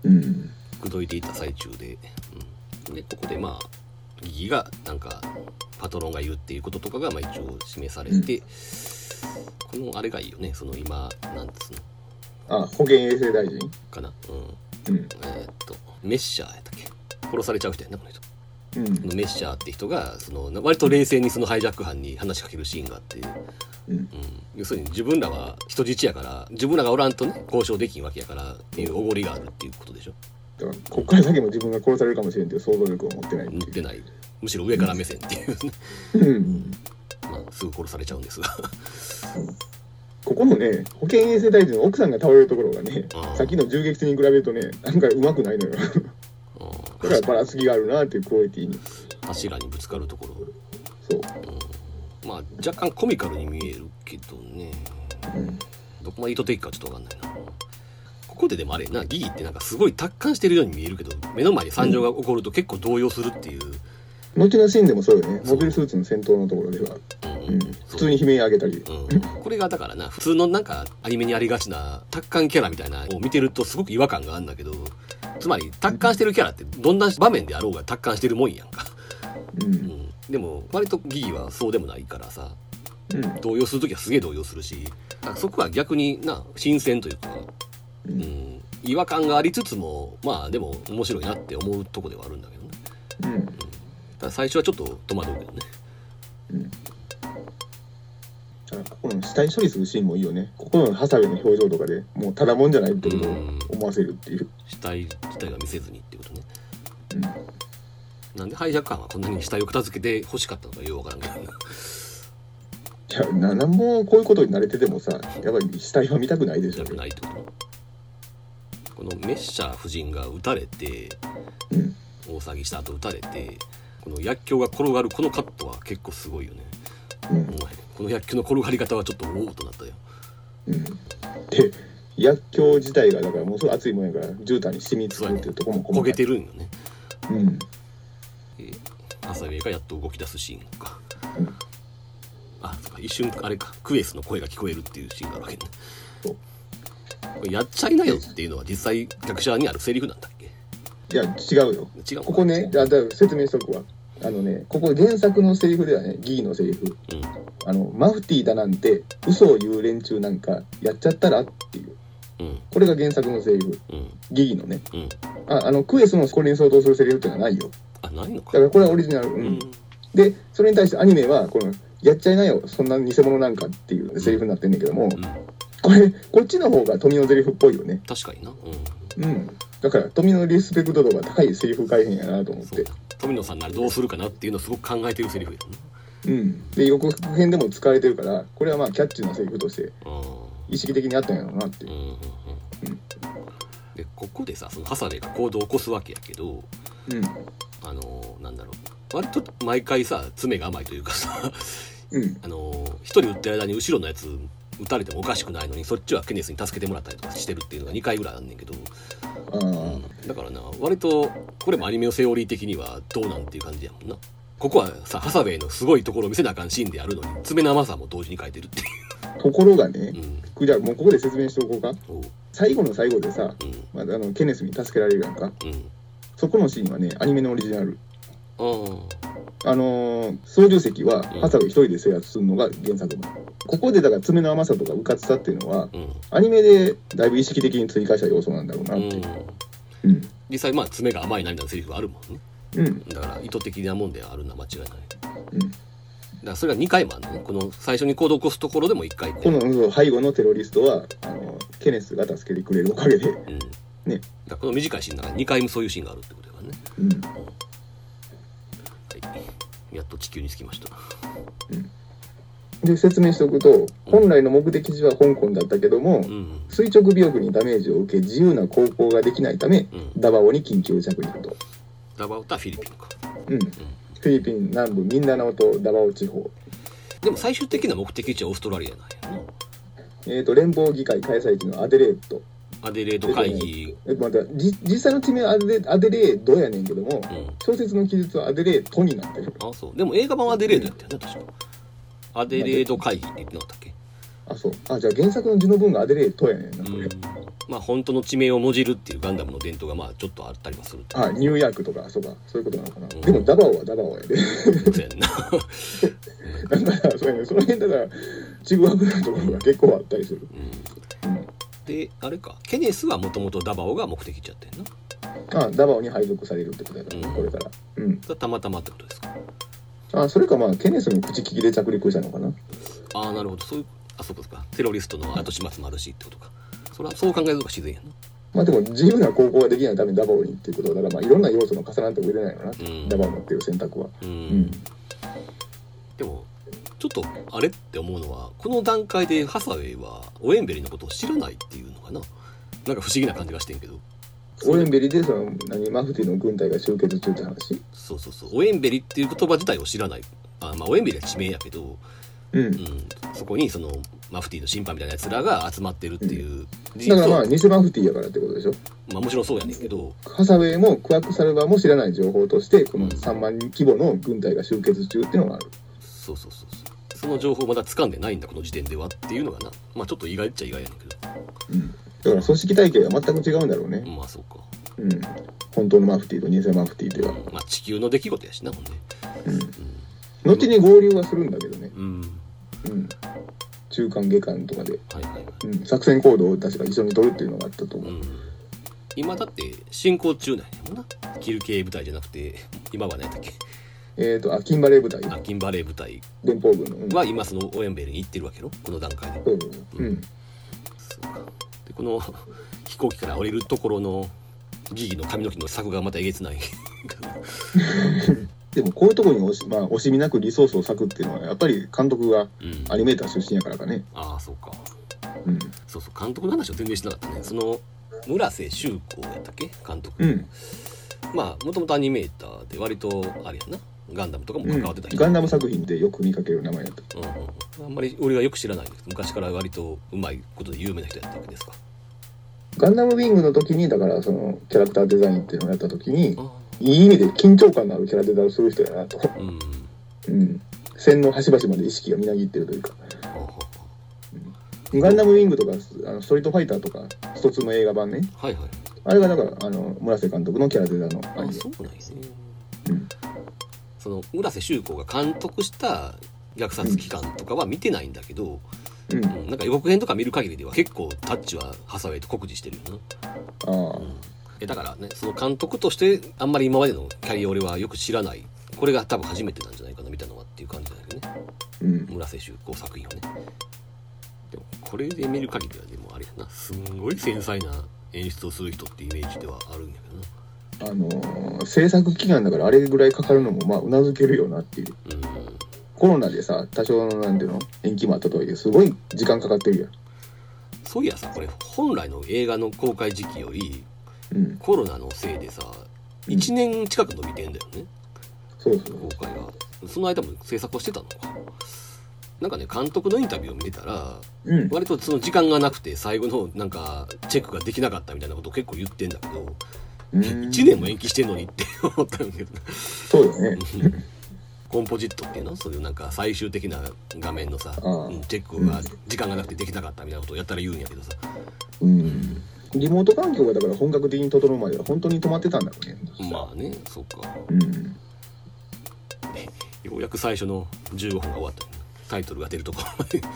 [SPEAKER 3] うん
[SPEAKER 2] 口説いていた最中で、うん、でここでまあギギがなんかパトロンがいるっていうこととかがまあ一応示されて、このあれがいいよねその今なんつうの
[SPEAKER 3] あ保健衛生大臣
[SPEAKER 2] かな、うん、
[SPEAKER 3] うん
[SPEAKER 2] えーっとメッシャーやったっけ殺されちゃう人やねこの人
[SPEAKER 3] うん
[SPEAKER 2] メッシャーって人がその割と冷静にそのハイジャック犯に話しかけるシーンがあって、
[SPEAKER 3] うん
[SPEAKER 2] うん要するに自分らは人質やから自分らがおらんとね交渉できんわけやからっていうおごりがあるっていうことでしょ
[SPEAKER 3] だからこっから先も自分が殺されるかもしれんっていう想像力を持ってないって
[SPEAKER 2] 持っ
[SPEAKER 3] い
[SPEAKER 2] てないむしろ上から目線っていうね、
[SPEAKER 3] う、うん、
[SPEAKER 2] まあ、すぐ殺されちゃうんですが
[SPEAKER 3] ここのね保健衛生大臣の奥さんが倒れるところがね
[SPEAKER 2] あー
[SPEAKER 3] さっきの銃撃戦に比べるとねなんかうまくないのよ
[SPEAKER 2] うん
[SPEAKER 3] だからばらつきがあるなっていうクオリティに
[SPEAKER 2] 柱にぶつかるところ、
[SPEAKER 3] そう、
[SPEAKER 2] うんまあ若干コミカルに見えるけどね
[SPEAKER 3] うん、
[SPEAKER 2] どこまで意図的かちょっとわかんないなここででもあれやなギギってなんかすごい達観してるように見えるけど目の前に惨状が起こると結構動揺するっていう、
[SPEAKER 3] 後のシーンでもそうよねモビルスーツの戦闘のところでは、
[SPEAKER 2] うん
[SPEAKER 3] うん、普通に悲鳴上げたり
[SPEAKER 2] うん、これがだからな普通のなんかアニメにありがちな達観キャラみたいなのを見てるとすごく違和感があるんだけどつまり達観してるキャラってどんな場面であろうが達観してるもんやんか、
[SPEAKER 3] う
[SPEAKER 2] うんん、でも割とギギはそうでもないからさ
[SPEAKER 3] うん
[SPEAKER 2] 動揺するときはすげえ動揺するしあそこは逆にな新鮮というか、
[SPEAKER 3] う
[SPEAKER 2] うんん、違和感がありつつもまあでも面白いなって思うとこではあるんだけどね
[SPEAKER 3] うん
[SPEAKER 2] ただ最初はちょっと戸惑うけどね
[SPEAKER 3] うんだからこの死体処理するシーンもいいよね心のハサウェイの表情とかでもうただもんじゃないってことを思わせるっていう、
[SPEAKER 2] 死体自体が見せずにっていうことね
[SPEAKER 3] うん
[SPEAKER 2] なんで敗者感はこんなに死体を片付けて欲しかったのかようわからんけど
[SPEAKER 3] いや、ななんもこういうことに慣れててもさ、やっぱり死体は見たくないでし
[SPEAKER 2] 痛
[SPEAKER 3] ょ。
[SPEAKER 2] くないってことこのメッシャー夫人が撃たれて
[SPEAKER 3] うん。
[SPEAKER 2] 大騒ぎした後撃たれてこの薬莢が転がるこのカットは結構すごいよね
[SPEAKER 3] うん
[SPEAKER 2] お。前この薬莢の転がり方はちょっとおおっとなったよ
[SPEAKER 3] うん。で、薬莢自体が、だからもうすごい熱いもんやから、絨毯に染みつくっていうところも細かい
[SPEAKER 2] 焦げてるんよね
[SPEAKER 3] うん。
[SPEAKER 2] 朝上がやっと動き出すシーンとか
[SPEAKER 3] うん
[SPEAKER 2] あそうか一瞬あれかクエスの声が聞こえるっていうシーンがあるわけね
[SPEAKER 3] そう
[SPEAKER 2] これやっちゃいなよっていうのは実際役者にあるセリフなんだっけ
[SPEAKER 3] いや、違うよ。
[SPEAKER 2] 違うの
[SPEAKER 3] ここね、あだから説明しとくわ。あのね、ここ原作のセリフではね、ギーのセリフ、
[SPEAKER 2] うん
[SPEAKER 3] あの、マフティーだなんて、嘘を言う連中なんか、やっちゃったらっていう。
[SPEAKER 2] うん
[SPEAKER 3] これが原作のセリフ、
[SPEAKER 2] うん
[SPEAKER 3] ギーのね。
[SPEAKER 2] うん
[SPEAKER 3] あ、あの、クエスのこれに相当するセリフっていうのはないよ。
[SPEAKER 2] あないの
[SPEAKER 3] だか
[SPEAKER 2] から
[SPEAKER 3] これはオリジナル。
[SPEAKER 2] う
[SPEAKER 3] うんでそれに対してアニメはこの「やっちゃいなよそんな偽物なんか」っていうセリフになってんねんけども、
[SPEAKER 2] うん
[SPEAKER 3] これこっちの方が富のセリフっぽいよね
[SPEAKER 2] 確かになう
[SPEAKER 3] うんだから富のリスペクト度が高いセリフ改変やなと思
[SPEAKER 2] ん
[SPEAKER 3] っ
[SPEAKER 2] そう
[SPEAKER 3] て
[SPEAKER 2] だ富野さんならどうするかなっていうのをすごく考えてるセリフやな
[SPEAKER 3] うんで予告編でも使われてるからこれはまあキャッチーなセリフとして
[SPEAKER 2] う
[SPEAKER 3] 意識的にあったんやろうなって
[SPEAKER 2] んうんうんうんでここでさそのハサウェイが行動を起こすわけやけど
[SPEAKER 3] うん
[SPEAKER 2] あのなんだろう割と毎回さ爪が甘いというかさ (laughs)
[SPEAKER 3] うん
[SPEAKER 2] あの一人撃ってる間に後ろのやつ撃たれてもおかしくないのにそっちはケネスに助けてもらったりとかしてるっていうのが2回ぐらいあんねんけど、
[SPEAKER 3] ああ
[SPEAKER 2] うんだからな割とこれもアニメのセオリー的にはどうなんていう感じやもんなここはさハサウェイのすごいところを見せなあかんシーンであるのに爪の甘さも同時に書いてるってい
[SPEAKER 3] ところがね
[SPEAKER 2] う、うん
[SPEAKER 3] じゃあもうここで説明しておこうか
[SPEAKER 2] おう
[SPEAKER 3] 最後の最後でさ、
[SPEAKER 2] うん
[SPEAKER 3] まあ、あのケネスに助けられるやんか
[SPEAKER 2] うん
[SPEAKER 3] そこのシーンはねアニメのオリジナル
[SPEAKER 2] あ
[SPEAKER 3] あのー操縦席は
[SPEAKER 2] うん
[SPEAKER 3] ハサウェイ一人で制圧するのが原作の、ここでだから爪の甘さとかうかつさっていうのは
[SPEAKER 2] あうん
[SPEAKER 3] アニメでだいぶ意識的に追加した要素なんだろうな
[SPEAKER 2] う
[SPEAKER 3] ってい
[SPEAKER 2] ん
[SPEAKER 3] う、うん
[SPEAKER 2] 実際まあ爪が甘いなみたいなセリフがあるもんね
[SPEAKER 3] うん
[SPEAKER 2] だから意図的なもんであるのは間違いないだか
[SPEAKER 3] うん
[SPEAKER 2] らそれが2回もあるのねこの最初に行動を起こすところでも1回こう
[SPEAKER 3] このうん背後のテロリストはあのケネスが助けてくれるおかげで、
[SPEAKER 2] うん、だか
[SPEAKER 3] ね
[SPEAKER 2] らこの短いシーンの中に2回もそういうシーンがあるってことだからね、
[SPEAKER 3] うん、
[SPEAKER 2] はい、やっと地球に着きました
[SPEAKER 3] で説明しておくと本来の目的地は香港だったけども、
[SPEAKER 2] うん
[SPEAKER 3] 垂直尾翼にダメージを受け自由な航行ができないため
[SPEAKER 2] うん
[SPEAKER 3] ダバオに緊急着陸と、
[SPEAKER 2] ダバオとはフィリピンか
[SPEAKER 3] うん、フィリピン南部ミンダナオとダバオ地方
[SPEAKER 2] でも最終的な目的地はオーストラリアなんやな
[SPEAKER 3] えー、と連邦議会開催地のアデレード
[SPEAKER 2] アデレード会議
[SPEAKER 3] えまたじ実際の地名はアデレアデレードやねんけど
[SPEAKER 2] う
[SPEAKER 3] も
[SPEAKER 2] ん
[SPEAKER 3] 小説の記述はアデレートになってる
[SPEAKER 2] あそうでも映画版はアデレードやったよね確かアデレード会議って言ってなかったっけ
[SPEAKER 3] あそうあじゃあ原作の字の文がアデレートやねんなこれ、
[SPEAKER 2] まあ本当の地名をもじるっていうガンダムの伝統がまあちょっとあったりもするって
[SPEAKER 3] あニューヨークとかそうかそういうことなのかな、
[SPEAKER 2] うん
[SPEAKER 3] でもダバオはダバオやで (laughs)
[SPEAKER 2] そうやねんな (laughs)
[SPEAKER 3] だからそうやねその辺だからちぐはぐなところが結構あったりする、
[SPEAKER 2] うん
[SPEAKER 3] うん、
[SPEAKER 2] であれかケネスはもともとダバオが目的地やったよな
[SPEAKER 3] あダバオに配属されるってことやから、
[SPEAKER 2] うん
[SPEAKER 3] これからうん
[SPEAKER 2] それはたまたまってことですか
[SPEAKER 3] あそれかまあケネスの口利きで着陸したのかな
[SPEAKER 2] ああなるほどそういうあそうかそうかテロリストの後始末もあるしってことかそれはそう考えるのが自然やな
[SPEAKER 3] まあでも自由な航行ができないためにダバオにっていうことだからまあいろんな要素の重なっても入れないのか
[SPEAKER 2] う
[SPEAKER 3] な、
[SPEAKER 2] ん
[SPEAKER 3] ダバオのっていう選択は
[SPEAKER 2] うん、
[SPEAKER 3] うん
[SPEAKER 2] でもちょっとあれって思うのはこの段階でハサウェイはオエンベリのことを知らないっていうのかななんか不思議な感じがしてんけど
[SPEAKER 3] オレンベリでその何マフティの軍隊が集結中って話
[SPEAKER 2] そうそうそうオエンベリっていう言葉自体を知らないあまあオエンベリは地名やけど、
[SPEAKER 3] うん
[SPEAKER 2] うん、そこにそのマフティーの審判みたいなやつらが集まってるっていう事実
[SPEAKER 3] だからまあ
[SPEAKER 2] は、
[SPEAKER 3] 偽マフティやからってことでしょ
[SPEAKER 2] まあ、もちろんそうやねんけど
[SPEAKER 3] ハサウェイもクワックサルバーも知らない情報としてこの3万人規模の軍隊が集結中っていうのがある
[SPEAKER 2] そうそうそうそうその情報をまだ掴んでないんだこの時点ではっていうのがなまあちょっと意外っちゃ意外やねんけど
[SPEAKER 3] だから組織体系は全く違うんだろうね
[SPEAKER 2] まあそうか、
[SPEAKER 3] うん本当のマフティと偽マフティでは
[SPEAKER 2] まあ地球の出来事やしなほんで
[SPEAKER 3] 後に合流はするんだけどね
[SPEAKER 2] うん
[SPEAKER 3] うん中間下巻とかで、
[SPEAKER 2] はいはいはい
[SPEAKER 3] うん、作戦行動を確か一緒に取るっていうのがあったと思
[SPEAKER 2] う
[SPEAKER 3] う、
[SPEAKER 2] ん今だって進行中なんやもんなキル系部隊じゃなくて今は何やったっけ
[SPEAKER 3] えっ、ー、とあ金バレー部隊
[SPEAKER 2] アッキンバレー部隊
[SPEAKER 3] 連邦軍の、うん、
[SPEAKER 2] は今そのオエンベルに行ってるわけよこの段階で
[SPEAKER 3] そうそうそううん
[SPEAKER 2] そうかでこの飛行機から降りるところのギギの髪の毛の作がまたえげつない
[SPEAKER 3] でもこういうところに惜し,、まあ、惜しみなくリソースを割くっていうのはやっぱり監督が
[SPEAKER 2] うん
[SPEAKER 3] アニメーター出身やからかね、
[SPEAKER 2] ああそうか
[SPEAKER 3] うん、
[SPEAKER 2] そうそう監督の話は全然してなかったねその村瀬修子やったっけ監督、
[SPEAKER 3] うん
[SPEAKER 2] まあもともとアニメーターで割とあれやなガンダムとかも
[SPEAKER 3] う
[SPEAKER 2] 関
[SPEAKER 3] ん
[SPEAKER 2] わってた人、
[SPEAKER 3] ガンダム作品でよく見かける名前だと
[SPEAKER 2] うんうんあんまり俺はよく知らないんだけど昔から割とうまいことで有名な人やったわけですか
[SPEAKER 3] ガンダムウィングの時にだからそのキャラクターデザインっていうのをやった時に
[SPEAKER 2] あ
[SPEAKER 3] いい意味で緊張感のあるキャラデザインをする人やなと、
[SPEAKER 2] あうん
[SPEAKER 3] うん、線の端々まで意識がみなぎってるというか
[SPEAKER 2] あああ
[SPEAKER 3] ガンダムウィングとかあのストリートファイターとか一つの映画版ね
[SPEAKER 2] あはいはい
[SPEAKER 3] あれがだからあの村瀬監督のキャラデザインの
[SPEAKER 2] あ
[SPEAKER 3] アニメ
[SPEAKER 2] そうなんやね
[SPEAKER 3] うん
[SPEAKER 2] その村瀬修子が監督した虐殺機関とかは見てないんだけど、
[SPEAKER 3] うん
[SPEAKER 2] うんなんか予告編とか見る限りでは結構タッチはハサウェイと酷似してるよな
[SPEAKER 3] ああ
[SPEAKER 2] えだからねその監督としてあんまり今までのキャリア俺はよく知らないこれが多分初めてなんじゃないかな見たのはっていう感じだけどね
[SPEAKER 3] うん
[SPEAKER 2] 村瀬修子作品をねでもこれで見る限りではでもあれやなすんごい繊細な演出をする人ってイメージではあるんだ
[SPEAKER 3] あのー制作期間だからあれぐらいかかるのもまあうなずけるよなっていう
[SPEAKER 2] けどなうん
[SPEAKER 3] コロナでさ多少のなんていうの延期もあったとはいえすごい時間かかってる
[SPEAKER 2] そういやさこれ本来の映画の公開時期より
[SPEAKER 3] やんうん
[SPEAKER 2] コロナのせいでさ
[SPEAKER 3] うん
[SPEAKER 2] 1年近く伸びてんだよね
[SPEAKER 3] そうそう
[SPEAKER 2] 公開がその間も制作をしてたのかなんかね監督のインタビューを見てたら
[SPEAKER 3] うん
[SPEAKER 2] 割とその時間がなくて最後のなんかチェックができなかったみたいなことを結構言ってんだけど
[SPEAKER 3] うん
[SPEAKER 2] 1年も延期してんのにって思ったんだけど
[SPEAKER 3] そうだね (laughs)
[SPEAKER 2] コンポジットっていうのそういうなんか最終的な画面のさ
[SPEAKER 3] ああ
[SPEAKER 2] うんチェックが時間がなくてできなかったみたいなことをやったら言うんやけどさ
[SPEAKER 3] うんリモート環境がだから本格的に整うまでは本当に止まってたんだろうね
[SPEAKER 2] まあねそっか
[SPEAKER 3] うん (laughs)
[SPEAKER 2] ようやく最初の15分が終わったタイトルが出るところまで (laughs)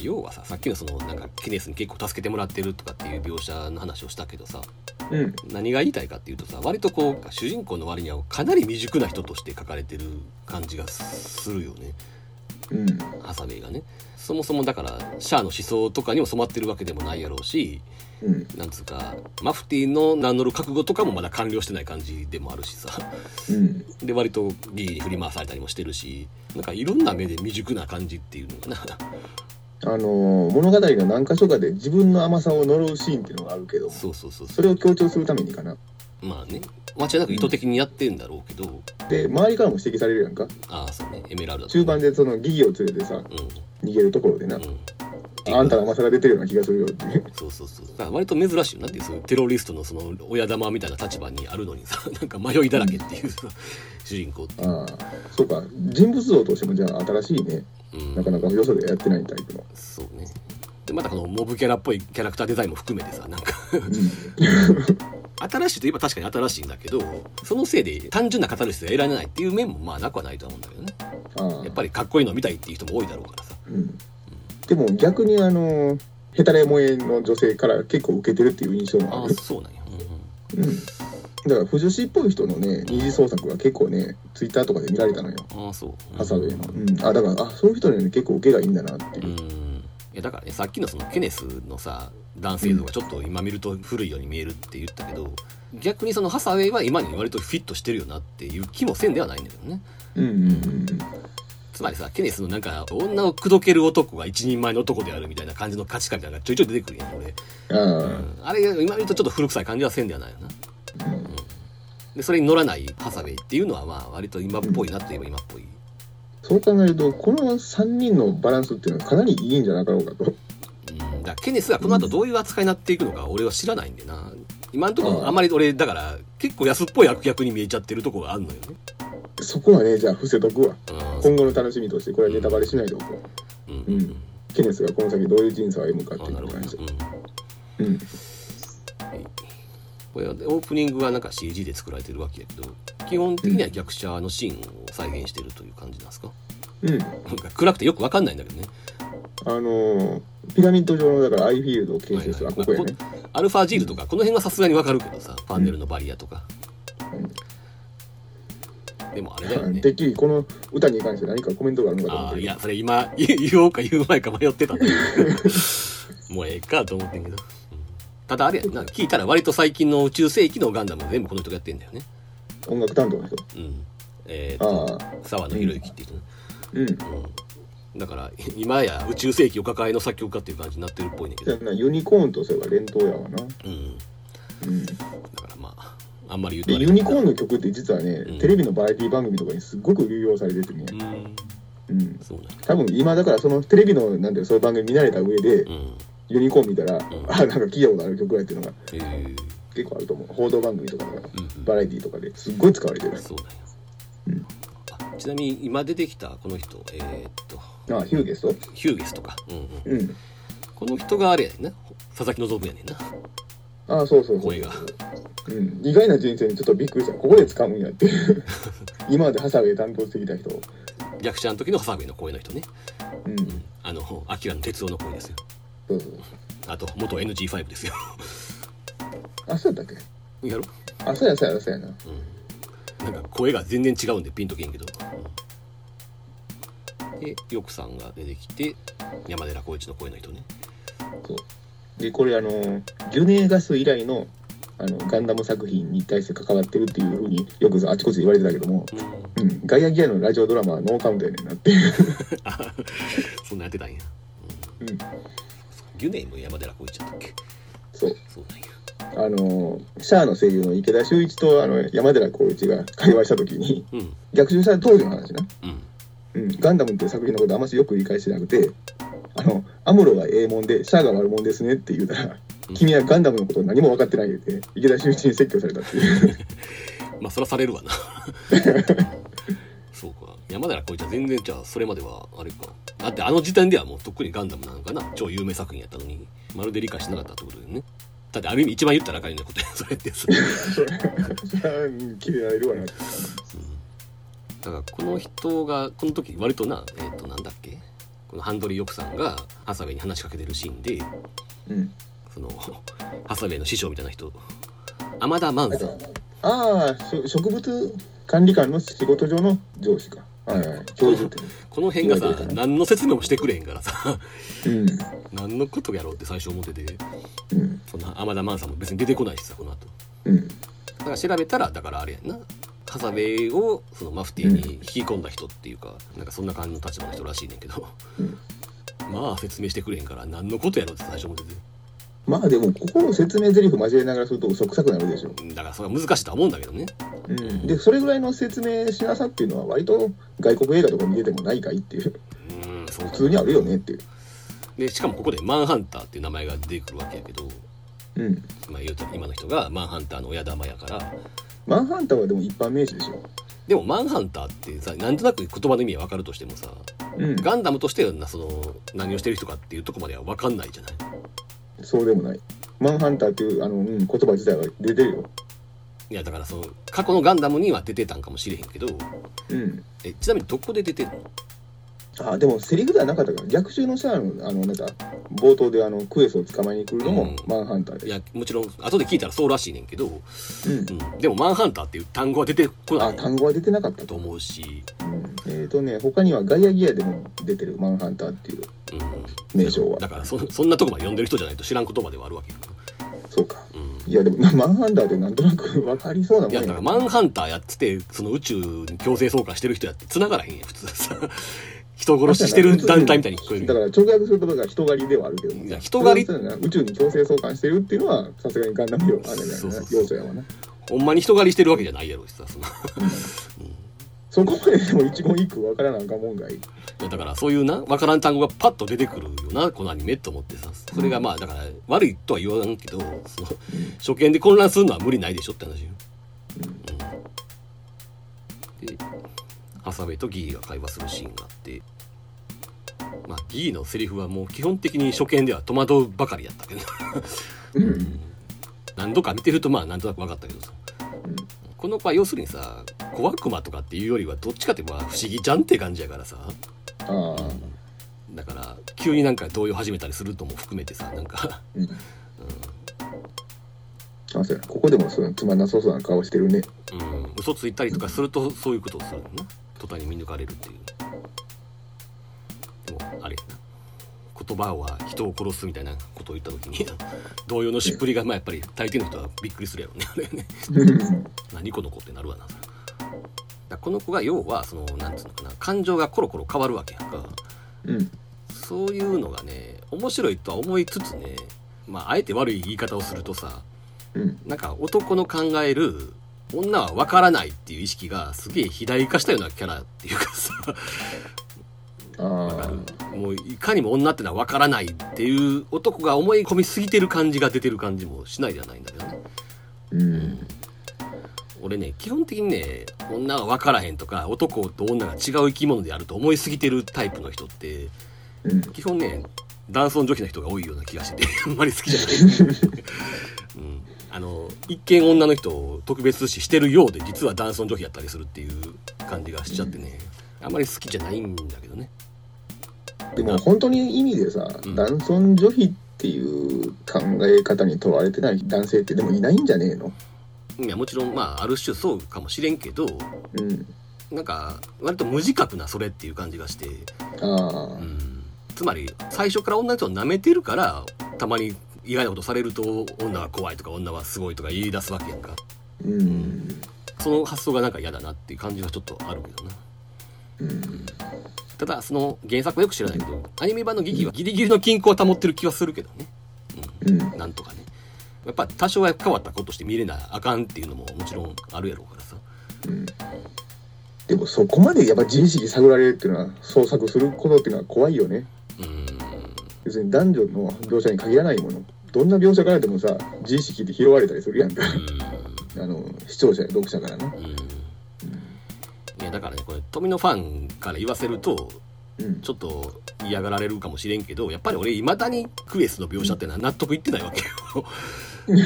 [SPEAKER 2] 要はささっきのそのなんかケネスに結構助けてもらってるとかっていう描写の話をしたけどさ
[SPEAKER 3] うん
[SPEAKER 2] 何が言いたいかっていうとさ割とこう主人公の割にはかなり未熟な人として書かれてる感じがするよね
[SPEAKER 3] うん
[SPEAKER 2] ハサウェイがねそもそもだからシャアの思想とかにも染まってるわけでもないやろうし
[SPEAKER 3] うん
[SPEAKER 2] なんつうかマフティーの名乗る覚悟とかもまだ完了してない感じでもあるしさ
[SPEAKER 3] うん
[SPEAKER 2] で割とギリに振り回されたりもしてるしなんかいろんな目で未熟な感じっていうのかな
[SPEAKER 3] あのー物語の何箇所かで自分の甘さを呪うシーンっていうのがあるけど
[SPEAKER 2] そうそうそうそ
[SPEAKER 3] それを強調するためにかな
[SPEAKER 2] うまあね間違いなく意図的にやってんだろうけど、
[SPEAKER 3] で周りからも指摘されるやんか
[SPEAKER 2] ああそうねエメラルド
[SPEAKER 3] 中盤でそのギギを連れてさ
[SPEAKER 2] うん
[SPEAKER 3] 逃げるところでな、
[SPEAKER 2] うん
[SPEAKER 3] あんたの甘さが出てるような気がするよっていう
[SPEAKER 2] そうそうそうだから割と珍しいよなっていうそういうテロリストのその親玉みたいな立場にあるのにさ (laughs) なんか迷いだらけっていうさ主人公って、
[SPEAKER 3] ああそうか人物像としてもじゃあ新しいね
[SPEAKER 2] うん
[SPEAKER 3] なかなかよそでやってないタイプ (laughs) の、
[SPEAKER 2] そうねでまたこのモブキャラっぽいキャラクターデザインも含めてさなんか新しいといえば確かに新しいんだけどそのせいで単純な語る人が得られないっていう面もまあなくはないとは思うんだけどね
[SPEAKER 3] ああ
[SPEAKER 2] やっぱりかっこいいの見たいっていう人も多いだろうからさ
[SPEAKER 3] うん、でも逆にあのヘタレ萌えの女性から結構受けてるっていう印象も
[SPEAKER 2] あ
[SPEAKER 3] あ
[SPEAKER 2] あ
[SPEAKER 3] る、
[SPEAKER 2] そうなんや、うんうん
[SPEAKER 3] うん、だから不女子っぽい人のね二次創作が結構ねツイッターとかで見られたのよ
[SPEAKER 2] ああそう
[SPEAKER 3] ハサウェイの、うん、あだからあそういう人にはね結構受けがいいんだなっていうう、
[SPEAKER 2] んいやだからねさっきのそのケネスのさ男性像がちょっと今見ると古いように見えるって言ったけど逆にそのハサウェイは今に割とフィットしてるよなっていう気もせんではないんだけどね
[SPEAKER 3] うんうんうん
[SPEAKER 2] つまりさケネスのなんか女を口説ける男が一人前の男であるみたいな感じの価値観みたいなのがちょいちょい出てくるやん俺、
[SPEAKER 3] うんああ
[SPEAKER 2] うんあれ今見るとちょっと古臭い感じはせんではないよな
[SPEAKER 3] うん
[SPEAKER 2] でそれに乗らないハサウェイっていうのはまあ割と今っぽいなといえば今っぽい
[SPEAKER 3] そう考えるとこの3人のバランスっていうのはかなりいいんじゃなかろうかと
[SPEAKER 2] うんだからケネスがこの後どういう扱いになっていくのか俺は知らないんでな今のところあんまり俺だから結構安っぽい悪役に見えちゃってるとこがあるのよね、
[SPEAKER 3] そこはねじゃあ伏せとくわ
[SPEAKER 2] う
[SPEAKER 3] 今後の楽しみとしてこれはネタバレしないでおこう、
[SPEAKER 2] んうん
[SPEAKER 3] うんケネスがこの先どういう人生を歩むかって
[SPEAKER 2] あ
[SPEAKER 3] いう
[SPEAKER 2] な
[SPEAKER 3] の
[SPEAKER 2] る
[SPEAKER 3] に
[SPEAKER 2] ほどね、
[SPEAKER 3] 関して
[SPEAKER 2] うん
[SPEAKER 3] うん
[SPEAKER 2] はいこれはオープニングはなんか CG で作られてるわけやけど基本的には逆者のシーンを再現してるという感じなんですか、
[SPEAKER 3] うん。
[SPEAKER 2] 暗くてよくわかんないんだけどね
[SPEAKER 3] あのーピラミッド状のだからアイフィールドを形成する、
[SPEAKER 2] はいはい
[SPEAKER 3] あここやね、
[SPEAKER 2] アルファジールとかこの辺はさすがにわかるけどさパンネルのバリアとか、でもあれだよ
[SPEAKER 3] うん
[SPEAKER 2] ね
[SPEAKER 3] てっきりこの歌に関して何かコメントがあるのかと思っ
[SPEAKER 2] あ
[SPEAKER 3] て
[SPEAKER 2] あいやそれ今 (laughs) 言言おうか言う前か迷ってたんだけ
[SPEAKER 3] (laughs)
[SPEAKER 2] どもうええかと思ってんけど、うんただあれやな聞いたら割と最近の宇宙世紀のガンダム全部この人がやってんだよね
[SPEAKER 3] 音楽担当の人
[SPEAKER 2] うんえー、
[SPEAKER 3] あ
[SPEAKER 2] と
[SPEAKER 3] あ
[SPEAKER 2] 沢野博之っていう人ね、
[SPEAKER 3] うん
[SPEAKER 2] うん、だから今や宇宙世紀お抱えの作曲家っていう感じになってるっぽいねんだけ
[SPEAKER 3] じゃ
[SPEAKER 2] ど、
[SPEAKER 3] あなユニコーンとそういえば連動やわな、
[SPEAKER 2] うん、
[SPEAKER 3] うん、で
[SPEAKER 2] だからまああんまり言うとあれ
[SPEAKER 3] ユ
[SPEAKER 2] だけ
[SPEAKER 3] ニ
[SPEAKER 2] ど
[SPEAKER 3] コーンの曲って実はね、
[SPEAKER 2] ん
[SPEAKER 3] テレビのバラエティ番組とかにすっごく流用されててね、
[SPEAKER 2] うん
[SPEAKER 3] うん、
[SPEAKER 2] そうなんだ
[SPEAKER 3] 多分今だからそのテレビのなんていうのそういう番組見慣れた上で、
[SPEAKER 2] うん
[SPEAKER 3] ユニコーン見たら、
[SPEAKER 2] ん
[SPEAKER 3] あなんか聞いたことある曲やっていうのが
[SPEAKER 2] えー
[SPEAKER 3] 結構あると思う報道番組とかの
[SPEAKER 2] うん
[SPEAKER 3] バラエティとかですっごい使われてる
[SPEAKER 2] そうなんや
[SPEAKER 3] うん
[SPEAKER 2] あちなみに今出てきたこの人えーっと
[SPEAKER 3] あヒューゲスト
[SPEAKER 2] ヒューゲスとか、うんうん、
[SPEAKER 3] うん
[SPEAKER 2] この人があれやねんな佐々木希やねんな
[SPEAKER 3] あそうそうそう
[SPEAKER 2] 声が
[SPEAKER 3] うん、意外な人生にちょっとびっくりしたここで掴むんやっていう (laughs) 今までハサウェイ担当してきた人
[SPEAKER 2] 役者の時のハサウェイの声の人ね
[SPEAKER 3] うん
[SPEAKER 2] あのアキラの哲夫の声ですよ
[SPEAKER 3] そうそう
[SPEAKER 2] あと元 NG5 ですよ
[SPEAKER 3] あそうやったっ
[SPEAKER 2] やろ、
[SPEAKER 3] けあそうやそうやそうやな
[SPEAKER 2] うん、なんか声が全然違うんでピンとけんけど、うんでよくさんが出てきて山寺宏一の声の人ね
[SPEAKER 3] そうでこれあのジュネーガス以来のあのガンダム作品に対して関わってるっていうふうによくあちこちで言われてたけども、
[SPEAKER 2] うん
[SPEAKER 3] うん、ガイアギアのラジオドラマはノーカウントやねんなっていう、
[SPEAKER 2] (laughs) あそんなんやってたんや
[SPEAKER 3] うん、
[SPEAKER 2] ギュネイも山寺宏一だったっけ
[SPEAKER 3] そう
[SPEAKER 2] そうなんや
[SPEAKER 3] あのシャアの声優の池田秀一とあの山寺宏一が会話した時に
[SPEAKER 2] うん
[SPEAKER 3] 逆襲した当時の話な
[SPEAKER 2] うん
[SPEAKER 3] うん、ガンダムっていう作品のことあんましよく理解してなくて、あの、アムロはええもんで、シャアが悪もんですねって言うたら、
[SPEAKER 2] うん
[SPEAKER 3] 君はガンダムのことを何も分かってないって、池田秀一に説教されたって (laughs) いう。
[SPEAKER 2] まあそらされるわ
[SPEAKER 3] (laughs)
[SPEAKER 2] なそうか山寺宏一は全然じゃあそれまではあれかだってあの時点ではもうとっくにガンダムなのかな超有名作品やったのにまるで理解してなかったってことだよねだってある意味一番言ったらあかんようなことやそれ (laughs) ってさ
[SPEAKER 3] それはうんキレられるわな。
[SPEAKER 2] だからこの人がこの時割となえっ、となんだっけこのハンドリー・ヨクさんがハサウェイに話しかけてるシーンで
[SPEAKER 3] うん。
[SPEAKER 2] その (laughs) ハサウェイの師匠みたいな人アマダ・マンさん
[SPEAKER 3] ああ、し植物管理官の仕事上の上司か。はいはい。教授ってね。
[SPEAKER 2] この辺が
[SPEAKER 3] 言われ
[SPEAKER 2] さ
[SPEAKER 3] てる
[SPEAKER 2] 何の説明もしてくれへんからさ (laughs)
[SPEAKER 3] う
[SPEAKER 2] 何のことやろうって最初思ってて
[SPEAKER 3] ん。うん。
[SPEAKER 2] そんな天田マンさんも別に出てこないしさこの後
[SPEAKER 3] うん。
[SPEAKER 2] だから調べたらだからあれやんなハサウェイをそのマフティーに引き込んだ人っていうか、なんかそんな感じの立場の人らしいねんけど
[SPEAKER 3] うん
[SPEAKER 2] まあ説明してくれへんから何のことやろって最初思ってて
[SPEAKER 3] まあでも、ここの説明台詞交えながらすると嘘くさくなるでしょ。
[SPEAKER 2] だからそれは難しいとは思うんだけどね
[SPEAKER 3] うん。で、それぐらいの説明しなさっていうのは、割と外国映画とか見ててもないかいっていう。 (laughs)
[SPEAKER 2] うんそう
[SPEAKER 3] 普通にあるよねっていう。
[SPEAKER 2] でしかもここでマンハンターっていう名前が出てくるわけやけど、
[SPEAKER 3] うん。
[SPEAKER 2] まあ、言うたら今の人がマンハンターの親玉やから
[SPEAKER 3] マンハンターはでも一般名詞でしょ。
[SPEAKER 2] でもマンハンターってさなんとなく言葉の意味は分かるとしてもさ
[SPEAKER 3] うん。
[SPEAKER 2] ガンダムとしてなその何をしてる人かっていうとこまでは分かんないじゃない
[SPEAKER 3] そうでもない。マンハンターっていうあの、うん、言葉自体は出てるよ。
[SPEAKER 2] いやだからその過去のガンダムには出てたんかもしれへんけど
[SPEAKER 3] うん。
[SPEAKER 2] えちなみにどこで出てるの
[SPEAKER 3] あ、でもセリフではなかったから、逆襲のシャアの、あの、なんか、冒頭であの、クエスを捕まえに来るの
[SPEAKER 2] うん
[SPEAKER 3] もマンハンター
[SPEAKER 2] い
[SPEAKER 3] で。
[SPEAKER 2] やもちろん後で聞いたらそうらしいねんけど、
[SPEAKER 3] うん
[SPEAKER 2] う。ん、でもマンハンターっていう単語は出てこな
[SPEAKER 3] あ、
[SPEAKER 2] い
[SPEAKER 3] 単語は出てなかった
[SPEAKER 2] と
[SPEAKER 3] と。
[SPEAKER 2] 思うし、
[SPEAKER 3] うん、えっ、とね、他にはガイアギアでも出てるマンハンターっていう
[SPEAKER 2] うん、
[SPEAKER 3] 名称は。
[SPEAKER 2] だからそそんなとこまで読んでる人じゃないと知らん言葉ではあるわけよ、
[SPEAKER 3] そうか。
[SPEAKER 2] うん、
[SPEAKER 3] いや、でも、 (laughs) マンハンターってなんとなくわかりそうないもん
[SPEAKER 2] やだからマンハンターやっててその宇宙に強制送還してる人やって繋がらへんやん普通さ人殺ししてる団体みたいに聞こえる
[SPEAKER 3] だから直訳するとだから人狩りではあるけども
[SPEAKER 2] いや人狩り
[SPEAKER 3] それはそうやな宇宙に強制送還してるっていうのはさすがにガンダム要あれだよ
[SPEAKER 2] そう
[SPEAKER 3] な
[SPEAKER 2] そうそう
[SPEAKER 3] 要素やわな
[SPEAKER 2] ほんまに人狩りしてるわけじゃないやろしさその
[SPEAKER 3] そこまででも一言一句わからなんかんもんがいい
[SPEAKER 2] いやだからそういうな分からん単語がパッと出てくるよなこのアニメと思ってさそれがまあだから悪いとは言わんけどその初見で混乱するのは無理ないでしょって話よ。うんでハサウェイとギーが会話するシーンがあって、まあ、ギーのセリフはもう基本的に初見では戸惑うばかりやったけど (laughs)
[SPEAKER 3] うん
[SPEAKER 2] 何度か見てるとまあなんとなく分かったけどさこの場合要するにさ小悪魔とかっていうよりはどっちかってまあ不思議じゃんって感じやからさ
[SPEAKER 3] ああ、
[SPEAKER 2] だから急になんか動揺始めたりするとも含めてさなんか
[SPEAKER 3] うん。あ、そうや。ここでもそのつまんなそうそうな顔して
[SPEAKER 2] (laughs)
[SPEAKER 3] るね。
[SPEAKER 2] うん嘘ついたりとかするとそういうことをするのな途端に見抜かれるっていうでもあれやな言葉は人を殺すみたいなことを言った時に (laughs) 動揺のしっぷりがまあやっぱり大抵の人はびっくりするやろうねあ (laughs) れね何この子ってなるわなそれだからこの子が要はそのなんつうのかな感情がコロコロ変わるわけやんか
[SPEAKER 3] うん。
[SPEAKER 2] そういうのがね面白いとは思いつつねまああえて悪い言い方をするとさ
[SPEAKER 3] うん。
[SPEAKER 2] なんか男の考える女は分からないっていう意識がすげえ肥大化したようなキャラっていうかさ
[SPEAKER 3] あ
[SPEAKER 2] もういかにも女ってのは分からないっていう男が思い込みすぎてる感じが出てる感じもしないじゃないんだけどね
[SPEAKER 3] あ。うん。
[SPEAKER 2] 俺ね基本的にね女は分からへんとか男と女が違う生き物であると思いすぎてるタイプの人って
[SPEAKER 3] うん。
[SPEAKER 2] 基本ね男尊女卑な人が多いような気がしててあんまり好きじゃない、うん、あの一見女の人を特別視してるようで実は男尊女卑やったりするっていう感じがしちゃってね、あんまり好きじゃないんだけどね
[SPEAKER 3] でも本当に意味でさ、
[SPEAKER 2] うん
[SPEAKER 3] 男尊女卑っていう考え方にとらわれてない男性ってでもいないんじゃねえの
[SPEAKER 2] いやもちろんまあある種そうかもしれんけど
[SPEAKER 3] うん。
[SPEAKER 2] なんか割と無自覚なそれっていう感じがして、
[SPEAKER 3] あ
[SPEAKER 2] う
[SPEAKER 3] あ。
[SPEAKER 2] ん、つまり最初から女の人を舐めてるからたまに意外なことされると女は怖いとか女はすごいとか言い出すわけやんか
[SPEAKER 3] うん。
[SPEAKER 2] その発想がなんか嫌だなっていう感じはちょっとあるけどな
[SPEAKER 3] うん。
[SPEAKER 2] ただその原作はよく知らないけどアニメ版のギギはギリギリの均衡を保ってる気はするけどね
[SPEAKER 3] うん。
[SPEAKER 2] なんとかねやっぱ多少は変わったことして見れなあかんっていうのももちろんあるやろうからさ
[SPEAKER 3] うんでもそこまでやっぱ自意識探られるっていうのは創作することっていうのは怖いよね
[SPEAKER 2] うーん
[SPEAKER 3] 別に男女の描写に限らないものどんな描写からでもさ自意識って拾われたりするやんか (laughs) あの視聴者や読者からな
[SPEAKER 2] うんうんいやだからねこれ富のファンから言わせると
[SPEAKER 3] うん
[SPEAKER 2] ちょっと嫌がられるかもしれんけどやっぱり俺いまだにクエスの描写ってのは納得いってないわけよ、うん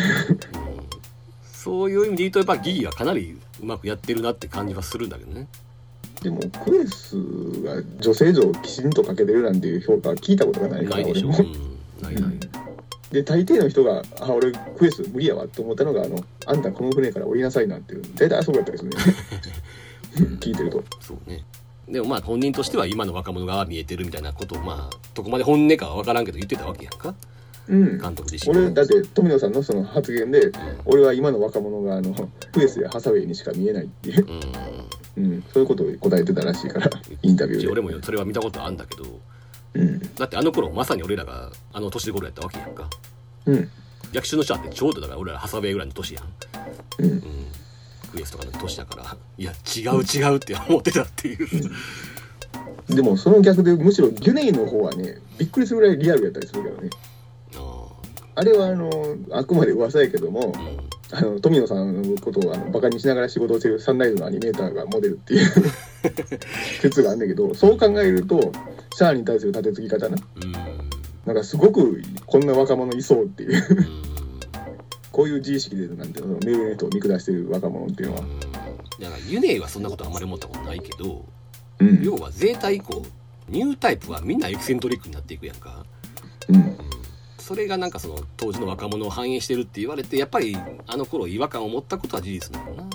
[SPEAKER 2] そういう意味で言うとやっぱギギはかなりうまくやってるなって感じはするんだけどね
[SPEAKER 3] でもクエスが女性像をきちんとかけてるなんていう評価は聞いたことがないか
[SPEAKER 2] な
[SPEAKER 3] ら
[SPEAKER 2] いで
[SPEAKER 3] 俺
[SPEAKER 2] しょ、う
[SPEAKER 3] も
[SPEAKER 2] ん、ないない、
[SPEAKER 3] で大抵の人が「あ俺クエス無理やわ」って思ったのがあの「あんたこの船から降りなさい」なんていう大体あそこやったりす
[SPEAKER 2] (laughs)
[SPEAKER 3] るね聞いてると
[SPEAKER 2] そうねでもまあ本人としては今の若者が見えてるみたいなことをまあどこまで本音かは分からんけど言ってたわけやんか
[SPEAKER 3] うん
[SPEAKER 2] 監督自身
[SPEAKER 3] 俺
[SPEAKER 2] が
[SPEAKER 3] だって富野さんのその発言で俺は今の若者があのクエスやハサウェイにしか見えないっていう、
[SPEAKER 2] うん
[SPEAKER 3] うん、そういうことを答えてたらしいからインタビュ
[SPEAKER 2] 一応
[SPEAKER 3] ー
[SPEAKER 2] 俺
[SPEAKER 3] で、
[SPEAKER 2] もそれは見たことあんだけど
[SPEAKER 3] うん
[SPEAKER 2] だってあの頃まさに俺らがあの年頃やったわけやんか
[SPEAKER 3] うん
[SPEAKER 2] 役所の人だってちょうどだから俺らハサウェイぐらいの年やん、
[SPEAKER 3] うん
[SPEAKER 2] クエスとかの年だからいや違う違うって思ってたっていう
[SPEAKER 3] でもその逆でむしろギュネイの方はねびっくりするぐらいリアルやったりするけどね
[SPEAKER 2] あ
[SPEAKER 3] あれはあのあくまで噂やけども
[SPEAKER 2] あうん
[SPEAKER 3] あの富野さんのことをあのバカにしながら仕事をしてるサンライズのアニメーターがモデルっていう説があるんだけどそう考えるとシャアに対する立てつき方な
[SPEAKER 2] うん
[SPEAKER 3] なんかすごくこんな若者いそうっていう
[SPEAKER 2] うん
[SPEAKER 3] こういう自意識でなんていうの目上の人を見下してる若者っていうのは
[SPEAKER 2] うんだからユネイはそんなことあんまり思ったことないけど
[SPEAKER 3] うん
[SPEAKER 2] 要はゼータ以降ニュータイプはみんなエキセントリックになっていくやんか、
[SPEAKER 3] うん
[SPEAKER 2] それがなんかその当時の若者を反映してるって言われてやっぱりあの頃違和感を持ったことは事実なのかな、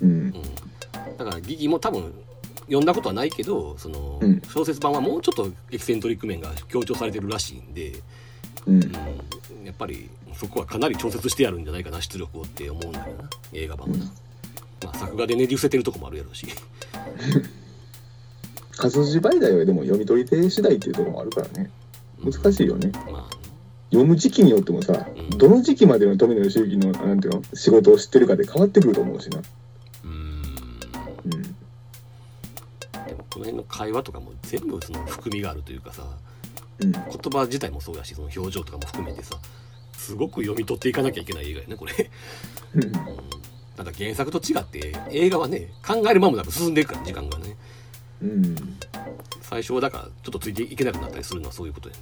[SPEAKER 3] う
[SPEAKER 2] う
[SPEAKER 3] ん
[SPEAKER 2] ん、だからギギも多分読んだことはないけどその
[SPEAKER 3] うん
[SPEAKER 2] 小説版はもうちょっとエキセントリック面が強調されてるらしいんで、
[SPEAKER 3] うん
[SPEAKER 2] うん、やっぱりそこはかなり調節してやるんじゃないかな出力をって思うんだけどな映画版はな、まあ、作画でねり伏せてるとこもあるやろうし
[SPEAKER 3] 活字媒体はでも読み取り手次第っていうところもあるからね難しいよね
[SPEAKER 2] いまあ
[SPEAKER 3] 読む時期によってもさ
[SPEAKER 2] うん
[SPEAKER 3] どの時期までの富野義行のなんていうの仕事を知ってるかで変わってくると思うしな
[SPEAKER 2] うん
[SPEAKER 3] うん
[SPEAKER 2] でもこの辺の会話とかも全部その含みがあるというかさ
[SPEAKER 3] うん
[SPEAKER 2] 言葉自体もそうやしその表情とかも含めてさすごく読み取っていかなきゃいけない映画やねこれ、
[SPEAKER 3] うん
[SPEAKER 2] うん、ただ原作と違って映画はね考える間もなく進んでいくから時間がね
[SPEAKER 3] うん
[SPEAKER 2] 最初はだからちょっとついていけなくなったりするのはそういうことや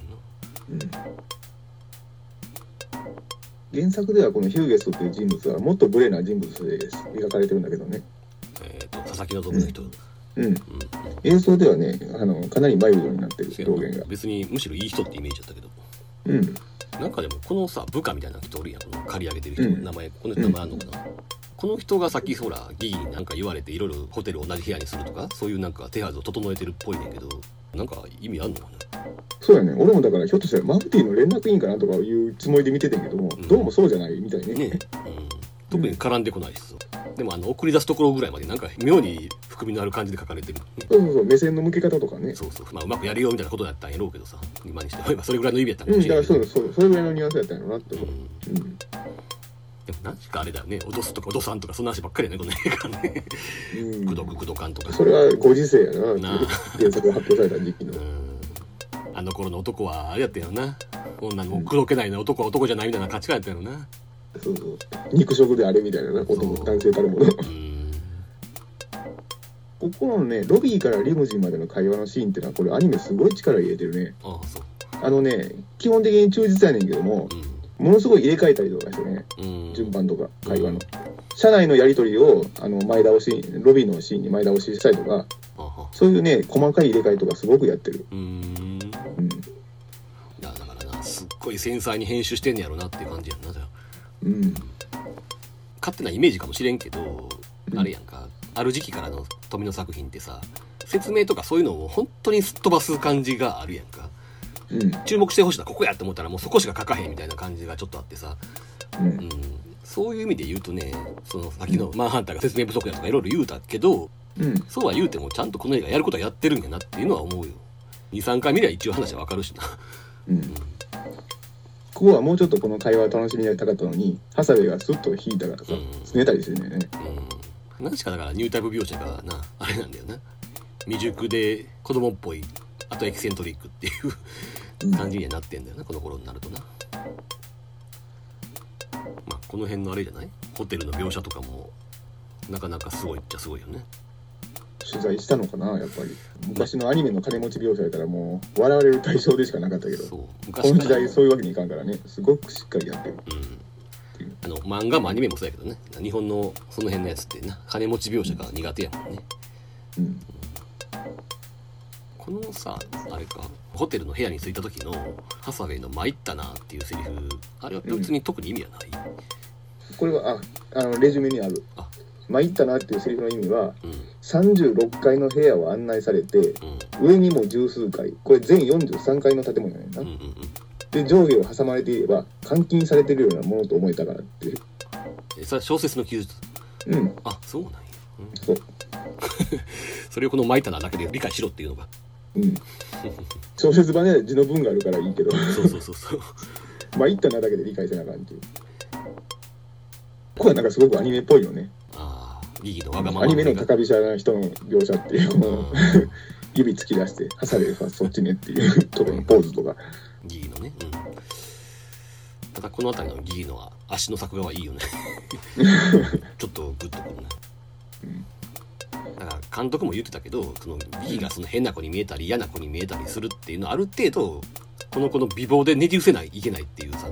[SPEAKER 2] んな
[SPEAKER 3] うん原作ではこのヒューゲストっていう人物はもっと無礼な人物として描かれてるんだけどね、
[SPEAKER 2] えー、と佐々木希の人、うん
[SPEAKER 3] うん、映像ではねあのかなりマイルドになって
[SPEAKER 2] せ
[SPEAKER 3] る
[SPEAKER 2] やな
[SPEAKER 3] 表現が、
[SPEAKER 2] 別にむしろいい人ってイメージだったけど
[SPEAKER 3] うん、
[SPEAKER 2] なんかでもこのさ部下みたいな人おるやんこの借り上げてる人、
[SPEAKER 3] うん
[SPEAKER 2] 名前この人名前あんのかな、この人がさっきほらギギになんか言われていろいろホテルを同じ部屋にするとかそういうなんか手はずを整えてるっぽいねんけどなんか意味あんのかな
[SPEAKER 3] そうやね俺もだからひょっとしたらマフティーの連絡員かなとかいうつもりで見ててんけども、
[SPEAKER 2] うん
[SPEAKER 3] どうもそうじゃないみたいね
[SPEAKER 2] ねえ、うん、特に絡んでこないしさでもあの送り出すところぐらいまでなんか妙に含みのある感じで書かれてる、
[SPEAKER 3] そうそうそう目線の向け方とかね
[SPEAKER 2] そうそう、まあ、うまくやるよみたいなことだったんやろうけどさ今にして思えばそれぐらいの意味やったん
[SPEAKER 3] う
[SPEAKER 2] か
[SPEAKER 3] ん
[SPEAKER 2] もし
[SPEAKER 3] だ
[SPEAKER 2] れな
[SPEAKER 3] から
[SPEAKER 2] い
[SPEAKER 3] そうそうそれぐらいのニュアンスやったんやろなって
[SPEAKER 2] う
[SPEAKER 3] 思
[SPEAKER 2] ん
[SPEAKER 3] う、うん
[SPEAKER 2] でも何かあれだよね脅すとか脅さんとかそんな話ばっかりやねこの映画ね
[SPEAKER 3] うん
[SPEAKER 2] くどくくどかんとか
[SPEAKER 3] それはご時世やなって
[SPEAKER 2] なあ
[SPEAKER 3] 原作が発表された時期の
[SPEAKER 2] うんあの頃の男はあれやったよな女の口説けないな男は男じゃないみたいな価値観やったよな
[SPEAKER 3] そうそう肉食であれみたいなな
[SPEAKER 2] そう
[SPEAKER 3] 男男性たるもの
[SPEAKER 2] うん
[SPEAKER 3] ここのねロビーからリムジンまでの会話のシーンってのはこれアニメすごい力入れてるね
[SPEAKER 2] ああそう
[SPEAKER 3] あのね基本的に忠実やねんけどもものすごい入れ替えたりとかしてね
[SPEAKER 2] うん、うん、
[SPEAKER 3] 順番とか会話の社内のやり取りをあの前倒しロビーのシーンに前倒ししたりとか
[SPEAKER 2] あは
[SPEAKER 3] そういうね細かい入れ替えとかすごくやってる
[SPEAKER 2] うんい
[SPEAKER 3] うん
[SPEAKER 2] やだからなすっごい繊細に編集してんねやろなっていう感じやんなじゃあ
[SPEAKER 3] うん
[SPEAKER 2] 勝手なイメージかもしれんけど、
[SPEAKER 3] うん
[SPEAKER 2] あれやんかある時期からの富野作品ってさ説明とかそういうのを本当にすっ飛ばす感じがあるやんか
[SPEAKER 3] うん
[SPEAKER 2] 注目してほしいのはここやって思ったらもうそこしか書かへんみたいな感じがちょっとあってさ
[SPEAKER 3] うん
[SPEAKER 2] うん、そういう意味で言うとねその先のマンハンターが説明不足だとかいろいろ言うたけど
[SPEAKER 3] うん
[SPEAKER 2] そうは言うてもちゃんとこの映画やることはやってるんやなっていうのは思うよ23回見りゃ一応話はわかるしな
[SPEAKER 3] うんここはもうちょっとこの会話を楽しみたかったのにハサウェイがスッと引いたからさ
[SPEAKER 2] うん
[SPEAKER 3] 拗ねたりするんだよね
[SPEAKER 2] うん何しかだからニュータイプ描写がなあれなんだよな未熟で子供っぽいあとエキセントリックっていう
[SPEAKER 3] うん
[SPEAKER 2] 感じにはなってんだよなこの頃になるとなまあこの辺のあれじゃないホテルの描写とかもなかなかすごいっちゃすごいよね
[SPEAKER 3] 取材したのかなやっぱり昔のアニメの金持ち描写やったらもう笑われる対象でしかなかったけど
[SPEAKER 2] そ
[SPEAKER 3] こ
[SPEAKER 2] う
[SPEAKER 3] の
[SPEAKER 2] 昔
[SPEAKER 3] 時
[SPEAKER 2] から
[SPEAKER 3] 代そういうわけにいかんからねすごくしっかりやってる
[SPEAKER 2] うんあの漫画もアニメもそうやけどね日本のその辺のやつってな金持ち描写が苦手やもんね
[SPEAKER 3] うん
[SPEAKER 2] このさあれかホテルの部屋に着いた時のハサウェイの「参ったな」っていうセリフあれは別に特に意味はない、
[SPEAKER 3] これはああのレジュメにある
[SPEAKER 2] あ
[SPEAKER 3] 「参ったな」っていうセリフの意味は
[SPEAKER 2] うん
[SPEAKER 3] 36階の部屋を案内されて
[SPEAKER 2] うん
[SPEAKER 3] 上にも十数階これ全43階の建物やねんな、
[SPEAKER 2] うんうんうん
[SPEAKER 3] で上下を挟まれていれば監禁されてるようなものと思えたからっていう
[SPEAKER 2] えそれは小説の記述
[SPEAKER 3] うん
[SPEAKER 2] あそうなんや、うん
[SPEAKER 3] そう
[SPEAKER 2] それをこの「参ったな」だけで理解しろっていうのが (laughs)
[SPEAKER 3] うん小説版では字の文があるからいいけど
[SPEAKER 2] そうそうそうそう
[SPEAKER 3] まあ言ったなだけで理解せなあかんっていうここはなんかすごくアニメっぽいよね
[SPEAKER 2] ああギギのわがまま
[SPEAKER 3] アニメの
[SPEAKER 2] が
[SPEAKER 3] 高飛車な人の描写っていうこ
[SPEAKER 2] う
[SPEAKER 3] の
[SPEAKER 2] ん
[SPEAKER 3] (laughs) 指突き出してハサウェイはそっちねっていうところのポーズとか
[SPEAKER 2] ギギのね、うん、ただこの辺りのギギのは足の作画はいいよねちょっとグッとくるな、だから監督も言ってたけどそのギギがその変な子に見えたり嫌な子に見えたりするっていうのはある程度この子の美貌でねじ伏せないいけないっていうさ、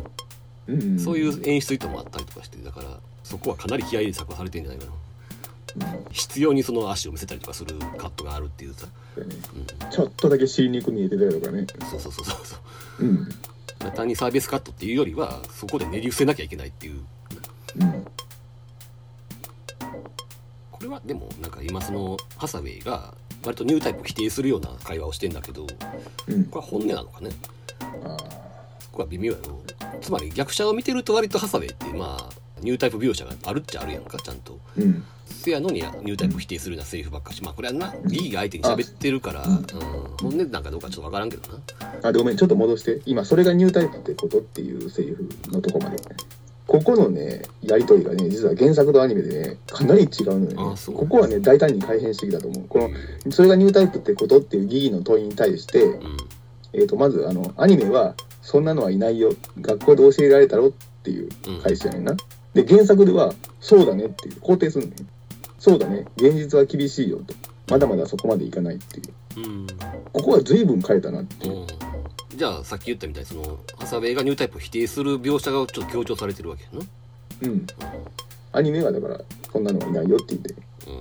[SPEAKER 3] うんうん
[SPEAKER 2] そういう演出意図もあったりとかしてだからそこはかなり気合いで作画されてんじゃないかな必要にその足を見せたりとかするカットがあるっていうさ、うん、
[SPEAKER 3] ちょっとだけ尻肉見えてたりとかね
[SPEAKER 2] そうそうそうそうそう
[SPEAKER 3] うん
[SPEAKER 2] 単にサービスカットっていうよりはそこで練り伏せなきゃいけないっていう
[SPEAKER 3] うん
[SPEAKER 2] これはでもなんか今そのハサウェイが割とニュータイプを否定するような会話をしてんだけどこ
[SPEAKER 3] うん
[SPEAKER 2] れは本音なのかね
[SPEAKER 3] あ
[SPEAKER 2] そこは微妙やろつまり逆者を見てると割とハサウェイってまあニュータイプ描写があるっちゃあるやんかちゃんと
[SPEAKER 3] ーうん
[SPEAKER 2] せやのにニュータイプを否定するようなセリフばっかしまあこれはなギーが相手に喋ってるから、うん、本音なんかどうかちょっとわからんけどな
[SPEAKER 3] あでごめんちょっと戻して今それがニュータイプってことっていうセリフのとこまでここのねやり取りがね実は原作とアニメでねかなり違うのよ
[SPEAKER 2] あ
[SPEAKER 3] ね
[SPEAKER 2] そう
[SPEAKER 3] ここはね大胆に改変してきたと思うこのそれがニュータイプってことっていう疑義の問いに対して、
[SPEAKER 2] うん
[SPEAKER 3] えー、とまずあのアニメは「そんなのはいないよ学校で教えられたろ」っていう
[SPEAKER 2] うん
[SPEAKER 3] 返しやねんなで原作では「そうだね」っていう肯定すんねんそうだね現実は厳しいよとまだまだそこまでいかないってい
[SPEAKER 2] う
[SPEAKER 3] う
[SPEAKER 2] ん
[SPEAKER 3] ここは随分変えたなっていう
[SPEAKER 2] うん、じゃあさっき言ったみたいにそのハ部映画ニュータイプを否定する描写がちょっと強調されてるわけやな
[SPEAKER 3] うんアニメはだからこんなのはいないよって言って
[SPEAKER 2] うん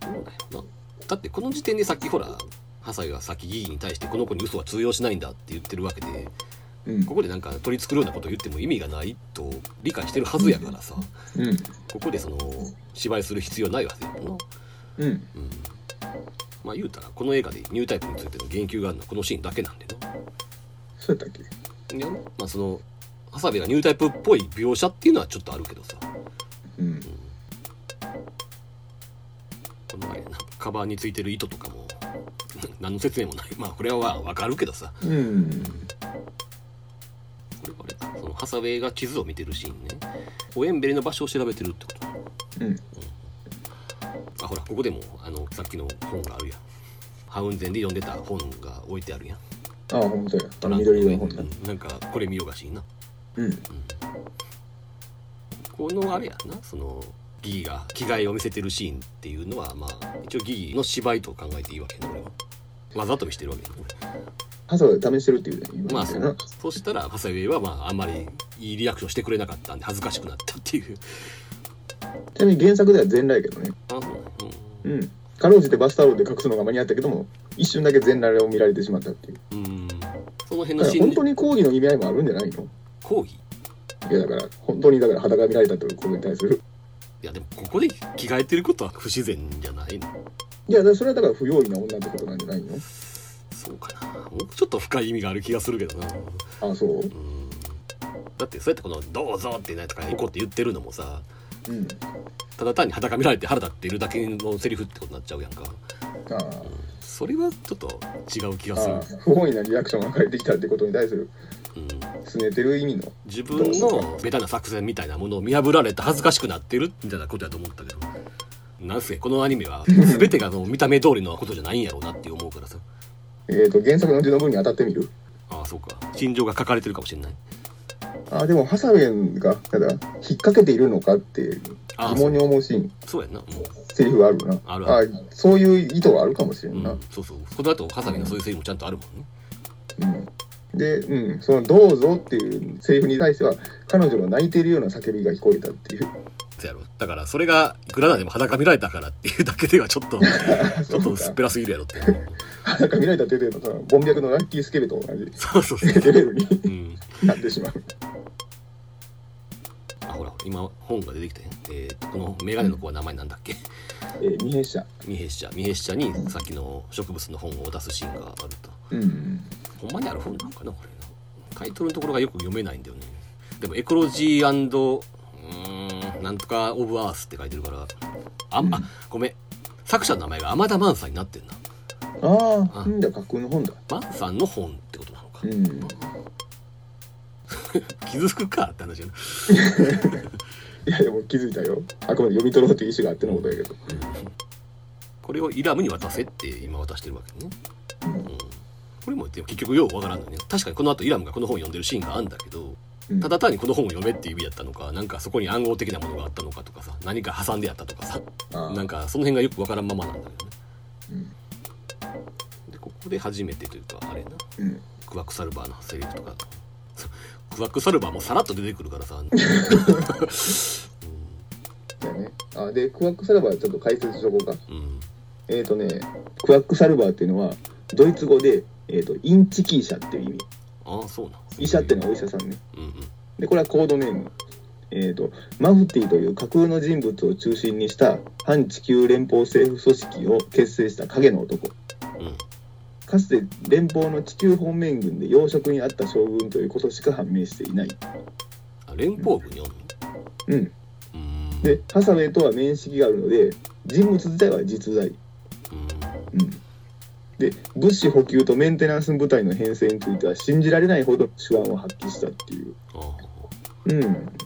[SPEAKER 2] そうだよなだってこの時点でさっきほらハサイがさっきギギに対してこの子に嘘は通用しないんだって言ってるわけで
[SPEAKER 3] うん
[SPEAKER 2] ここでなんか取り繕うようなことを言っても意味がないと理解してるはずやからさ
[SPEAKER 3] うん
[SPEAKER 2] ここでその芝居する必要ないはずやもんな
[SPEAKER 3] うん
[SPEAKER 2] うんまあ言うたらこの映画でニュータイプについての言及があるのはこのシーンだけなんでな
[SPEAKER 3] そうやったっけ
[SPEAKER 2] いやまあそのハサベがニュータイプっぽい描写っていうのはちょっとあるけどさ
[SPEAKER 3] うん
[SPEAKER 2] このあれやなカバンについてる糸とかも何の説明もないまあこれはわかるけどさ
[SPEAKER 3] うん
[SPEAKER 2] これあれかそのハサウェイが地図を見てるシーンねオエンベレの場所を調べてるってこと
[SPEAKER 3] うん
[SPEAKER 2] あほらここでもあのさっきの本があるやんハウンゼンで読んでた本が置いてあるやん
[SPEAKER 3] ああほんとやあの
[SPEAKER 2] クの
[SPEAKER 3] 緑色の本な
[SPEAKER 2] うんなんかこれ見よがしいな
[SPEAKER 3] うん
[SPEAKER 2] このあれやなそのギギが着替えを見せてるシーンっていうのはまあ一応ギギの芝居と考えていいわけね俺はわざと見してるわけね
[SPEAKER 3] ハサウェイ試してるっていうね今
[SPEAKER 2] まあ
[SPEAKER 3] みた
[SPEAKER 2] そ
[SPEAKER 3] いな
[SPEAKER 2] うそしたらハサウェイはまああんまりいいリアクションしてくれなかったんで恥ずかしくなったっていう
[SPEAKER 3] ちなみに原作では全裸やけどね
[SPEAKER 2] あそうねうん
[SPEAKER 3] うんかろうじてバスタオルで隠すのが間に合ったけども一瞬だけ全裸を見られてしまったっていう
[SPEAKER 2] うんその辺の
[SPEAKER 3] だから
[SPEAKER 2] シーン
[SPEAKER 3] 本
[SPEAKER 2] で
[SPEAKER 3] 当に抗議の意味合いもあるんじゃないの
[SPEAKER 2] 抗議
[SPEAKER 3] いやだから本当にだから裸が見られたということに対する
[SPEAKER 2] いやでもここで着替えてることは不自然じゃないの
[SPEAKER 3] いやだからそれはだから不用意な女ってことなんじゃないの
[SPEAKER 2] そうかなもうちょっと深い意味がある気がするけどな
[SPEAKER 3] ああそう
[SPEAKER 2] うんだってそうやってこの「どうぞ」ってないとか怒って言ってるのもさ
[SPEAKER 3] うん
[SPEAKER 2] ただ単に裸見られて腹立っているだけのセリフってことになっちゃうやんか
[SPEAKER 3] あ
[SPEAKER 2] それはちょっと違う気
[SPEAKER 3] あ
[SPEAKER 2] がする
[SPEAKER 3] ああ不本意なリアクションが返ってきたってことに対する
[SPEAKER 2] うん
[SPEAKER 3] 拗ねてる意味の
[SPEAKER 2] 自分のベタな作戦みたいなものを見破られて恥ずかしくなってるみたいなことだと思ったけどなんせこのアニメは全てがもう見た目通りのことじゃないんやろうなって思うからさ
[SPEAKER 3] えっ、と原作の字の文に当たってみる
[SPEAKER 2] ああそうか心情が書かれてるかもしれない
[SPEAKER 3] ああでもハサウェンがただ引っ掛けているのかって
[SPEAKER 2] ああ
[SPEAKER 3] 疑問に思うシーン
[SPEAKER 2] そうやんな、うん
[SPEAKER 3] セリフがあるな
[SPEAKER 2] あるあ
[SPEAKER 3] あそういう意図はあるかもしれ
[SPEAKER 2] うん
[SPEAKER 3] な、
[SPEAKER 2] ん、そうそうこの後ハサミのそういうセリフもちゃんとあるもんね
[SPEAKER 3] うん、で、うん、その「どうぞ」っていうセリフに対しては彼女の泣いているような叫びが聞こえたっていう
[SPEAKER 2] そうやろだからそれがいくらなんでも裸見られたからっていうだけではちょ (laughs) っとちょっと
[SPEAKER 3] (laughs)
[SPEAKER 2] 薄っぺらすぎるやろって
[SPEAKER 3] なんか見られた程度のさボン白の (laughs) ラッキースケベと同じ
[SPEAKER 2] そうそうそう、
[SPEAKER 3] レベルに
[SPEAKER 2] うん、
[SPEAKER 3] なってしまう
[SPEAKER 2] あほら今本が出てきて、えーとこのメガネの子は名前なんだっけ
[SPEAKER 3] えー、二弊者
[SPEAKER 2] ミヘシ社ミヘシ社にさっきの植物の本を出すシーンがあると
[SPEAKER 3] うん
[SPEAKER 2] ほんまにある本なんかなこれなタイトルのところがよく読めないんだよねでもエコロジーうーんなんとかオブアースって書いてるからあ、ん、あごめん作者の名前がアマダ・マンさんになってんな
[SPEAKER 3] ああ
[SPEAKER 2] あ
[SPEAKER 3] うんだ架空の本だ
[SPEAKER 2] マンさんの本ってことなのか、
[SPEAKER 3] うん
[SPEAKER 2] 傷つくかって話やない
[SPEAKER 3] やいやもう気づいたよあくまで読み取ろうっていう意思があってのことやけど
[SPEAKER 2] これをイラムに渡せって今渡してるわけね、うん、これもでも結局ようわからんのよね確かにこの後イラムがこの本を読んでるシーンがあるんだけど
[SPEAKER 3] うん
[SPEAKER 2] ただ単にこの本を読めっていう意味だったのかなんかそこに暗号的なものがあったのかとかさ何か挟んであったとかさ
[SPEAKER 3] あー
[SPEAKER 2] なんかその辺がよくわからんままなんだけどね
[SPEAKER 3] うん
[SPEAKER 2] でここで初めてというかあれやな
[SPEAKER 3] うん
[SPEAKER 2] クワックサルバーのセリフとかそクワックサルバーもさらっと出てくるから
[SPEAKER 3] (laughs)
[SPEAKER 2] さ
[SPEAKER 3] だよねあでクワックサルバーちょっと解説しとこうか
[SPEAKER 2] うん
[SPEAKER 3] えっ、ー、とねクワックサルバーっていうのはドイツ語で、えー、とインチキ医者っていう意味
[SPEAKER 2] ああそうな
[SPEAKER 3] 医者ってのはお医者さんね
[SPEAKER 2] うんうん
[SPEAKER 3] でこれはコードネーム、えー、とマフティという架空の人物を中心にした反地球連邦政府組織を結成した影の男
[SPEAKER 2] うん
[SPEAKER 3] かつて連邦の地球方面軍で要職にあった将軍ということしか判明していない
[SPEAKER 2] あ連邦軍におんの
[SPEAKER 3] うん
[SPEAKER 2] うーん
[SPEAKER 3] でハサウェイとは面識があるので人物自体は実在
[SPEAKER 2] うーん
[SPEAKER 3] うんで物資補給とメンテナンス部隊の編成については信じられないほど手腕を発揮したっていう
[SPEAKER 2] ああ
[SPEAKER 3] うん、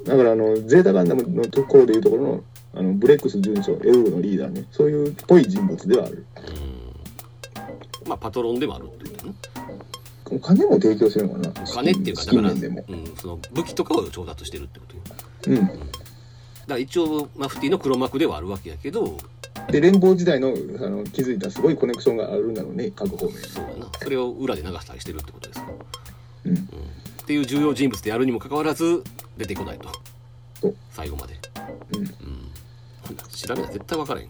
[SPEAKER 3] だからあのゼータガンダムのところでいうところのあのブレックス順調エウロのリーダーねそういうっぽい人物ではある
[SPEAKER 2] うーんまあパトロンでもあるってことやな
[SPEAKER 3] お金も提供してるのかな
[SPEAKER 2] お金っていうか
[SPEAKER 3] 資
[SPEAKER 2] だか
[SPEAKER 3] 金
[SPEAKER 2] ら、
[SPEAKER 3] 面でも
[SPEAKER 2] うん、その武器とかを調達してるってことよだか
[SPEAKER 3] うん
[SPEAKER 2] ら一応マフティーの黒幕ではあるわけやけど
[SPEAKER 3] で連邦時代のあの気づいたすごいコネクションがあるんだろうね各方面
[SPEAKER 2] そうやなそれを裏で流したりしてるってことですよ、
[SPEAKER 3] うん
[SPEAKER 2] っていう重要人物でやるにもかかわらず出てこないと
[SPEAKER 3] そう
[SPEAKER 2] 最後まで、
[SPEAKER 3] うん
[SPEAKER 2] うん、こんなん調べたら絶対分からへん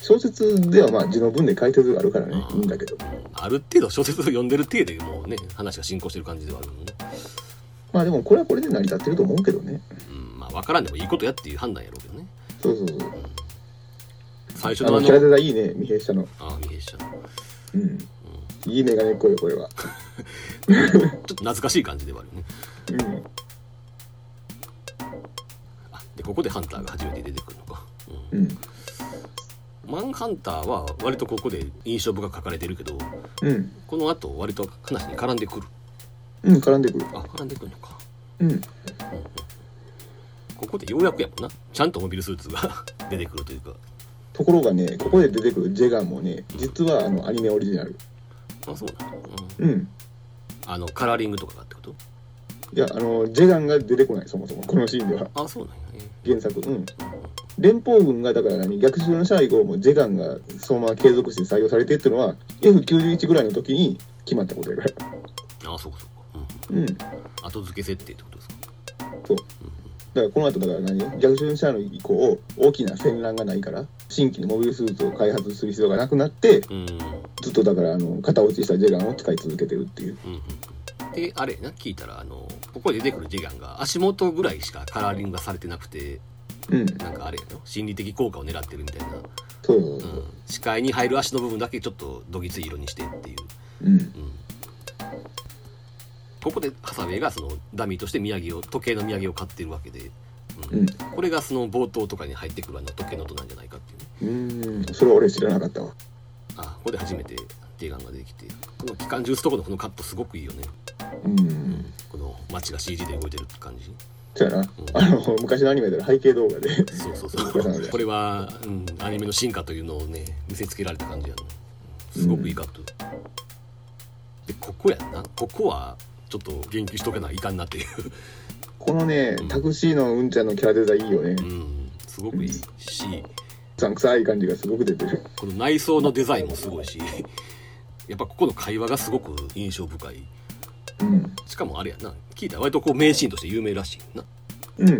[SPEAKER 3] 小説ではまあ字の文で解説があるからねいいんだけど
[SPEAKER 2] ある程度小説を読んでる程度でもうね話が進行してる感じではあるもんね、
[SPEAKER 3] まあでもこれはこれで成り立ってると思うけどね
[SPEAKER 2] うん、まあ分からんでもいいことやっていう判断やろうけどね
[SPEAKER 3] そうそうそう
[SPEAKER 2] 最初
[SPEAKER 3] あ
[SPEAKER 2] のあ
[SPEAKER 3] の
[SPEAKER 2] の
[SPEAKER 3] キャラデザいいね未閉したの
[SPEAKER 2] ああ見えちゃう
[SPEAKER 3] うんいいメガネっこいよこれは
[SPEAKER 2] ちょっと懐かしい感じではあるよね
[SPEAKER 3] うん
[SPEAKER 2] あでここでハンターが初めて出てくるのか、
[SPEAKER 3] うん
[SPEAKER 2] うん、マンハンターは割とここで印象深く書かれてるけど
[SPEAKER 3] うん
[SPEAKER 2] この後割と話に絡んでくる
[SPEAKER 3] うん絡んでくる
[SPEAKER 2] あ絡んでくるのか
[SPEAKER 3] うん
[SPEAKER 2] ここでようやくやもんなちゃんとモビルスーツが (laughs) 出てくるというか
[SPEAKER 3] ところがねここで出てくるジェガーもね実はあのアニメオリジナル
[SPEAKER 2] あそうだ、うん、
[SPEAKER 3] うん
[SPEAKER 2] あのカラーリングとかがってこと
[SPEAKER 3] いやあのジェガンが出てこないそもそもこのシーンでは
[SPEAKER 2] あそうなんやね
[SPEAKER 3] 原作うん連邦軍がだから何逆襲のシャア以降もジェガンがそのまま継続して採用されてっていうのは F91 ぐらいの時に決まったことやから
[SPEAKER 2] あそうかそうか、うん
[SPEAKER 3] うんだか
[SPEAKER 2] うん、後付け設定ってことですから
[SPEAKER 3] この後だから何逆襲のシャアの以降大きな戦乱がないから新規にモビルスーツを開発する必要がなくなって
[SPEAKER 2] うんうん
[SPEAKER 3] ずっとだからあの型落ちしたジェガンを使い続けてるっていう
[SPEAKER 2] うんうんであれやな聞いたらあのここで出てくるジェガンが足元ぐらいしかカラーリングがされてなくて
[SPEAKER 3] うん
[SPEAKER 2] なんかあれやな心理的効果を狙ってるみたいな、
[SPEAKER 3] そうそう
[SPEAKER 2] う
[SPEAKER 3] そう、
[SPEAKER 2] ん、視界に入る足の部分だけちょっとどぎつい色にしてっていう、
[SPEAKER 3] うん、
[SPEAKER 2] うん、ここでハサウェイがそのダミーとして土産を時計の土産を買ってるわけで、うん
[SPEAKER 3] うん
[SPEAKER 2] これがその冒頭とかに入ってくるあの時計の音なんじゃないかっていうね
[SPEAKER 3] うーんそれは俺知らなかったわ
[SPEAKER 2] あここで初めてジェガンができてこの機関銃スとこのこのカットすごくいいよね、
[SPEAKER 3] うん
[SPEAKER 2] この街が CG で動いてる感じ
[SPEAKER 3] そうやなあの昔のアニメでの背景動画で
[SPEAKER 2] そうそうそう。これは、うん、アニメの進化というのをね、見せつけられた感じやな。すごくいいカット。で、ここやんな。ここは、ちょっと言及しとけないかんなっていう。
[SPEAKER 3] (laughs)
[SPEAKER 2] (laughs)
[SPEAKER 3] このねタクシーのうんちゃんのキャラデザいいよね
[SPEAKER 2] うん、すごくいいし、
[SPEAKER 3] さんくさい感じがすごく出てる
[SPEAKER 2] この内装のデザインもすごいし、やっぱここの会話がすごく印象深い。
[SPEAKER 3] うん
[SPEAKER 2] しかもあれやんな。聞いたら割とこう名シーンとして有名らしいな。
[SPEAKER 3] うん、
[SPEAKER 2] うん。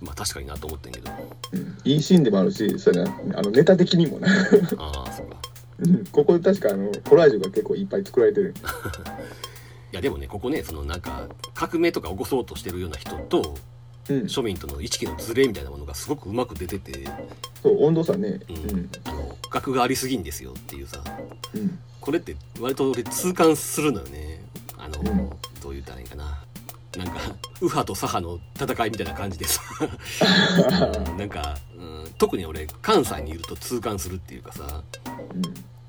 [SPEAKER 2] まあ確かになと思ってん
[SPEAKER 3] (laughs)
[SPEAKER 2] けど。
[SPEAKER 3] うん、いいシーンでもあるしそれなあのネタ的にもな
[SPEAKER 2] ああ、そうか。
[SPEAKER 3] うん (laughs) ここで確かあのコラージュが結構いっぱい作られてる
[SPEAKER 2] いやでもね、ここね、そのなんか、革命とか起こそうとしてるような人と、
[SPEAKER 3] うんそ
[SPEAKER 2] 庶民との意識のズレみたいなものがすごくうまく出てて
[SPEAKER 3] う温度差ね
[SPEAKER 2] う
[SPEAKER 3] うんん
[SPEAKER 2] あの額がありすぎんですよっていうさ
[SPEAKER 3] うん
[SPEAKER 2] これって割と俺痛感するのよねあの、
[SPEAKER 3] うん
[SPEAKER 2] どう言ったらいいかななんか右派と左派の戦いみたいな感じで
[SPEAKER 3] (laughs)
[SPEAKER 2] さうんなんか、うん、特に俺関西にいると痛感するっていうかさ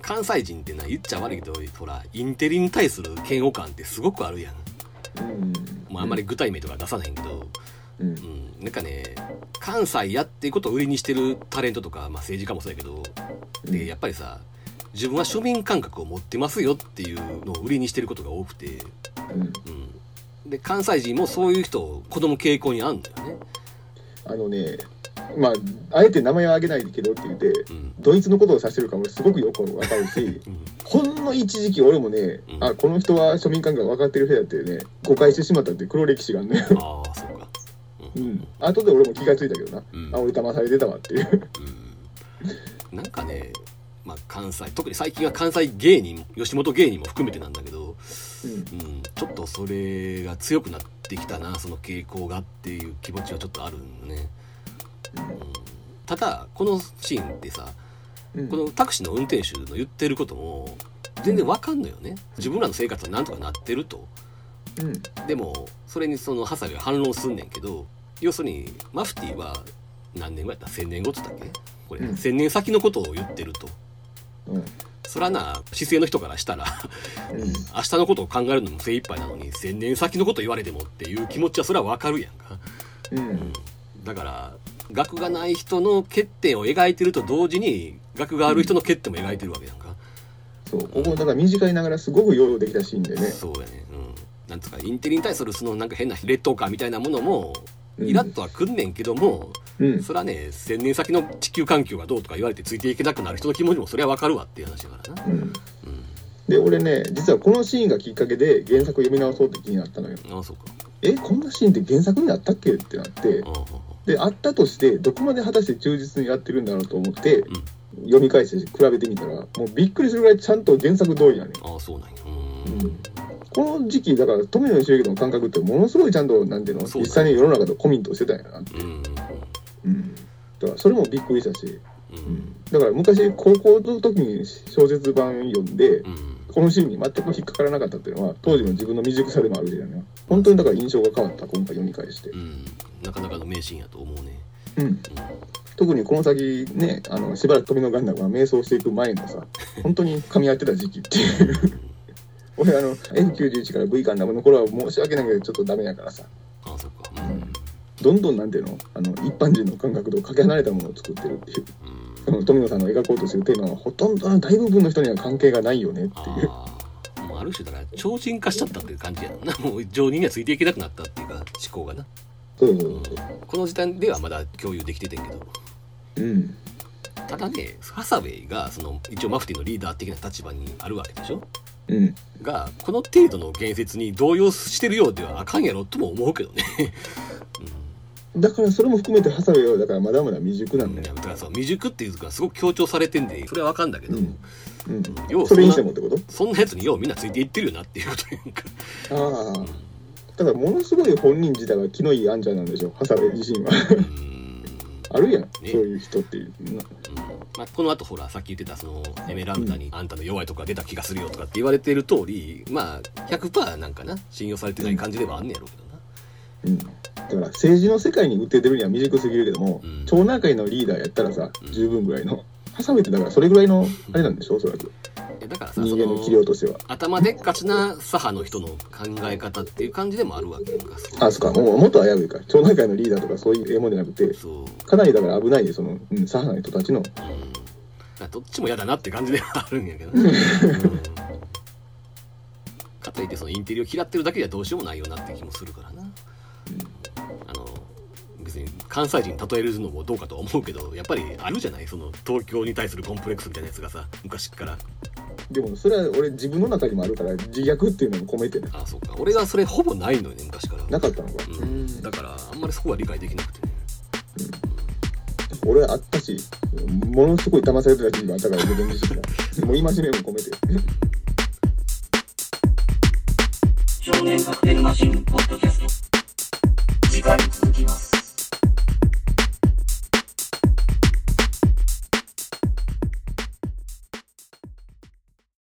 [SPEAKER 2] 関西人ってな言っちゃ悪いけどほらインテリに対する嫌悪感ってすごくあるやん、
[SPEAKER 3] うん
[SPEAKER 2] まあ、あんまり具体名とか出さないけど、
[SPEAKER 3] うん
[SPEAKER 2] うん、なんかね関西やっていうことを売りにしてるタレントとか、まあ、政治家もそうやけどでやっぱりさ自分は庶民感覚を持ってますよっていうのを売りにしてることが多くて、
[SPEAKER 3] うん
[SPEAKER 2] うん、で関西人もそういう人を子供傾向にあんだよね、
[SPEAKER 3] あのねまああえて名前は挙げないけどって言って
[SPEAKER 2] (laughs) うん
[SPEAKER 3] ドイツのことを指してるかもすごくよくわかるし
[SPEAKER 2] うん、
[SPEAKER 3] ほんの一時期俺もね、
[SPEAKER 2] うん
[SPEAKER 3] あこの人は庶民感覚分かってる人だってね誤解してしまったって黒歴史があんね
[SPEAKER 2] ああそうか、 (laughs) う
[SPEAKER 3] うんん後で俺も気がついたけどな、
[SPEAKER 2] うん
[SPEAKER 3] あ俺騙されてたわっていう
[SPEAKER 2] うん、なんかね、まあ、関西特に最近は関西芸人吉本芸人も含めてなんだけど、うん、ちょっとそれが強くなってきたなその傾向がっていう気持ちはちょっとあるんね、うん、ただこのシーンってさ
[SPEAKER 3] うん、うん
[SPEAKER 2] このタクシーの運転手の言ってることも全然わかんのよね自分らの生活はなんとかなってると
[SPEAKER 3] うん
[SPEAKER 2] でもそれにそのハサウェイが反論すんねんけど要するにマフティーは何年後やった1,000年後って言ったっけこれ、
[SPEAKER 3] うん
[SPEAKER 2] 1,000年先のことを言ってると
[SPEAKER 3] うん
[SPEAKER 2] そらな姿勢の人からした (laughs) ら明日のことを考えるのも精一杯なのに千年先のこと言われてもっていう気持ちはそれはわかるやんか、
[SPEAKER 3] うん
[SPEAKER 2] だから額がない人の欠点を描いてると同時に額がある人の欠点も描いてるわけやんか、
[SPEAKER 3] そうここだから短いながらすごく用意できたシーンでね
[SPEAKER 2] そうやねうんなんつうかインテリに対するそのなんか変な劣等感みたいなものも
[SPEAKER 3] うん
[SPEAKER 2] イラッとはくんねんけども、
[SPEAKER 3] うん
[SPEAKER 2] それはね千年先の地球環境がどうとか言われてついていけなくなる人の気持ちもそれはわかるわっていう話だからな
[SPEAKER 3] うん
[SPEAKER 2] う
[SPEAKER 3] で俺ね実はこのシーンがきっかけで原作を読み直そうって気になったのよ
[SPEAKER 2] んああそうか
[SPEAKER 3] えこんなシーンって原作にあったっけってなって
[SPEAKER 2] ああああ
[SPEAKER 3] であったとしてどこまで果たして忠実にやってるんだろうと思って、
[SPEAKER 2] ん
[SPEAKER 3] 読み返して比べてみたらもうびっくりするぐらいちゃんと原作通りやね
[SPEAKER 2] ああそうなんやう
[SPEAKER 3] うん
[SPEAKER 2] ん
[SPEAKER 3] この時期だから富野義行の感覚ってものすごいちゃんとなんていうの
[SPEAKER 2] そうだね
[SPEAKER 3] 実際に世の中とコミントしてたんやな、
[SPEAKER 2] うんうん
[SPEAKER 3] うん、だからそれもびっくりしたし、
[SPEAKER 2] うん
[SPEAKER 3] だから昔高校の時に小説版読んで、
[SPEAKER 2] うん
[SPEAKER 3] このシーンに全く引っかからなかったっていうのは当時の自分の未熟さでもあるじゃない本当にだから印象が変わった今回読み返して
[SPEAKER 2] う、んなかなかの名シーンやと思うね
[SPEAKER 3] うん、
[SPEAKER 2] うん
[SPEAKER 3] 特にこの先ねあのしばらく富野ガンダムが迷走していく
[SPEAKER 2] (laughs)
[SPEAKER 3] 前のさ本当に噛み合ってた時期っていう (laughs) 俺あの F91 から V ガンダムの頃は申し訳ないけどちょっとダメやからさ
[SPEAKER 2] ああそうか
[SPEAKER 3] どんどんなんていうのあの一般人の感覚とかけ離れたものを作ってるっていう
[SPEAKER 2] うんうん
[SPEAKER 3] その富野さんの描こうとするテーマはほとんどの大部分の人には関係がないよねっていう
[SPEAKER 2] ああもうある種だから超人化しちゃったっていう感じやろな (laughs) もう常人にはついていけなくなったっていうか思考がな
[SPEAKER 3] そうそうそ
[SPEAKER 2] この時点ではまだ共有できててんけど
[SPEAKER 3] ううん
[SPEAKER 2] ただねハサウェイがその一応マフティーのリーダー的な立場にあるわけでしょ
[SPEAKER 3] うん
[SPEAKER 2] がこの程度の言説に動揺してるようではあかんやろとも思うけどね、
[SPEAKER 3] だからそれも含めてハサウェイはだからまだまだ未熟
[SPEAKER 2] う、
[SPEAKER 3] なんん
[SPEAKER 2] だ
[SPEAKER 3] だよ、
[SPEAKER 2] からさ未熟っていうかすごく強調されてんでそれはわかんだけど、
[SPEAKER 3] うんうん
[SPEAKER 2] 要は
[SPEAKER 3] そ
[SPEAKER 2] そ
[SPEAKER 3] れ
[SPEAKER 2] ん
[SPEAKER 3] に
[SPEAKER 2] な
[SPEAKER 3] してもってこと
[SPEAKER 2] そんなやつにようみんなついていってるよなっていうことやんか
[SPEAKER 3] ああだからものすごい本人自体が気のいいアンジャーなんでしょハサウェイ自身は (laughs)
[SPEAKER 2] うん、うん
[SPEAKER 3] あるやんそう
[SPEAKER 2] え
[SPEAKER 3] いう人っていうの
[SPEAKER 2] まあ、この後ほらさっき言ってたそのエメラルダにあんたの弱いとこが出た気がするよとかって言われてる通りまあ100%なんかな信用されてない感じではあんねやろうけどな
[SPEAKER 3] うんだから政治の世界に打って出るには未熟すぎるけども、
[SPEAKER 2] うん
[SPEAKER 3] 町内会のリーダーやったらさ
[SPEAKER 2] うん
[SPEAKER 3] 十分ぐらいのハサウェイってだからそれぐらいのあれなんでしょおそらく
[SPEAKER 2] いやだからさそ
[SPEAKER 3] 人間の器
[SPEAKER 2] の
[SPEAKER 3] 量としては
[SPEAKER 2] 頭でっかちな左派の人の考え方っていう感じでもあるわけやんかそう
[SPEAKER 3] あそっかもうもっと危ういか町内会のリーダーとかそういうええもんじゃなくて
[SPEAKER 2] そう、うん、
[SPEAKER 3] かなりだから危ないその、うん、左派の人たちの
[SPEAKER 2] だからどっちも嫌だなって感じではあるんやけどね、うんかといってそのインテリを嫌ってるだけじゃどうしようもないよなって気もするからな、あの別に関西人に例えるのもどうかとは思うけどやっぱりあるじゃないその東京に対するコンプレックスみたいなやつがさ昔っから
[SPEAKER 3] でもそれは俺自分の中にもあるから自虐っていうのも込めてね
[SPEAKER 2] あそうか俺がそれほぼないのよね昔から
[SPEAKER 3] なかったのか、
[SPEAKER 2] う
[SPEAKER 3] うん
[SPEAKER 2] ん、だからあんまりそこは理解できなくてね
[SPEAKER 3] 俺はあったしものすごい騙されてた時期があったから自分自身がもう今しめも込めて
[SPEAKER 4] 少年カクテルマシン」ポッドキャスト次回続きます